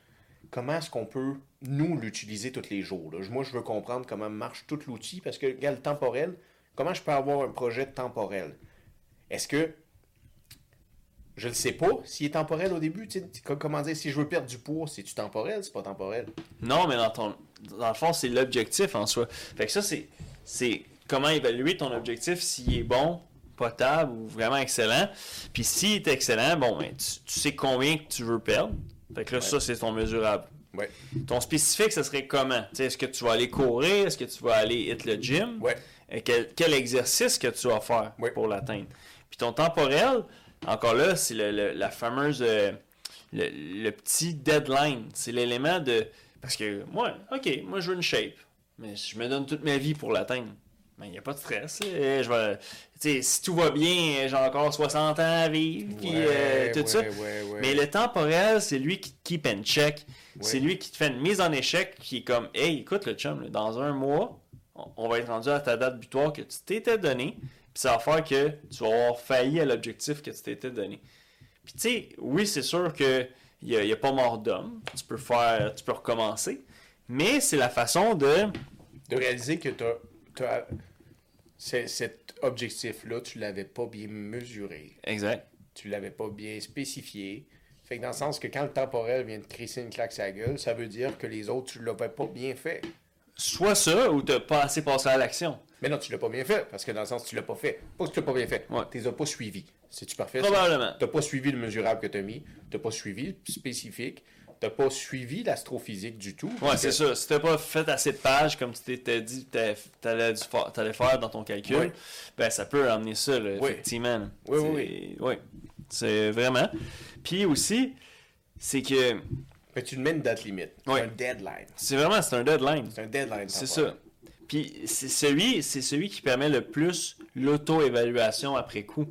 Speaker 1: Comment est-ce qu'on peut, nous, l'utiliser tous les jours? là? Moi, je veux comprendre comment marche tout l'outil parce que, regarde, le temporel, comment je peux avoir un projet temporel? Est-ce que je ne sais pas s'il est temporel au début? tu sais, tu- Comment dire, si je veux perdre du poids, c'est-tu temporel? C'est pas temporel.
Speaker 2: Non, mais dans ton. Dans le fond, c'est l'objectif en soi. Fait que ça, c'est. C'est comment évaluer ton objectif s'il est bon, potable ou vraiment excellent. Puis s'il est excellent, bon, ben, tu, tu sais combien que tu veux perdre. Fait que là, ça, c'est ton mesurable.
Speaker 1: Ouais.
Speaker 2: Ton spécifique, ça serait comment? Tu sais, Est-ce que tu vas aller courir? Est-ce que tu vas aller hit le gym?
Speaker 1: Ouais.
Speaker 2: Et quel, quel exercice que tu vas faire
Speaker 1: Ouais.
Speaker 2: pour l'atteindre? Puis ton temporel, encore là, c'est le- le- la fameuse... euh, le, le petit deadline. C'est l'élément de... Parce que moi, OK, moi je veux une shape. Mais je me donne toute ma vie pour l'atteindre. Mais il n'y a pas de stress. là. Je vais, tu sais, si tout va bien, j'ai encore 60 ans à vivre. puis, euh, tout
Speaker 1: ouais,
Speaker 2: ça.
Speaker 1: ouais, ouais.
Speaker 2: Mais le temporel, c'est lui qui te keep and check. C'est lui qui te fait une mise en échec qui est comme Hey, écoute le chum, là, dans un mois, on- on va être rendu à ta date butoir que tu t'étais donné. Puis ça va faire que tu vas avoir failli à l'objectif que tu t'étais donné. Puis tu sais, oui, c'est sûr que il n'y a, y a pas mort d'homme. Tu peux faire. Tu peux recommencer. Mais c'est la façon de.
Speaker 1: de réaliser que t'as, t'as- c'est- cet objectif-là, tu l'avais pas bien mesuré,
Speaker 2: Exact.
Speaker 1: tu l'avais pas bien spécifié. Fait que dans le sens que quand le temporel vient de crisser une claque sa gueule, ça veut dire que les autres, tu l'avais pas bien fait.
Speaker 2: Soit ça ou t'as pas assez passé à l'action.
Speaker 1: Mais non, tu l'as pas bien fait, parce que dans le sens, tu l'as pas fait. Pas que tu l'as pas bien fait.
Speaker 2: Ouais.
Speaker 1: Tu les as pas suivis. C'est-tu parfait? ça?
Speaker 2: Probablement.
Speaker 1: T'as pas suivi le mesurable que t'as mis, t'as pas suivi le spécifique, t'as pas suivi l'astrophysique du tout.
Speaker 2: Ouais,
Speaker 1: parce
Speaker 2: c'est
Speaker 1: que-
Speaker 2: ça. Si t'as pas fait assez de pages comme tu t'étais dit que t'allais- t'allais dû fa- t'allais faire dans ton calcul,
Speaker 1: Ouais.
Speaker 2: ben ça peut amener ça, là,
Speaker 1: Oui.
Speaker 2: effectivement. là.
Speaker 1: Oui, oui,
Speaker 2: C'est- ouais. C'est vraiment. Puis aussi, c'est que
Speaker 1: Mais tu te mets une date limite.
Speaker 2: Ouais.
Speaker 1: Un deadline.
Speaker 2: c'est vraiment c'est un deadline.
Speaker 1: C'est un deadline.
Speaker 2: C'est
Speaker 1: temporel.
Speaker 2: ça. Puis c'est celui, c'est celui qui permet le plus l'auto-évaluation après coup.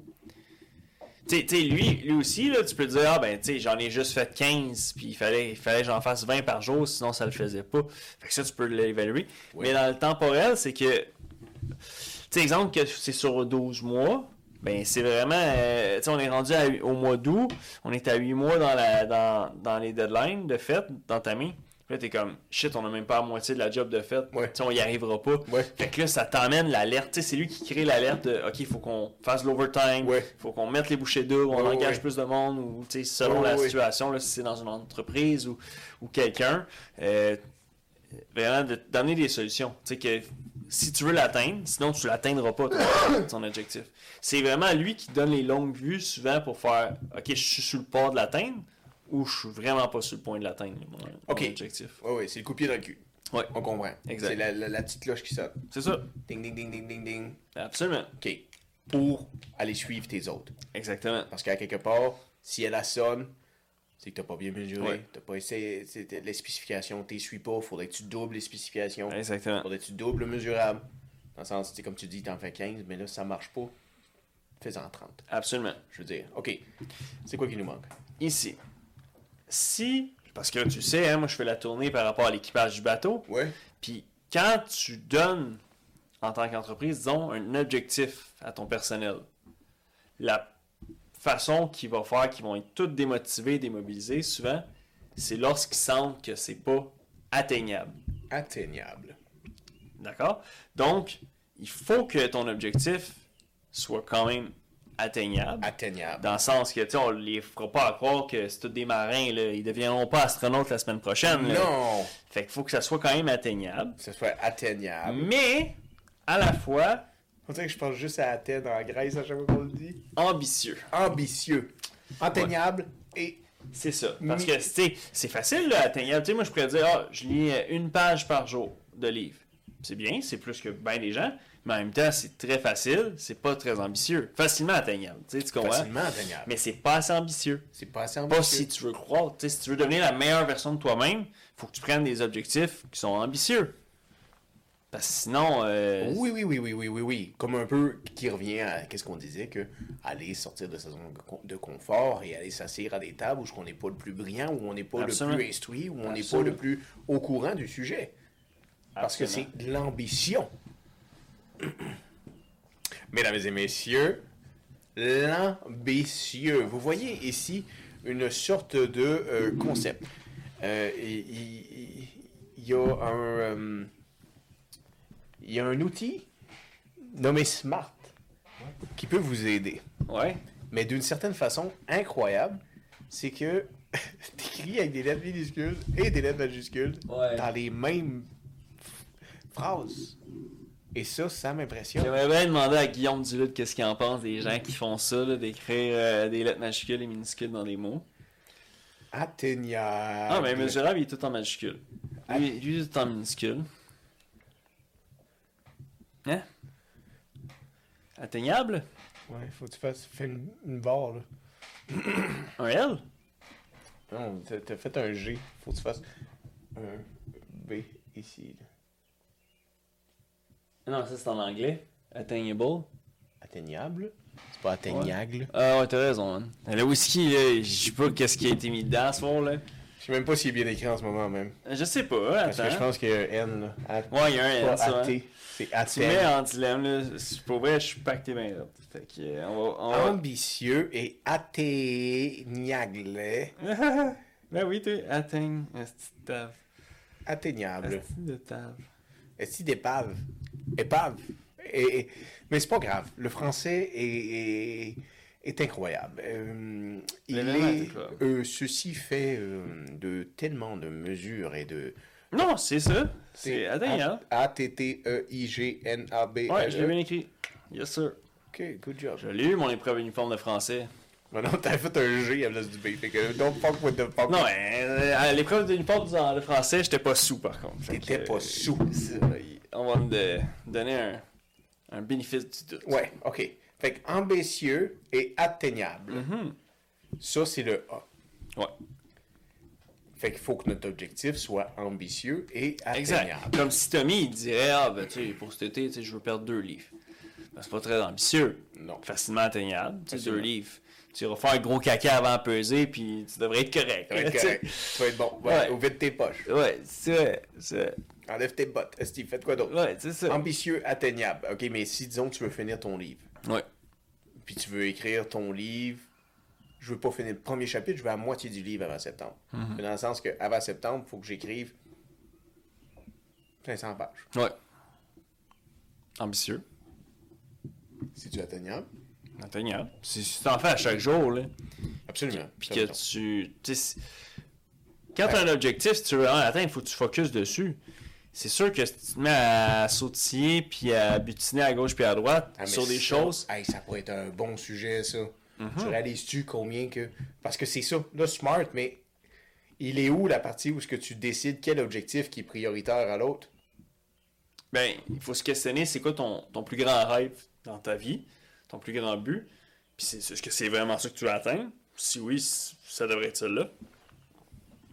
Speaker 2: Tu sais, tu sais, lui, lui aussi, là, tu peux te dire, ah ben, tu sais, j'en ai juste fait 15, puis il fallait, il fallait que j'en fasse 20 par jour, sinon ça le faisait pas. Fait que ça, tu peux l'évaluer.
Speaker 1: Oui.
Speaker 2: Mais dans le temporel, c'est que, tu sais, exemple que c'est sur 12 mois, ben, c'est vraiment, euh, tu sais, on est rendu à- au mois d'août, on est à 8 mois dans, la, dans, dans les deadlines de fait, dans ta main. Puis Là, t'es comme, shit, on a même pas la moitié de la job de fait.
Speaker 1: Ouais.
Speaker 2: Tu sais, on y arrivera pas.
Speaker 1: Ouais.
Speaker 2: Fait que là, ça t'emmène l'alerte. Tu sais, c'est lui qui crée l'alerte de OK, il faut qu'on fasse l'overtime,
Speaker 1: Ouais.
Speaker 2: faut qu'on mette les bouchées doubles, on
Speaker 1: Ouais, ouais,
Speaker 2: engage
Speaker 1: ouais.
Speaker 2: plus de monde, ou tu sais, selon
Speaker 1: Ouais,
Speaker 2: la
Speaker 1: ouais.
Speaker 2: situation, là, si c'est dans une entreprise ou, ou quelqu'un. euh, vraiment, de- d'amener des solutions. Tu sais, que si tu veux l'atteindre, sinon tu l'atteindras pas, ton, ton objectif. C'est vraiment lui qui donne les longues vues souvent pour faire OK, je suis sur le port de l'atteindre ou je suis vraiment pas sur le point de l'atteindre, mon, mon
Speaker 1: Ok.
Speaker 2: objectif.
Speaker 1: Ouais, ouais, c'est le coup de pied dans le cul.
Speaker 2: Ouais.
Speaker 1: On comprend.
Speaker 2: Exact.
Speaker 1: C'est la, la- la petite cloche qui sonne.
Speaker 2: C'est ça.
Speaker 1: Ding, ding, ding, ding, ding, ding.
Speaker 2: Absolument.
Speaker 1: OK. Pour aller suivre tes autres.
Speaker 2: Exactement.
Speaker 1: Parce qu'à quelque part, si elle sonne, c'est que t'as pas bien mesuré,
Speaker 2: Ouais.
Speaker 1: t'as pas essayé c'est- t'as- les spécifications, t'es suis pas, faudrait que tu doubles les spécifications,
Speaker 2: Exactement.
Speaker 1: faudrait que tu doubles le mesurable. Dans le sens, tu sais, comme tu dis, t'en fais 15, mais là, ça marche pas, fais-en 30.
Speaker 2: Absolument.
Speaker 1: Je veux dire, OK, c'est quoi qui nous manque?
Speaker 2: Ici, si, parce que tu sais, hein, moi je fais la tournée par rapport à l'équipage du bateau,
Speaker 1: Ouais.
Speaker 2: puis quand tu donnes, en tant qu'entreprise, disons, un objectif à ton personnel, la façon qu'ils va faire qu'ils vont être tous démotivés, démobilisés, souvent, c'est lorsqu'ils sentent que c'est pas atteignable.
Speaker 1: Atteignable.
Speaker 2: D'accord? Donc, il faut que ton objectif soit quand même atteignable.
Speaker 1: Atteignable.
Speaker 2: Dans le sens que, tu sais, on les fera pas à croire que c'est tous des marins, là. Ils deviendront pas astronautes la semaine prochaine, là.
Speaker 1: Non!
Speaker 2: Fait qu'il faut que ça soit quand même atteignable.
Speaker 1: Que ce soit
Speaker 2: Mm.
Speaker 1: atteignable.
Speaker 2: Mais, à la fois,
Speaker 1: On dirait que je pense juste à Athènes en Grèce à chaque fois qu'on le dit.
Speaker 2: ambitieux.
Speaker 1: Ambitieux. Atteignable et.
Speaker 2: C'est ça. Parce
Speaker 1: Mais-
Speaker 2: que, tu sais, c'est facile, là, atteignable. Tu sais, moi, je pourrais dire, ah, je lis euh, une page par jour de livre. C'est bien, c'est plus que bien des gens. Mais en même temps, c'est très facile, c'est pas très ambitieux. Facilement atteignable, tu sais, tu comprends?
Speaker 1: Facilement atteignable.
Speaker 2: Mais c'est pas assez ambitieux.
Speaker 1: C'est pas assez ambitieux.
Speaker 2: pas si tu veux croire. Tu sais, si tu veux devenir la meilleure version de toi-même, faut que tu prennes des objectifs qui sont ambitieux. Parce que sinon, euh,
Speaker 1: Oui, oui, oui, oui, oui, oui, oui. Comme un peu qui revient à qu'est-ce qu'on disait, que aller sortir de sa zone de con- de confort et aller s'asseoir à des tables où on n'est pas le plus brillant, où on n'est pas
Speaker 2: Absolument.
Speaker 1: le plus instruit, où on n'est pas
Speaker 2: Absolument.
Speaker 1: le plus au courant du sujet. Parce que c'est
Speaker 2: absolument.
Speaker 1: de l'ambition. Mesdames et messieurs, l'ambitieux. Vous voyez ici une sorte de euh, concept. Euh, Il il- il y, a un, euh, il y a un outil nommé Smart qui peut vous aider.
Speaker 2: Ouais,
Speaker 1: Mais d'une certaine façon incroyable, c'est que t'écris avec des lettres minuscules et des lettres majuscules
Speaker 2: Ouais.
Speaker 1: dans les mêmes phrases. Et ça, ça m'impressionne.
Speaker 2: J'aimerais bien demander à Guillaume Duluth qu'est-ce qu'il en pense des gens qui font ça, là, d'écrire euh, des lettres majuscules et minuscules dans des mots.
Speaker 1: Atteignable.
Speaker 2: Ah, mais mesurable, il est tout en majuscule. Lui, lui, il est tout en minuscule. Hein? Atteignable?
Speaker 1: Ouais, faut que tu fasses fais une, une barre, là.
Speaker 2: Un L?
Speaker 1: Non, t'as- t'as fait un G. Faut que tu fasses un B ici, là.
Speaker 2: Non, ça c'est en anglais. Attainable.
Speaker 1: Atteignable. C'est pas atteignable.
Speaker 2: Ah ouais, t'as raison, man. Le whisky, là, je sais pas qu'est-ce qui a été mis dedans ce soir, là.
Speaker 1: Je sais même pas s'il est bien écrit en ce moment, même.
Speaker 2: Je sais pas, hein,
Speaker 1: Parce que je
Speaker 2: attends.
Speaker 1: pense qu'il y a un N, là. At-
Speaker 2: Ouais, il y a un N,
Speaker 1: pas
Speaker 2: ça. hein.
Speaker 1: athée. C'est
Speaker 2: Tu mets
Speaker 1: atteignable.
Speaker 2: en dilemme, là. c'est- Pour vrai, je suis pacté bien là. Fait que, euh, on va. on
Speaker 1: Ah
Speaker 2: va-
Speaker 1: ambitieux et atteignable.
Speaker 2: ben oui, t'es atteint. Esti de table.
Speaker 1: Atteignable.
Speaker 2: Esti de table.
Speaker 1: Est-ce d'épave? Épave. Et, et- mais c'est pas grave. Le français est, est, est incroyable. Euh, il
Speaker 2: L'événement est
Speaker 1: est,
Speaker 2: incroyable.
Speaker 1: euh, ceci fait euh, de tellement de mesures et de.
Speaker 2: Non, c'est ça. C'est atteignable.
Speaker 1: A T T E I G N A B.
Speaker 2: Ouais, je l'ai bien écrit. Yes, sir.
Speaker 1: Ok, good job.
Speaker 2: Je l'ai eu, mon épreuve uniforme de français.
Speaker 1: Maintenant, t'as fait un G à la place du B. Fait que don't fuck with the fuck.
Speaker 2: Non, mais euh, à l'épreuve d'uniforme de français, j'étais pas sous, par contre. Fait que,
Speaker 1: t'étais
Speaker 2: euh,
Speaker 1: pas sous.
Speaker 2: On va me de- donner un, un bénéfice du doute.
Speaker 1: Ouais, ok. Fait que ambitieux et atteignable.
Speaker 2: Mm-hmm.
Speaker 1: Ça, c'est le A.
Speaker 2: Ouais.
Speaker 1: Fait qu'il faut que notre objectif soit ambitieux et
Speaker 2: Exact.
Speaker 1: atteignable.
Speaker 2: Comme si Tommy il dirait Ah, ben, tu sais, pour cet été, tu sais, je veux perdre deux livres. Ben, c'est pas très ambitieux.
Speaker 1: Non.
Speaker 2: Facilement atteignable, tu sais, deux livres. tu vas faire un gros caca avant de peser, puis tu devrais être correct.
Speaker 1: Ça va être
Speaker 2: Tu sais.
Speaker 1: correct. Tu vas être bon. Ouais,
Speaker 2: Ouais.
Speaker 1: Au vide de tes poches.
Speaker 2: Ouais, c'est vrai, c'est
Speaker 1: Enlève tes bottes. Steve, faites quoi d'autre?
Speaker 2: ouais, c'est ça.
Speaker 1: Ambitieux, atteignable. OK, mais si, disons, que tu veux finir ton livre,
Speaker 2: Ouais.
Speaker 1: puis tu veux écrire ton livre, je veux pas finir le premier chapitre, je veux à moitié du livre avant septembre.
Speaker 2: Mm-hmm.
Speaker 1: Mais Dans le sens que avant septembre, il faut que j'écrive 500 pages.
Speaker 2: Ouais. Ambitieux.
Speaker 1: Si tu atteignable.
Speaker 2: Atteignable. Si si tu t'en fais à chaque jour, là.
Speaker 1: Absolument.
Speaker 2: Puis que tu. tu sais, si- Quand tu as un objectif, si tu veux en atteindre, il faut que tu focuses dessus. C'est sûr que si tu te mets à sautiller puis à butiner à gauche puis à droite
Speaker 1: Ah, mais
Speaker 2: sur des
Speaker 1: ça,
Speaker 2: choses. Mhm.
Speaker 1: hey, ça pourrait être un bon sujet, ça. Tu réalises-tu combien que. Parce que c'est ça. Là, smart, mais il est où la partie où ce que tu décides quel objectif qui est prioritaire à l'autre?
Speaker 2: ben, il faut se questionner c'est quoi ton, ton plus grand rêve dans ta vie, ton plus grand but, puis c'est est-ce que c'est vraiment ça que tu veux atteindre? Si oui, c- ça devrait être celle-là.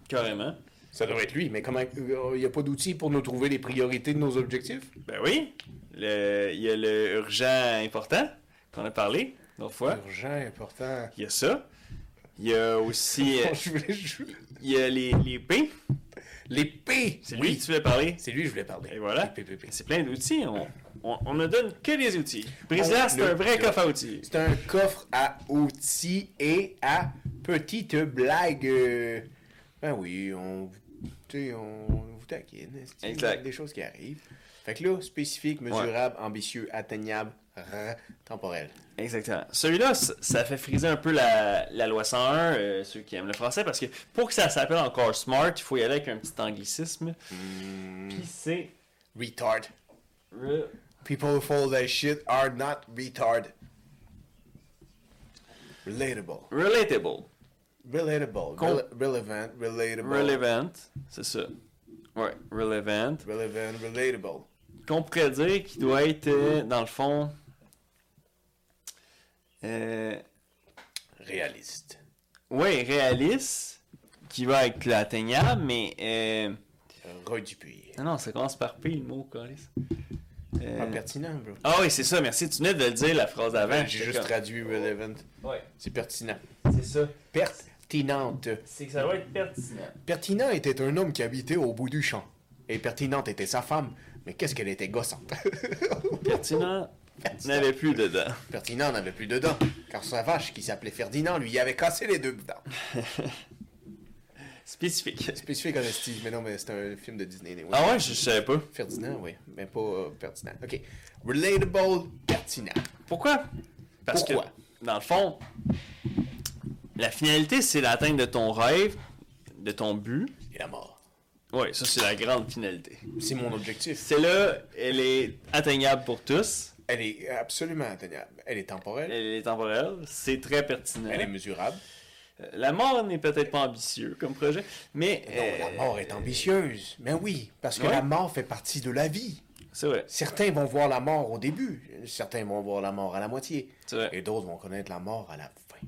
Speaker 2: Carrément.
Speaker 1: Ça devrait être lui, mais comment. Il n'y a pas d'outil pour nous trouver les priorités de nos objectifs?
Speaker 2: Ben oui, le- il y a le urgent important qu'on a parlé l'autre fois.
Speaker 1: Urgent, important.
Speaker 2: Il y a ça. Il y a aussi euh,
Speaker 1: Je voulais- je-
Speaker 2: il y a les, les P.
Speaker 1: Les P!
Speaker 2: C'est lui que tu veux parler.
Speaker 1: C'est lui que je voulais parler.
Speaker 2: Et voilà.
Speaker 1: Les P, P, P.
Speaker 2: C'est plein d'outils. On, on, on ne donne que des outils. Brésilien,
Speaker 1: On
Speaker 2: c'est
Speaker 1: ne
Speaker 2: un vrai
Speaker 1: donne-
Speaker 2: coffre à outils.
Speaker 1: C'est un coffre à outils et à petites blagues. Euh, Ben oui, on, tu sais, on vous taquine. c'est-tu,
Speaker 2: Exact.
Speaker 1: Des choses qui arrivent. Fait que là, spécifique, mesurable, ambitieux, atteignable, rrr, temporel.
Speaker 2: Exactement. Celui-là, ça, ça fait friser un peu la, la loi 101, euh, ceux qui aiment le français, parce que pour que ça s'appelle encore smart, il faut y aller avec un petit anglicisme. Puis c'est.
Speaker 1: Retard.
Speaker 2: re-
Speaker 1: People who follow that shit are not retard. Relatable.
Speaker 2: Relatable.
Speaker 1: Relatable.
Speaker 2: Com-
Speaker 1: Rele- relevant. Relatable.
Speaker 2: Relevant. C'est ça. Ouais, relevant.
Speaker 1: relevant. Relatable.
Speaker 2: qu'on pourrait dire qu'il doit être, euh, dans le fond, euh,
Speaker 1: Réaliste.
Speaker 2: ouais, réaliste, qui va avec l'atteignable, mais euh,
Speaker 1: Redupuis.
Speaker 2: non, non, ça commence par P le mot, Carlis. Euh,
Speaker 1: Pas pertinent, bro.
Speaker 2: Ah oui, c'est ça, merci, tu venais de le dire la phrase d'avant.
Speaker 1: J'ai
Speaker 2: j'étais
Speaker 1: juste
Speaker 2: comme-
Speaker 1: traduit relevant.
Speaker 2: Ouais,
Speaker 1: C'est pertinent.
Speaker 2: c'est ça.
Speaker 1: Pertinente.
Speaker 2: C'est que ça doit être pertinent.
Speaker 1: Pertinent était un homme qui habitait au bout du champ. Et pertinente était sa femme. Mais qu'est-ce qu'elle était gossante.
Speaker 2: Pertinent n'avait plus dedans.
Speaker 1: Pertinent n'avait plus de dents. Car sa vache, qui s'appelait Ferdinand, lui avait cassé les deux dents.
Speaker 2: Spécifique.
Speaker 1: Spécifique en style, mais non, mais c'est un film de Disney. anyway.
Speaker 2: Ah ouais, je, je savais pas.
Speaker 1: Ferdinand, oui. Mais pas euh, pertinent. OK. Relatable, pertinent.
Speaker 2: Pourquoi? Parce
Speaker 1: Pourquoi?
Speaker 2: que, dans le fond, la finalité, c'est l'atteinte de ton rêve, de ton but.
Speaker 1: Et la mort.
Speaker 2: Oui, ça, c'est la grande finalité.
Speaker 1: C'est mon objectif.
Speaker 2: Celle-là, elle est atteignable pour tous.
Speaker 1: Elle est absolument atteignable. Elle est temporelle.
Speaker 2: Elle est temporelle. C'est très pertinent.
Speaker 1: Elle est mesurable.
Speaker 2: Euh, La mort n'est peut-être pas ambitieux comme projet, mais...
Speaker 1: Non, la
Speaker 2: euh,
Speaker 1: mort est ambitieuse. Mais oui, parce que
Speaker 2: ouais.
Speaker 1: la mort fait partie de la vie.
Speaker 2: C'est vrai.
Speaker 1: Certains vont voir la mort au début, certains vont voir la mort à la moitié,
Speaker 2: C'est vrai.
Speaker 1: et d'autres vont connaître la mort à la fin.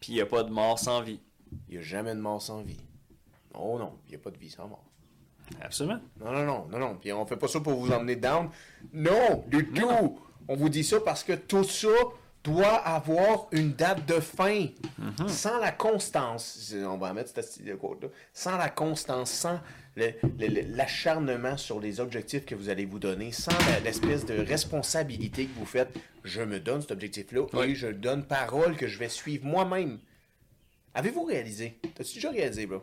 Speaker 2: Puis il n'y a pas de mort sans vie.
Speaker 1: Il n'y a jamais de mort sans vie. Oh non, il n'y a pas de vie sans mort.
Speaker 2: Absolument.
Speaker 1: Non, non, non, non, non. Puis on fait pas ça pour vous emmener down. Non, du tout. On vous dit ça parce que tout ça doit avoir une date de fin. Sans la constance, on va en mettre cette astuce de quote-là, sans la constance, sans le- le- le- l'acharnement sur les objectifs que vous allez vous donner, sans la- l'espèce de responsabilité que vous faites, je me donne cet objectif-là et
Speaker 2: Oui.
Speaker 1: je donne parole que je vais suivre moi-même. Avez-vous réalisé? T'as-tu déjà réalisé, bro?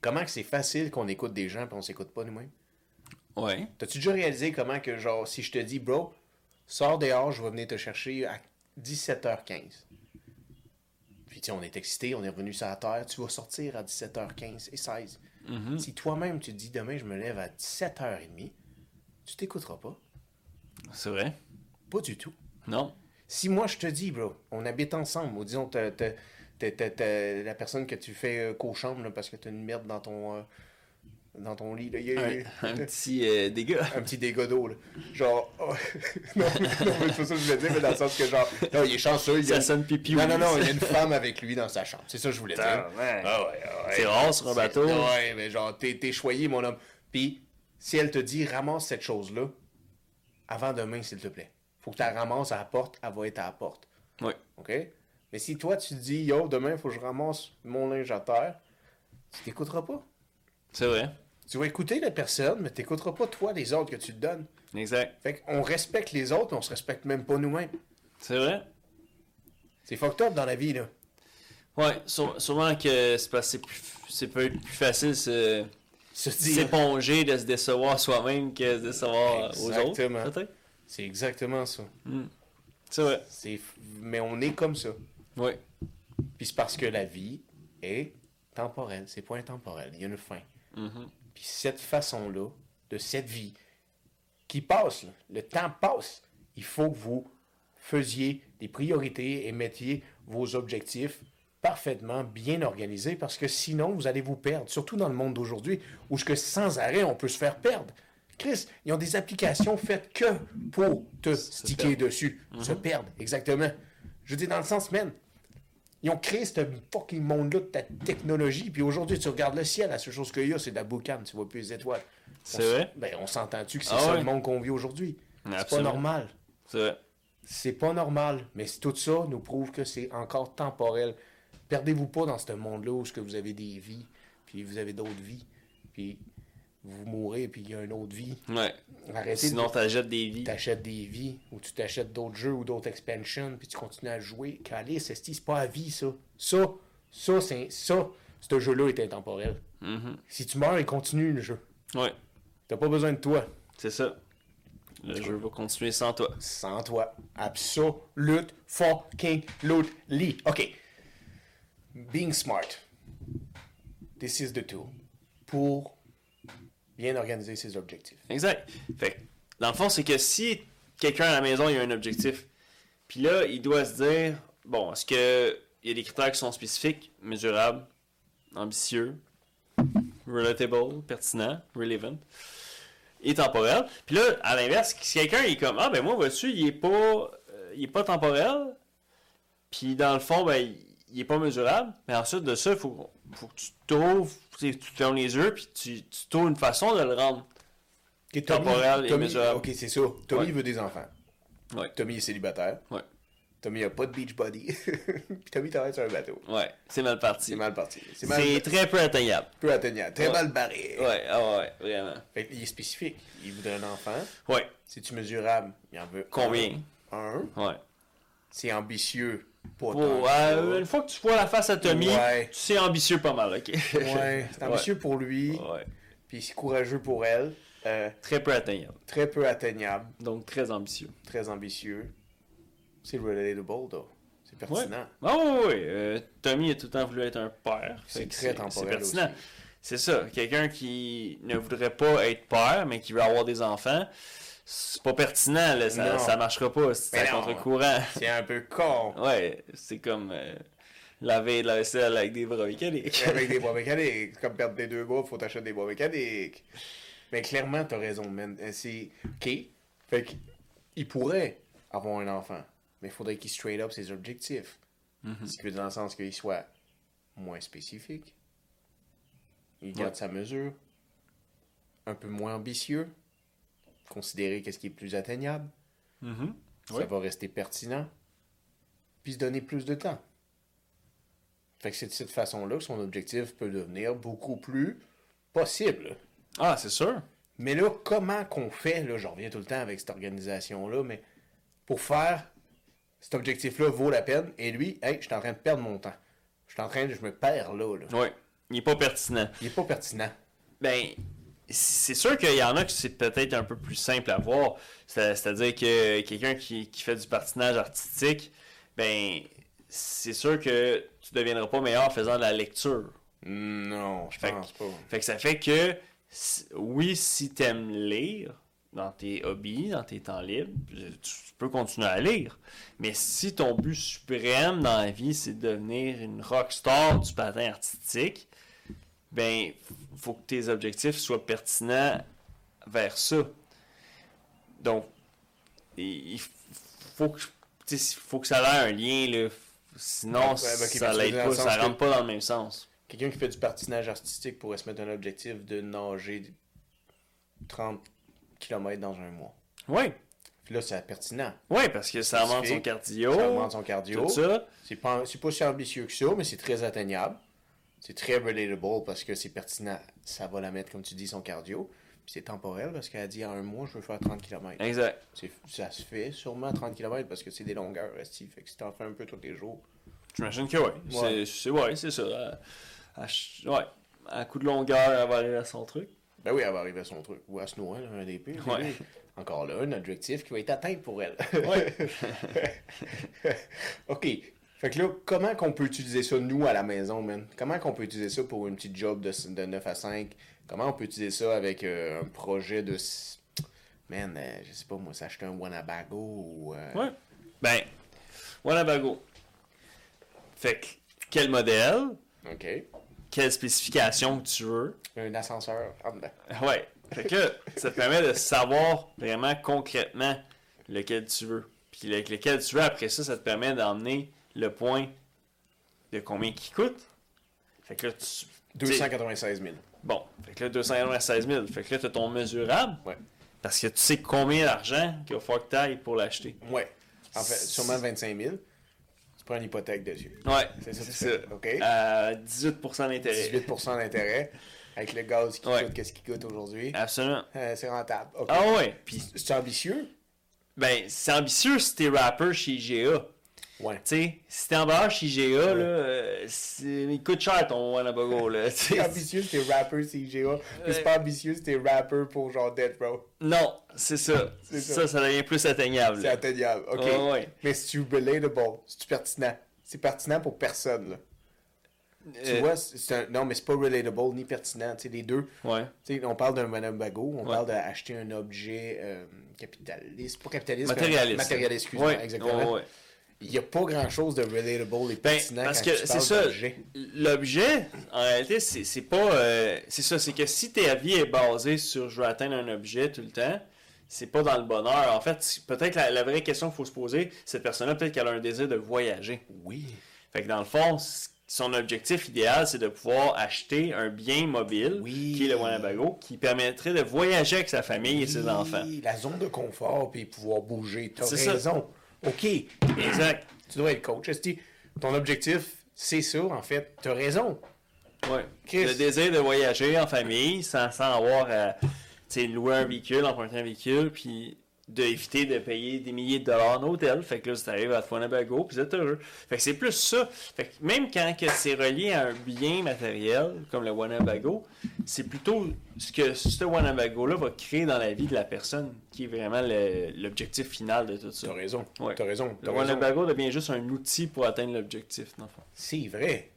Speaker 1: Comment que c'est facile qu'on écoute des gens puis on s'écoute pas nous-mêmes?
Speaker 2: Ouais.
Speaker 1: T'as-tu déjà réalisé comment que, genre, si je te dis, bro, sors dehors, je vais venir te chercher à 17h15. Puis, tu sais, on est excité, on est revenu sur la terre, tu vas sortir à 17h15 et 16. Si toi-même, tu te dis, demain, je me lève à 17h30, tu t'écouteras pas.
Speaker 2: C'est vrai.
Speaker 1: Pas du tout.
Speaker 2: Non.
Speaker 1: Si moi, je te dis, bro, on habite ensemble, ou disons, t'as- t'as- t'as- t'as- t'as la personne que tu fais euh, co-chambre là, parce que t'as une merde dans ton, euh, dans ton lit, là, il y a-
Speaker 2: Un, un petit euh, dégât.
Speaker 1: un petit dégât d'eau, là. Genre, oh, non, mais- non, mais c'est pas ça que je voulais dire, mais dans le sens que, genre, non, il est chanceux, il y a
Speaker 2: Ça
Speaker 1: une-
Speaker 2: sonne pipi.
Speaker 1: Non,
Speaker 2: oui.
Speaker 1: non, non, il y a une femme avec lui dans sa chambre. C'est ça que je voulais dire.
Speaker 2: Tabarnak.
Speaker 1: Ah ouais, ah ouais.
Speaker 2: C'est rare sur un
Speaker 1: C'est-
Speaker 2: bateau.
Speaker 1: Ouais, mais genre, t'es t'es choyé, mon homme. Puis, si elle te dit, ramasse cette chose-là, avant demain, s'il te plaît. Faut que tu la ramasses à la porte, elle va être à la porte.
Speaker 2: Ouais.
Speaker 1: OK? Mais Mais si toi, tu te dis, yo, demain, il faut que je ramasse mon linge à terre, tu t'écouteras pas.
Speaker 2: C'est vrai.
Speaker 1: Tu vas écouter la personne, mais t'écouteras pas, toi, les ordres que tu te donnes.
Speaker 2: Exact.
Speaker 1: Fait qu'on respecte les autres, mais on se respecte même pas nous-mêmes.
Speaker 2: C'est vrai.
Speaker 1: C'est fucked up dans la vie, là.
Speaker 2: Ouais, sûre- sûrement que c'est parce que c'est plus, c'est peut être plus facile se-
Speaker 1: Se dire-
Speaker 2: s'éponger de se décevoir soi-même que de se décevoir aux autres.
Speaker 1: Exactement.
Speaker 2: peut-être.
Speaker 1: C'est exactement ça.
Speaker 2: C'est vrai.
Speaker 1: C'est... Mais on est comme ça.
Speaker 2: Ouais.
Speaker 1: Puis c'est parce que la vie est temporelle. C'est pas intemporel. Il y a une fin.
Speaker 2: Mhm.
Speaker 1: Puis cette façon-là, de cette vie, qui passe, là, le temps passe, il faut que vous faisiez des priorités et mettiez vos objectifs parfaitement bien organisés parce que sinon vous allez vous perdre, surtout dans le monde d'aujourd'hui où ce que sans arrêt on peut se faire perdre. Chris, ils ont des applications faites que pour te sticker dessus, se perdre, exactement. Je dis dans le sens, man, ils ont créé ce fucking monde-là de ta technologie. Puis aujourd'hui, tu regardes le ciel, la seule chose qu'il y a, c'est de la boucane. Tu vois plus les étoiles.
Speaker 2: C'est
Speaker 1: On s-
Speaker 2: vrai?
Speaker 1: Ben, on s'entend-tu que c'est
Speaker 2: Ah
Speaker 1: ça
Speaker 2: ouais.
Speaker 1: le monde qu'on vit aujourd'hui? C'est pas
Speaker 2: Absolument.
Speaker 1: normal.
Speaker 2: C'est vrai.
Speaker 1: C'est pas normal. Mais c- tout ça nous prouve que c'est encore temporel. Perdez-vous pas dans ce monde-là où ce que vous avez des vies, puis vous avez d'autres vies, puis vous mourrez, puis il y a une autre vie.
Speaker 2: Ouais.
Speaker 1: Arrêtez de
Speaker 2: Sinon, t'achètes des vies.
Speaker 1: t'achètes des vies ou tu t'achètes d'autres jeux ou d'autres expansions puis tu continues à jouer. Calais, c'est c'est pas à vie ça. Ça, ça, c'est ça. Ce jeu-là est intemporel.
Speaker 2: Mhm.
Speaker 1: Si tu meurs, il continue le jeu.
Speaker 2: Ouais.
Speaker 1: T'as pas besoin de toi.
Speaker 2: C'est ça. Le jeu va continuer sans toi.
Speaker 1: Sans toi. Absolute fucking loot lee. OK. Being smart. This is the tool. Pour bien organiser ses objectifs.
Speaker 2: Exact. Fait que, dans le fond, c'est que si quelqu'un à la maison, il a un objectif, puis là, il doit se dire, bon, est-ce que il y a des critères qui sont spécifiques, mesurables, ambitieux, relatable, pertinent, relevant et temporel. Puis là, à l'inverse, si quelqu'un est comme, ah ben moi, vois-tu, il est pas, euh, il est pas temporel, puis dans le fond, ben, il- il est pas mesurable, mais ensuite de ça, il faut, qu'on- faut que tu trouves, tu sais, tu fermes les yeux, puis tu, tu trouves une façon de le rendre.
Speaker 1: Ok,
Speaker 2: Temporel et
Speaker 1: Tommy-
Speaker 2: mesurable.
Speaker 1: Ok, c'est ça. Tommy
Speaker 2: Ouais.
Speaker 1: veut des enfants.
Speaker 2: Ouais.
Speaker 1: Tommy est célibataire.
Speaker 2: Ouais.
Speaker 1: Tommy a pas de beach body. Puis Tommy travaille sur un bateau.
Speaker 2: Ouais, c'est mal parti.
Speaker 1: C'est mal parti. C'est
Speaker 2: C'est
Speaker 1: mal
Speaker 2: très peu atteignable.
Speaker 1: peu atteignable. Très
Speaker 2: Ouais.
Speaker 1: mal barré.
Speaker 2: Ouais, ah ouais, vraiment.
Speaker 1: Fait qu'il est spécifique. Il voudrait un enfant.
Speaker 2: Ouais,
Speaker 1: C'est-tu mesurable? Il en veut
Speaker 2: combien?
Speaker 1: Un. Un.
Speaker 2: Ouais.
Speaker 1: C'est ambitieux. Pas
Speaker 2: Pour-
Speaker 1: tant que ça.
Speaker 2: euh, une fois que tu vois la face à Tommy,
Speaker 1: Ouais.
Speaker 2: tu sais ambitieux pas mal, ok?
Speaker 1: Ouais, c'est ambitieux pour lui,
Speaker 2: Ouais.
Speaker 1: puis c'est courageux pour elle, euh,
Speaker 2: Très peu atteignable.
Speaker 1: très peu atteignable,
Speaker 2: Donc très ambitieux.
Speaker 1: très ambitieux. C'est relatable, though. C'est pertinent.
Speaker 2: Ah oui, oui. euh, Tommy a tout le temps voulu être un père.
Speaker 1: C'est
Speaker 2: Fait que
Speaker 1: très
Speaker 2: C'est
Speaker 1: temporel
Speaker 2: pertinent.
Speaker 1: aussi.
Speaker 2: C'est ça. Quelqu'un qui ne voudrait pas être père, mais qui veut avoir des enfants, c'est pas pertinent, là, ça,
Speaker 1: Non.
Speaker 2: ça marchera pas. C'est
Speaker 1: Mais
Speaker 2: à
Speaker 1: non.
Speaker 2: contre-courant.
Speaker 1: C'est un peu con.
Speaker 2: Ouais, c'est comme euh, laver de la vaisselle avec des bras mécaniques.
Speaker 1: Avec des bois mécaniques. Comme perdre tes deux bras, faut t'acheter des bois mécaniques. Mais clairement, t'as raison, man. Euh, C'est. OK. Fait que, il pourrait avoir un enfant, mais il faudrait qu'il straight up ses objectifs. Ce qui veut dire dans le sens qu'il soit moins spécifique. Il garde
Speaker 2: Ouais.
Speaker 1: sa mesure. Un peu moins ambitieux. Considérer qu'est-ce qui est plus atteignable.
Speaker 2: Mhm.
Speaker 1: Ça
Speaker 2: Ouais.
Speaker 1: va rester pertinent. Puis se donner plus de temps. Fait que c'est de cette façon-là que son objectif peut devenir beaucoup plus possible.
Speaker 2: Ah, c'est sûr.
Speaker 1: Mais là, comment qu'on fait, là, je reviens tout le temps avec cette organisation-là, mais pour faire cet objectif-là vaut la peine, et lui, hey, je suis en train de perdre mon temps. Je suis en train de, je me perds là, là.
Speaker 2: Ouais. Il est pas pertinent.
Speaker 1: Il est pas pertinent.
Speaker 2: Ben, c'est sûr qu'il y en a que c'est peut-être un peu plus simple à voir. C'est- C'est-à-dire que quelqu'un qui, qui fait du patinage artistique, ben, c'est sûr que tu deviendras pas meilleur en faisant de la lecture.
Speaker 1: Non, je
Speaker 2: Fait
Speaker 1: pense pas.
Speaker 2: Fait que ça fait que, si- oui, si t'aimes lire dans tes hobbies, dans tes temps libres, tu tu peux continuer à lire. Mais si ton but suprême dans la vie, c'est de devenir une rockstar du patin artistique, ben, faut que tes objectifs soient pertinents vers ça. Donc, il il faut que, tu sais, faut que ça ait un lien, là. Sinon,
Speaker 1: Ouais, ben, ok,
Speaker 2: ça
Speaker 1: parce que
Speaker 2: l'aide
Speaker 1: dans le
Speaker 2: pas,
Speaker 1: sens
Speaker 2: ça
Speaker 1: que-
Speaker 2: rentre pas dans le même sens.
Speaker 1: Quelqu'un qui fait du patinage artistique pourrait se mettre un objectif de nager 30 km dans un mois.
Speaker 2: Ouais.
Speaker 1: Puis là, c'est pertinent.
Speaker 2: Ouais, parce que ça augmente son cardio.
Speaker 1: Ça augmente son cardio.
Speaker 2: Tout Oh! ça.
Speaker 1: C'est pas, c'est pas si ambitieux que ça, mais c'est très atteignable. C'est très relatable parce que c'est pertinent. Ça va la mettre, comme tu dis, son cardio. Puis c'est temporel parce qu'elle a dit en un mois, je veux faire 30 km.
Speaker 2: Exact.
Speaker 1: Ça se fait sûrement 30 km parce que c'est des longueurs, esti. Fait que si t'en fais un peu tous les jours.
Speaker 2: J'imagine que oui.
Speaker 1: Ouais.
Speaker 2: C'est, c'est, ouais, c'est ça. À, à ch- ouais. À coup de longueur, elle va aller à son truc.
Speaker 1: Ben oui, elle va arriver à son truc. Ou à se nourrir, un des pires.
Speaker 2: Ouais.
Speaker 1: Encore là, un objectif qui va être atteint pour elle.
Speaker 2: Ouais.
Speaker 1: OK. Fait que là, comment qu'on peut utiliser ça, nous, à la maison, man? Comment qu'on peut utiliser ça pour une petite job de, de 9 à 5? Comment on peut utiliser ça avec euh, un projet de... s- Man, euh, je sais pas, moi, s'acheter un Wanabago ou... euh,
Speaker 2: Ouais. Ben, Wanabago. Fait que, quel modèle,
Speaker 1: OK.
Speaker 2: quelle spécification que tu veux.
Speaker 1: Un ascenseur en dedans.
Speaker 2: Ouais. Fait que, ça te permet de savoir vraiment concrètement lequel tu veux. Puis avec lequel tu veux, après ça, ça te permet d'emmener le point de combien qui coûte. Fait que là, tu.
Speaker 1: 296 000.
Speaker 2: Bon, fait que là, 296 000. Fait que là, tu ton mesurable.
Speaker 1: Ouais.
Speaker 2: Parce que tu sais combien d'argent qu'il va falloir que tu ailles pour l'acheter.
Speaker 1: Ouais. En fait, sûrement 25 000. Tu prends une hypothèque dessus.
Speaker 2: Ouais,
Speaker 1: C'est ça que tu fais. OK.
Speaker 2: À 18 d'intérêt.
Speaker 1: 18 d'intérêt. Avec le gaz qui
Speaker 2: Ouais.
Speaker 1: coûte, qu'est-ce qui coûte aujourd'hui?
Speaker 2: Absolument.
Speaker 1: Euh, c'est rentable. OK.
Speaker 2: Ah ouais, puis
Speaker 1: C'est ambitieux?
Speaker 2: ben c'est ambitieux si t'es rapper chez IGA.
Speaker 1: Ouais.
Speaker 2: Tu sais, si t'es en bas chez IGA, là, euh, c'est- il coûte cher ton Wanabago, là. tu sais.
Speaker 1: C'est ambitieux si t'es rapper CGA. Mais c'est pas ambitieux si t'es rapper pour genre Death Row.
Speaker 2: Non, c'est ça.
Speaker 1: C'est ça.
Speaker 2: ça, ça devient plus atteignable.
Speaker 1: C'est
Speaker 2: là.
Speaker 1: atteignable. OK.
Speaker 2: Ouais, ouais.
Speaker 1: Mais si tu relatable, si tu pertinent. C'est pertinent pour personne, là.
Speaker 2: Euh,
Speaker 1: Tu vois, c'est c'est un... non, mais c'est pas relatable ni pertinent. Tu sais, les deux.
Speaker 2: Ouais.
Speaker 1: Tu sais, on parle d'un Wanabago, on
Speaker 2: Ouais.
Speaker 1: parle d'acheter un objet euh, capitaliste, pas capitaliste, mais
Speaker 2: Matérialiste.
Speaker 1: matérialiste, excuse-moi,
Speaker 2: Ouais,
Speaker 1: exactement.
Speaker 2: ouais, ouais.
Speaker 1: Il n'y a pas grand-chose de relatable et
Speaker 2: Ben,
Speaker 1: pertinent
Speaker 2: parce
Speaker 1: quand
Speaker 2: que
Speaker 1: tu
Speaker 2: c'est
Speaker 1: parles
Speaker 2: ça.
Speaker 1: d'objet.
Speaker 2: L'objet, en réalité, c'est c'est pas. euh, c'est ça, c'est que si ta vie est basée sur je veux atteindre un objet tout le temps, c'est pas dans le bonheur. En fait, c'est- peut-être la, la vraie question qu'il faut se poser, cette personne-là, peut-être qu'elle a un désir de voyager.
Speaker 1: Oui.
Speaker 2: Fait que dans le fond, c- son objectif idéal, c'est de pouvoir acheter un bien mobile,
Speaker 1: Oui.
Speaker 2: qui est le Wanabago, qui permettrait de voyager avec sa famille et ses
Speaker 1: Oui,
Speaker 2: enfants.
Speaker 1: La zone de confort, puis pouvoir bouger. T'as
Speaker 2: C'est ça.
Speaker 1: raison. OK,
Speaker 2: Exact.
Speaker 1: tu dois être coach. Esti. Ton objectif, c'est ça, en fait. T'as raison.
Speaker 2: Ouais.
Speaker 1: Chris.
Speaker 2: Le désir de voyager en famille sans, sans avoir à tu sais, louer un véhicule, emprunter un véhicule, puis d'éviter de payer des milliers de dollars en hôtel. Fait que là, tu arrives à Fuanabago, puis c'est heureux. Fait que c'est plus ça. Fait que même quand que c'est relié à un bien matériel, comme le Wanabago, c'est plutôt ce que ce Wanabago-là va créer dans la vie de la personne qui est vraiment le- l'objectif final de tout ça.
Speaker 1: T'as raison.
Speaker 2: Ouais.
Speaker 1: T'as raison.
Speaker 2: Le
Speaker 1: t'as raison.
Speaker 2: Wanabago devient juste un outil pour atteindre l'objectif, dans le fond.
Speaker 1: C'est vrai.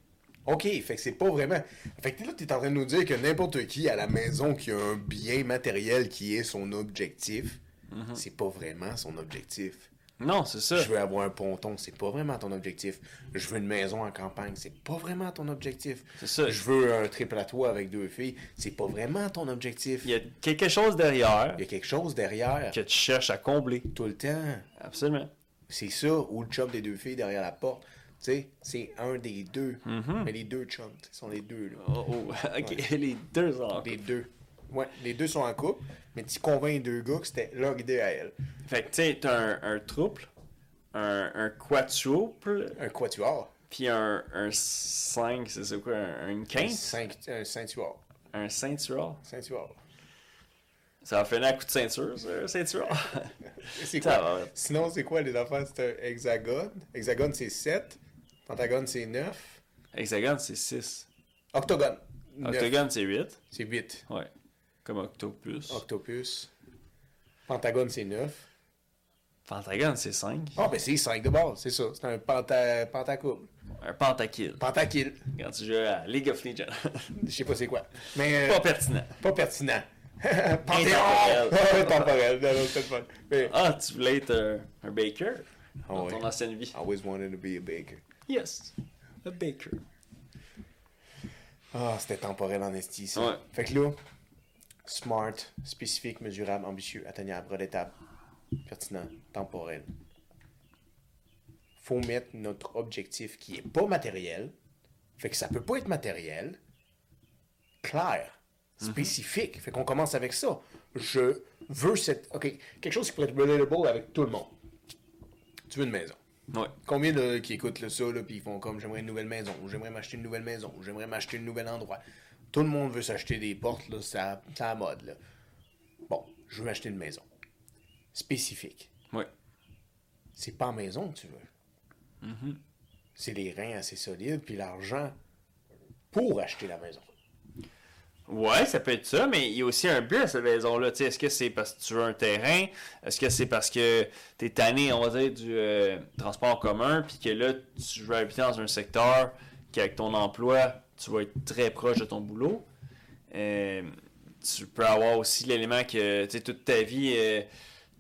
Speaker 1: OK, fait que c'est pas vraiment. Fait que là, t'es en train de nous dire que n'importe qui à la maison qui a un bien matériel qui est son objectif,
Speaker 2: Mm-hmm.
Speaker 1: c'est pas vraiment son objectif.
Speaker 2: Non, c'est ça.
Speaker 1: Je veux avoir un ponton, c'est pas vraiment ton objectif. Je veux une maison en campagne, c'est pas vraiment ton objectif.
Speaker 2: C'est ça.
Speaker 1: Je veux un triple à toi avec deux filles, c'est pas vraiment ton objectif.
Speaker 2: Il y a quelque chose derrière
Speaker 1: Il y a quelque chose derrière
Speaker 2: que tu cherches à combler.
Speaker 1: tout le temps.
Speaker 2: Absolument.
Speaker 1: C'est ça, ou le chum des deux filles derrière la porte. Tu sais, c'est un des deux. Mais les deux chums, tu sais, sont les deux. Là.
Speaker 2: Oh, oh, ok, les deux ans.
Speaker 1: Les deux. Ouais, les deux sont en couple, mais tu convaincs les deux gars que c'était leur idée à elle.
Speaker 2: Fait que tu sais, t'as un, un trouble, un, un quadruple,
Speaker 1: Un quatuor,
Speaker 2: puis un, un cinq, c'est ça quoi, un, une
Speaker 1: un,
Speaker 2: quinte,
Speaker 1: cinq, un ceintuor.
Speaker 2: un ceintural.
Speaker 1: Ceintuor.
Speaker 2: Ça va finir à coup de ceinture, ça, un ceintural.
Speaker 1: C'est
Speaker 2: Ça
Speaker 1: quoi?
Speaker 2: va.
Speaker 1: Sinon, c'est quoi les affaires? C'est un hexagone. Hexagone, c'est 7. Pentagone, c'est 9.
Speaker 2: Hexagone, c'est 6.
Speaker 1: Octogone, 9.
Speaker 2: Octogone, c'est 8.
Speaker 1: c'est 8.
Speaker 2: Ouais. Comme octopus.
Speaker 1: Octopus. Pentagone, c'est 9.
Speaker 2: Pentagone, c'est 5.
Speaker 1: Ah, ben c'est 5 de base, c'est ça. C'est un penta... pentacouple.
Speaker 2: Un pentakill.
Speaker 1: Pentakill.
Speaker 2: Quand tu joues à League of Legends.
Speaker 1: Je sais pas c'est quoi. Mais euh,
Speaker 2: Pas pertinent.
Speaker 1: pas pertinent.
Speaker 2: Intemporel.
Speaker 1: Panthéon! Ouais, Temporel. Non, non, c'est pas le fun. Mais...
Speaker 2: Ah, tu voulais être un, un baker dans
Speaker 1: ouais.
Speaker 2: ton ancienne vie.
Speaker 1: Always wanted to be a baker.
Speaker 2: Yes, a baker.
Speaker 1: Ah, c'était temporel en esti, ça.
Speaker 2: Ouais.
Speaker 1: Fait que là, smart, spécifique, mesurable, ambitieux, atteignable, relatable, pertinent, temporel. Faut mettre notre objectif qui est pas matériel, fait que ça peut pas être matériel, clair. spécifique. Fait qu'on commence avec ça. Je veux cette. OK, quelque chose qui pourrait être relatable avec tout le monde. Tu veux une maison.
Speaker 2: Ouais.
Speaker 1: Combien de qui écoutent le ça, là, puis ils font comme j'aimerais une nouvelle maison, ou j'aimerais m'acheter une nouvelle maison, ou j'aimerais m'acheter un nouvel endroit. Tout le monde veut s'acheter des portes, là, c'est à, c'est à la mode, là. Bon, je veux m'acheter une maison. Spécifique.
Speaker 2: Ouais.
Speaker 1: C'est pas en maison que tu veux.
Speaker 2: Mm-hmm.
Speaker 1: C'est les reins assez solides, puis l'argent pour acheter la maison.
Speaker 2: Ouais, ça peut être ça, mais il y a aussi un but à cette maison-là. Tu sais, Est-ce que c'est parce que tu veux un terrain? Est-ce que c'est parce que t'es tanné, on va dire, du euh, transport en commun, puis que là, tu veux habiter dans un secteur qu'avec ton emploi, tu vas être très proche de ton boulot? Euh, tu peux avoir aussi l'élément que, tu sais, toute ta vie,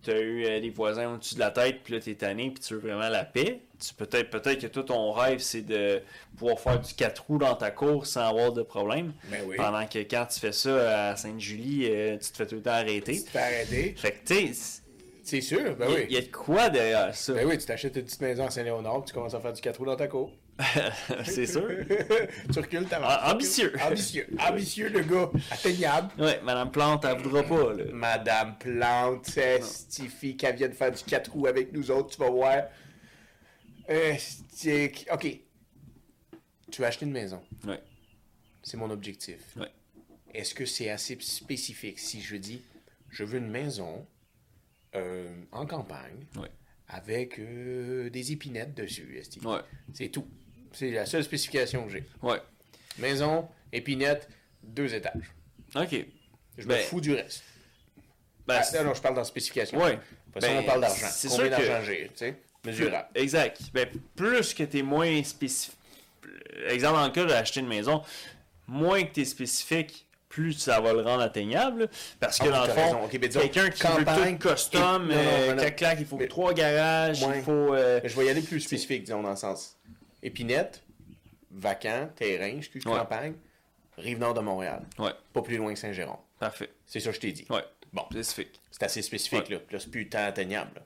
Speaker 2: tu as eu euh, des voisins au-dessus de la tête, puis là, t'es tanné, puis tu veux vraiment la paix. Tu Peut-être peut que tout ton rêve, c'est de pouvoir faire du 4 roues dans ta cour sans avoir de problème.
Speaker 1: Ben oui.
Speaker 2: Pendant que quand tu fais ça à Sainte-Julie, euh, tu te fais tout le temps arrêter.
Speaker 1: Tu te fais arrêter.
Speaker 2: Fait que, tu sais,
Speaker 1: C'est sûr, ben
Speaker 2: il
Speaker 1: oui.
Speaker 2: y, a de quoi derrière ça.
Speaker 1: Ben oui, tu t'achètes une petite maison à Saint-Léonard, puis tu commences à faire du 4 roues dans ta cour.
Speaker 2: c'est sûr.
Speaker 1: tu recules ta
Speaker 2: Ah, ambitieux.
Speaker 1: Ambitieux. Ambitieux, le gars. Atteignable.
Speaker 2: Ouais, Madame Plante, elle voudra pas, là.
Speaker 1: Madame Plante,
Speaker 2: Ah.
Speaker 1: Stiffy, qu'elle vient de faire du 4 roues avec nous autres, tu vas voir. Estique. OK. Tu as acheté une maison.
Speaker 2: Ouais,
Speaker 1: C'est mon objectif.
Speaker 2: ouais.
Speaker 1: Est-ce que c'est assez spécifique si je dis je veux une maison euh, en campagne
Speaker 2: Ouais.
Speaker 1: avec euh, des épinettes dessus, esti.
Speaker 2: Ouais.
Speaker 1: C'est tout. C'est la seule spécification que j'ai.
Speaker 2: Ouais.
Speaker 1: Maison, épinettes, deux étages.
Speaker 2: OK.
Speaker 1: Je me
Speaker 2: Ben,
Speaker 1: fous du reste.
Speaker 2: Ben,
Speaker 1: Ah, non, non, je parle dans spécification.
Speaker 2: Ouais.
Speaker 1: Parce qu'on
Speaker 2: Ben,
Speaker 1: parle d'argent.
Speaker 2: c'est
Speaker 1: Combien
Speaker 2: sûr que-
Speaker 1: d'argent j'ai, tu sais? Mesurable.
Speaker 2: Exact. Ben, plus que t'es moins spécifique. Exemple, dans le cas d'acheter une maison, moins que t'es spécifique, plus ça va le rendre atteignable. là. Parce que
Speaker 1: Ah oui,
Speaker 2: dans le
Speaker 1: t'as
Speaker 2: fond,
Speaker 1: raison. Ok, ben, disons,
Speaker 2: quelqu'un qui veut
Speaker 1: campagne
Speaker 2: tout custom,
Speaker 1: et- non, non,
Speaker 2: euh,
Speaker 1: non, non.
Speaker 2: clac-clac, il faut
Speaker 1: Mais-
Speaker 2: trois garages,
Speaker 1: Ouais.
Speaker 2: il faut. euh,
Speaker 1: Mais Je vais y aller plus spécifique, disons, dans le sens. Épinette, vacant, terrain, excuse,
Speaker 2: Ouais.
Speaker 1: campagne, rive nord de Montréal.
Speaker 2: Ouais,
Speaker 1: Pas plus loin que Saint-Géron.
Speaker 2: parfait.
Speaker 1: C'est ça que je t'ai dit.
Speaker 2: Ouais.
Speaker 1: Bon,
Speaker 2: Spécifique.
Speaker 1: c'est assez spécifique, là. Puis là, c'est plus tant atteignable. là.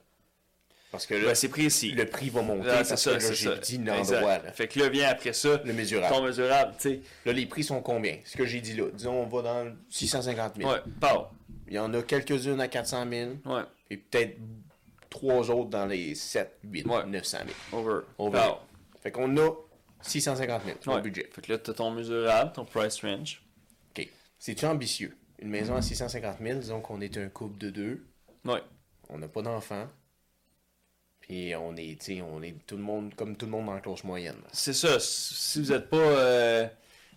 Speaker 1: Parce que là,
Speaker 2: Ben, c'est précis.
Speaker 1: le prix va monter
Speaker 2: Ah,
Speaker 1: parce que là, j'ai dit l'endroit,
Speaker 2: Exact.
Speaker 1: là.
Speaker 2: Fait que là, vient après ça,
Speaker 1: Le mesurable.
Speaker 2: ton mesurable, tu sais.
Speaker 1: Là, les prix sont combien? Ce que j'ai dit là. Disons, on va dans le 650 000.
Speaker 2: Ouais, part.
Speaker 1: Il y en a quelques-unes à 400 000.
Speaker 2: Ouais,
Speaker 1: Et peut-être trois autres dans les 7, 8,
Speaker 2: Ouais.
Speaker 1: 900 000.
Speaker 2: over.
Speaker 1: On va.
Speaker 2: Pow.
Speaker 1: Fait qu'on a 650 000, c'est mon
Speaker 2: Ouais.
Speaker 1: budget.
Speaker 2: Fait que là, t'as ton mesurable, ton price range.
Speaker 1: OK. C'est-tu ambitieux? Une maison à 650 000, disons qu'on est un couple de deux,
Speaker 2: Ouais,
Speaker 1: on n'a pas d'enfants, puis on est, tu sais, on est tout le monde, comme tout le monde dans la classe moyenne. là.
Speaker 2: c'est ça. Si si vous n'êtes pas euh,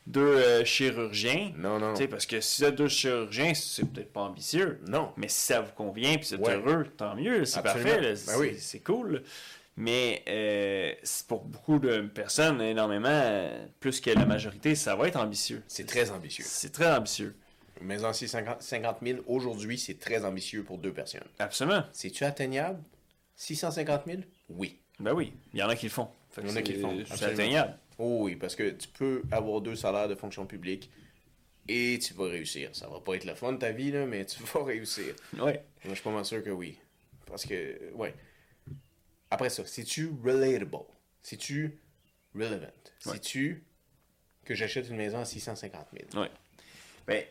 Speaker 2: deux euh, chirurgiens,
Speaker 1: Non, non,
Speaker 2: tu sais,
Speaker 1: non.
Speaker 2: parce que si vous êtes deux chirurgiens, c'est peut-être pas ambitieux.
Speaker 1: Non.
Speaker 2: Mais si ça vous convient puis c'est
Speaker 1: Ouais.
Speaker 2: heureux, tant mieux, c'est
Speaker 1: Absolument.
Speaker 2: parfait, là,
Speaker 1: Ben
Speaker 2: c'est
Speaker 1: oui.
Speaker 2: c'est cool. Mais euh, c'est pour beaucoup de personnes, énormément, euh, plus que la majorité, ça va être ambitieux.
Speaker 1: C'est très ambitieux.
Speaker 2: C'est très ambitieux,
Speaker 1: Une maison à 650 000, aujourd'hui, c'est très ambitieux pour deux personnes.
Speaker 2: absolument.
Speaker 1: C'est-tu atteignable? 650 000? Oui.
Speaker 2: Ben oui, il y en a qui le font. Fait que
Speaker 1: Il y en a qui le
Speaker 2: c'est-
Speaker 1: font,
Speaker 2: C'est
Speaker 1: absolument.
Speaker 2: atteignable.
Speaker 1: Oh oui, parce que tu peux avoir deux salaires de fonction publique et tu vas réussir. Ça va pas être le fun de ta vie, là, mais tu vas réussir.
Speaker 2: Ouais.
Speaker 1: Moi, je suis pas mal sûr que oui. Parce que, ouais. Après ça, c'est-tu relatable? C'est-tu relevant?
Speaker 2: Ouais.
Speaker 1: C'est-tu que j'achète une maison à 650 000?
Speaker 2: Ouais. Ben,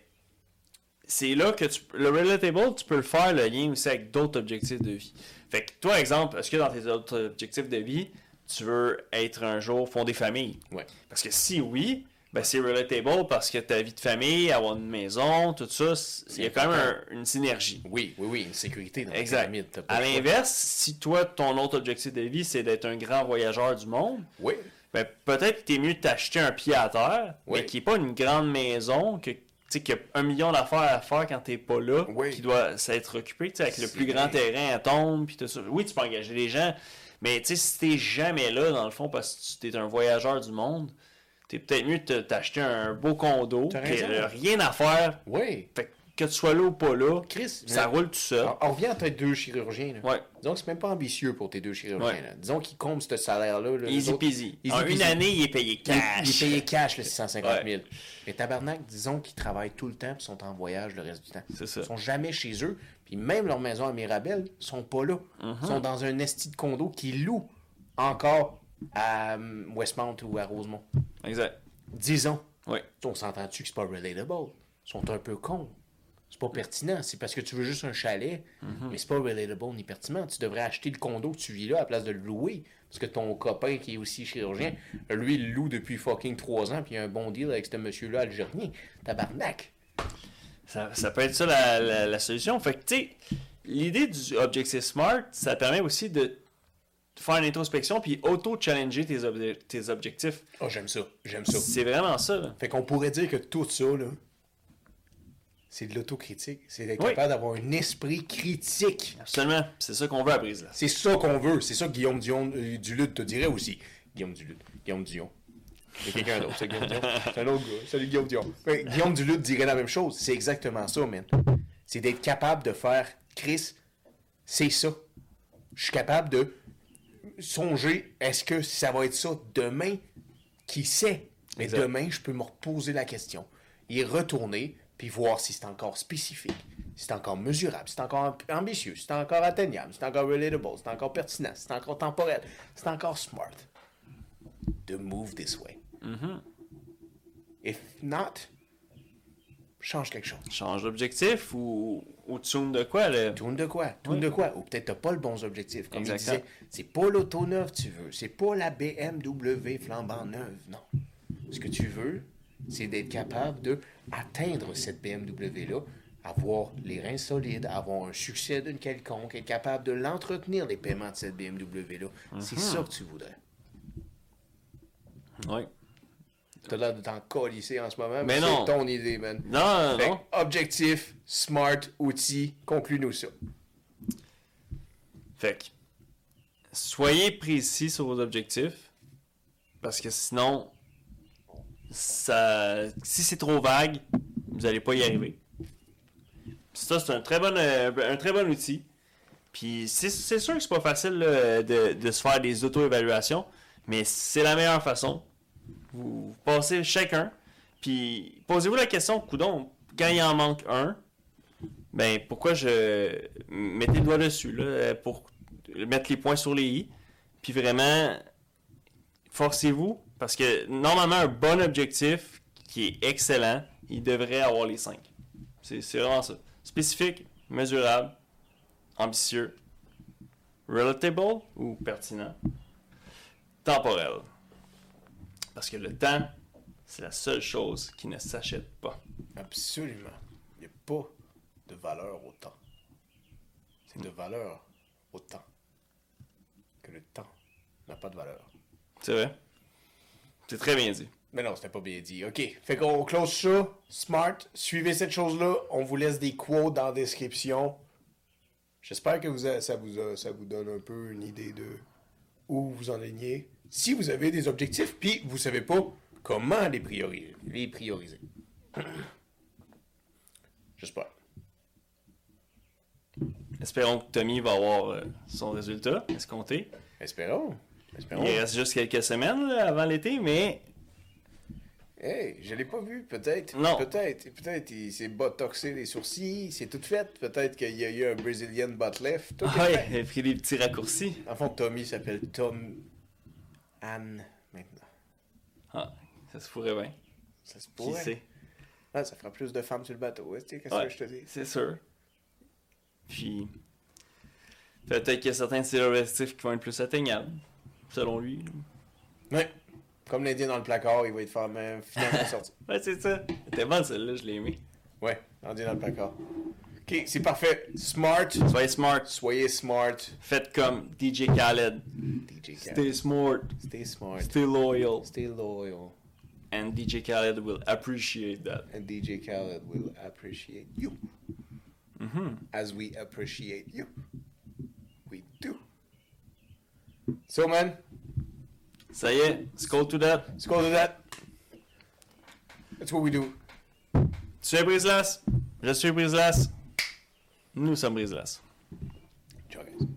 Speaker 2: c'est là que tu, le relatable, tu peux le faire le lien aussi avec d'autres objectifs de vie. Fait que toi, exemple, est-ce que dans tes autres objectifs de vie, tu veux être un jour fonder famille?
Speaker 1: Ouais.
Speaker 2: Parce que si oui, ben c'est relatable parce que ta vie de famille, avoir une maison, tout ça, c- il y a quand même un- une synergie.
Speaker 1: Oui, oui, oui, une sécurité dans la
Speaker 2: Exact.
Speaker 1: pyramide, t'as pas
Speaker 2: À
Speaker 1: le choix.
Speaker 2: l'inverse, si toi, ton autre objectif de vie, c'est d'être un grand voyageur du monde,
Speaker 1: Oui,
Speaker 2: ben, peut-être que t'es mieux de t'acheter un pied à terre,
Speaker 1: Oui.
Speaker 2: mais qui n'est pas une grande maison, que tu sais, qu'il y a un million d'affaires à faire quand t'es pas là,
Speaker 1: Oui.
Speaker 2: qui doit s'être occupé, tu sais, avec le
Speaker 1: C'est
Speaker 2: plus grand
Speaker 1: vrai.
Speaker 2: terrain à tombe, puis tout ça. Oui, tu peux engager des gens, mais tu sais, si t'es jamais là, dans le fond, parce que tu es un voyageur du monde, t'es peut-être mieux de te- t'acheter un beau condo,
Speaker 1: T'as
Speaker 2: qui
Speaker 1: raison.
Speaker 2: a rien à faire,
Speaker 1: oui.
Speaker 2: fait que tu sois là ou pas là,
Speaker 1: Chris,
Speaker 2: ça
Speaker 1: mais- Ah.
Speaker 2: roule tout seul.
Speaker 1: on, on revient à tes deux chirurgiens. Là.
Speaker 2: Ouais.
Speaker 1: Disons que c'est même pas ambitieux pour tes deux chirurgiens.
Speaker 2: Ouais.
Speaker 1: là. Disons qu'ils comblent ce salaire-là. là, les
Speaker 2: Easy
Speaker 1: autres-
Speaker 2: peasy.
Speaker 1: Easy
Speaker 2: en une
Speaker 1: peasy.
Speaker 2: année, il est payé
Speaker 1: Il-
Speaker 2: cash.
Speaker 1: Il est payé cash, le 650 000.
Speaker 2: Ouais.
Speaker 1: Mais tabarnak, disons qu'ils travaillent tout le temps et sont en voyage le reste du temps.
Speaker 2: C'est ça.
Speaker 1: Ils sont jamais chez eux. Puis même leur maison à Mirabel sont pas là.
Speaker 2: Uh-huh.
Speaker 1: Ils sont dans un esti de condo qu'ils louent encore à euh, Westmount ou à Rosemont.
Speaker 2: Exact.
Speaker 1: Disons.
Speaker 2: Ouais.
Speaker 1: On s'entend-tu que c'est pas relatable?
Speaker 3: sont un peu cons. C'est pas pertinent. C'est parce que tu veux juste un chalet, mais c'est pas relatable ni pertinent. Tu devrais acheter le condo que tu vis là à la place de le louer. Parce que ton copain qui est aussi chirurgien, lui, il loue depuis fucking trois ans, puis il a un bon deal avec ce monsieur-là algérien. Tabarnak!
Speaker 2: Ça, ça peut être ça la, la- la solution. Fait que, tu sais, l'idée du Objective Smart, ça permet aussi de faire une introspection puis auto-challenger tes, obje- tes objectifs.
Speaker 3: Oh, j'aime ça. J'aime ça.
Speaker 2: C'est vraiment ça, là.
Speaker 1: Fait qu'on pourrait dire que tout ça, là, c'est de l'autocritique. C'est d'être
Speaker 2: Oui.
Speaker 1: capable d'avoir un esprit critique.
Speaker 2: Absolument. C'est ça qu'on veut à Brise, là.
Speaker 1: C'est ça qu'on veut. C'est ça que Guillaume Dion, euh, Duluth te dirait aussi. Guillaume Duluth. Guillaume Dion. C'est quelqu'un d'autre, c'est Guillaume Dion. C'est un autre gars. Salut Guillaume Dion. Ouais, Guillaume Duluth dirait la même chose. C'est exactement ça, man. C'est d'être capable de faire Chris, c'est ça. Je suis capable de songer, est-ce que ça va être ça demain? Qui sait? Mais
Speaker 2: Exact.
Speaker 1: demain, je peux me reposer la question. Y retourner, puis voir si c'est encore spécifique, si c'est encore mesurable, si c'est encore amb- ambitieux, si c'est encore atteignable, si c'est encore relatable, si c'est encore pertinent, si c'est encore temporel, si c'est encore smart. To move this way. If not, change quelque chose.
Speaker 2: Change d'objectif ou, ou tune de quoi, là.
Speaker 1: Tourne de quoi? Tourne de quoi? Ou peut-être t'as pas le bon objectif. Comme je
Speaker 2: Exactement.
Speaker 1: disais, c'est pas l'auto neuve que tu veux. C'est pas la BMW flambant neuve, non. Ce que tu veux, c'est d'être capable de atteindre cette BMW-là, avoir les reins solides, avoir un succès d'une quelconque, être capable de l'entretenir, les paiements de cette BMW-là.
Speaker 2: Mhm.
Speaker 1: C'est ça que tu voudrais.
Speaker 2: Oui.
Speaker 1: T'as l'air de t'en colisser en ce moment, mais,
Speaker 2: Mais non.
Speaker 1: c'est ton idée, man.
Speaker 2: Non, non,
Speaker 1: Fait
Speaker 2: non.
Speaker 1: que objectif, smart, outil, conclue-nous ça.
Speaker 2: Fait que, soyez précis sur vos objectifs, parce que sinon, ça, si c'est trop vague, vous n'allez pas y arriver. Ça, c'est un très bon, euh, un très bon outil. Puis c'est c'est sûr que c'est pas facile là, de, de se faire des auto-évaluations, mais c'est la meilleure façon. Vous, vous passez chacun, puis posez-vous la question, coudon, quand il en manque un, ben pourquoi je mettez le doigt dessus là, euh, pour mettre les points sur les i, puis vraiment forcez-vous parce que normalement un bon objectif qui est excellent, il devrait avoir les 5. C'est c'est vraiment ça. Spécifique, mesurable, ambitieux, relatable ou pertinent, temporel. Parce que le temps, c'est la seule chose qui ne s'achète pas.
Speaker 1: Absolument. Il n'y a pas de valeur au temps. C'est de valeur au temps. Que le temps n'a pas de valeur.
Speaker 2: C'est vrai. C'est très bien dit.
Speaker 1: Mais non, c'était pas bien dit. OK. Fait qu'on close ça. Smart. Suivez cette chose-là. On vous laisse des quotes dans la description. J'espère que vous a- ça, vous a- ça vous donne un peu une idée de où vous en alignez. Si vous avez des objectifs, puis vous savez pas comment les prioriser. Les prioriser. J'espère.
Speaker 2: Espérons que Tommy va avoir euh, son résultat escompté.
Speaker 1: Espérons. Espérons.
Speaker 2: Il reste juste quelques semaines là, avant l'été, mais
Speaker 1: Hey, je l'ai pas vu, peut-être.
Speaker 2: Non.
Speaker 1: Peut-être. Peut-être il s'est botoxé les sourcils, c'est tout fait. Peut-être qu'il y a eu un Brazilian butt lift. Tout est
Speaker 2: Ah,
Speaker 1: fait.
Speaker 2: il a pris des petits raccourcis.
Speaker 1: En fond, Tommy s'appelle Tom Anne maintenant.
Speaker 2: Ah, ça se pourrait bien.
Speaker 1: Ça se
Speaker 2: Qui
Speaker 1: pourrait.
Speaker 2: sait?
Speaker 1: Ah, ça fera plus de femmes sur le bateau. hein, tu sais, Qu'est-ce
Speaker 2: Ouais,
Speaker 1: que je te dis?
Speaker 2: C'est sûr. Puis, peut-être qu'il y a certains de ses objectifs qui vont être plus atteignables, selon lui.
Speaker 1: Ouais. Comme l'Indien dans le placard, il va être faire même finalement sortir.
Speaker 2: Ouais, c'est ça. C'était bon celle-là, je l'ai aimé.
Speaker 1: Ouais, l'Indien dans le placard. Ok, c'est parfait. Smart.
Speaker 2: Soyez smart.
Speaker 1: Soyez smart.
Speaker 2: Faites comme DJ Khaled.
Speaker 1: DJ Khaled.
Speaker 2: Stay smart.
Speaker 1: Stay smart.
Speaker 2: Stay loyal.
Speaker 1: Stay loyal.
Speaker 2: And DJ Khaled will appreciate that.
Speaker 1: and DJ Khaled will appreciate you as we appreciate you. We do. So, man,
Speaker 2: Ça y est, skull to that.
Speaker 1: let's go to that. That's what we do.
Speaker 2: Tu es Briselas. Je suis Briselas. Nous sommes Briselas.
Speaker 1: Ciao, guys.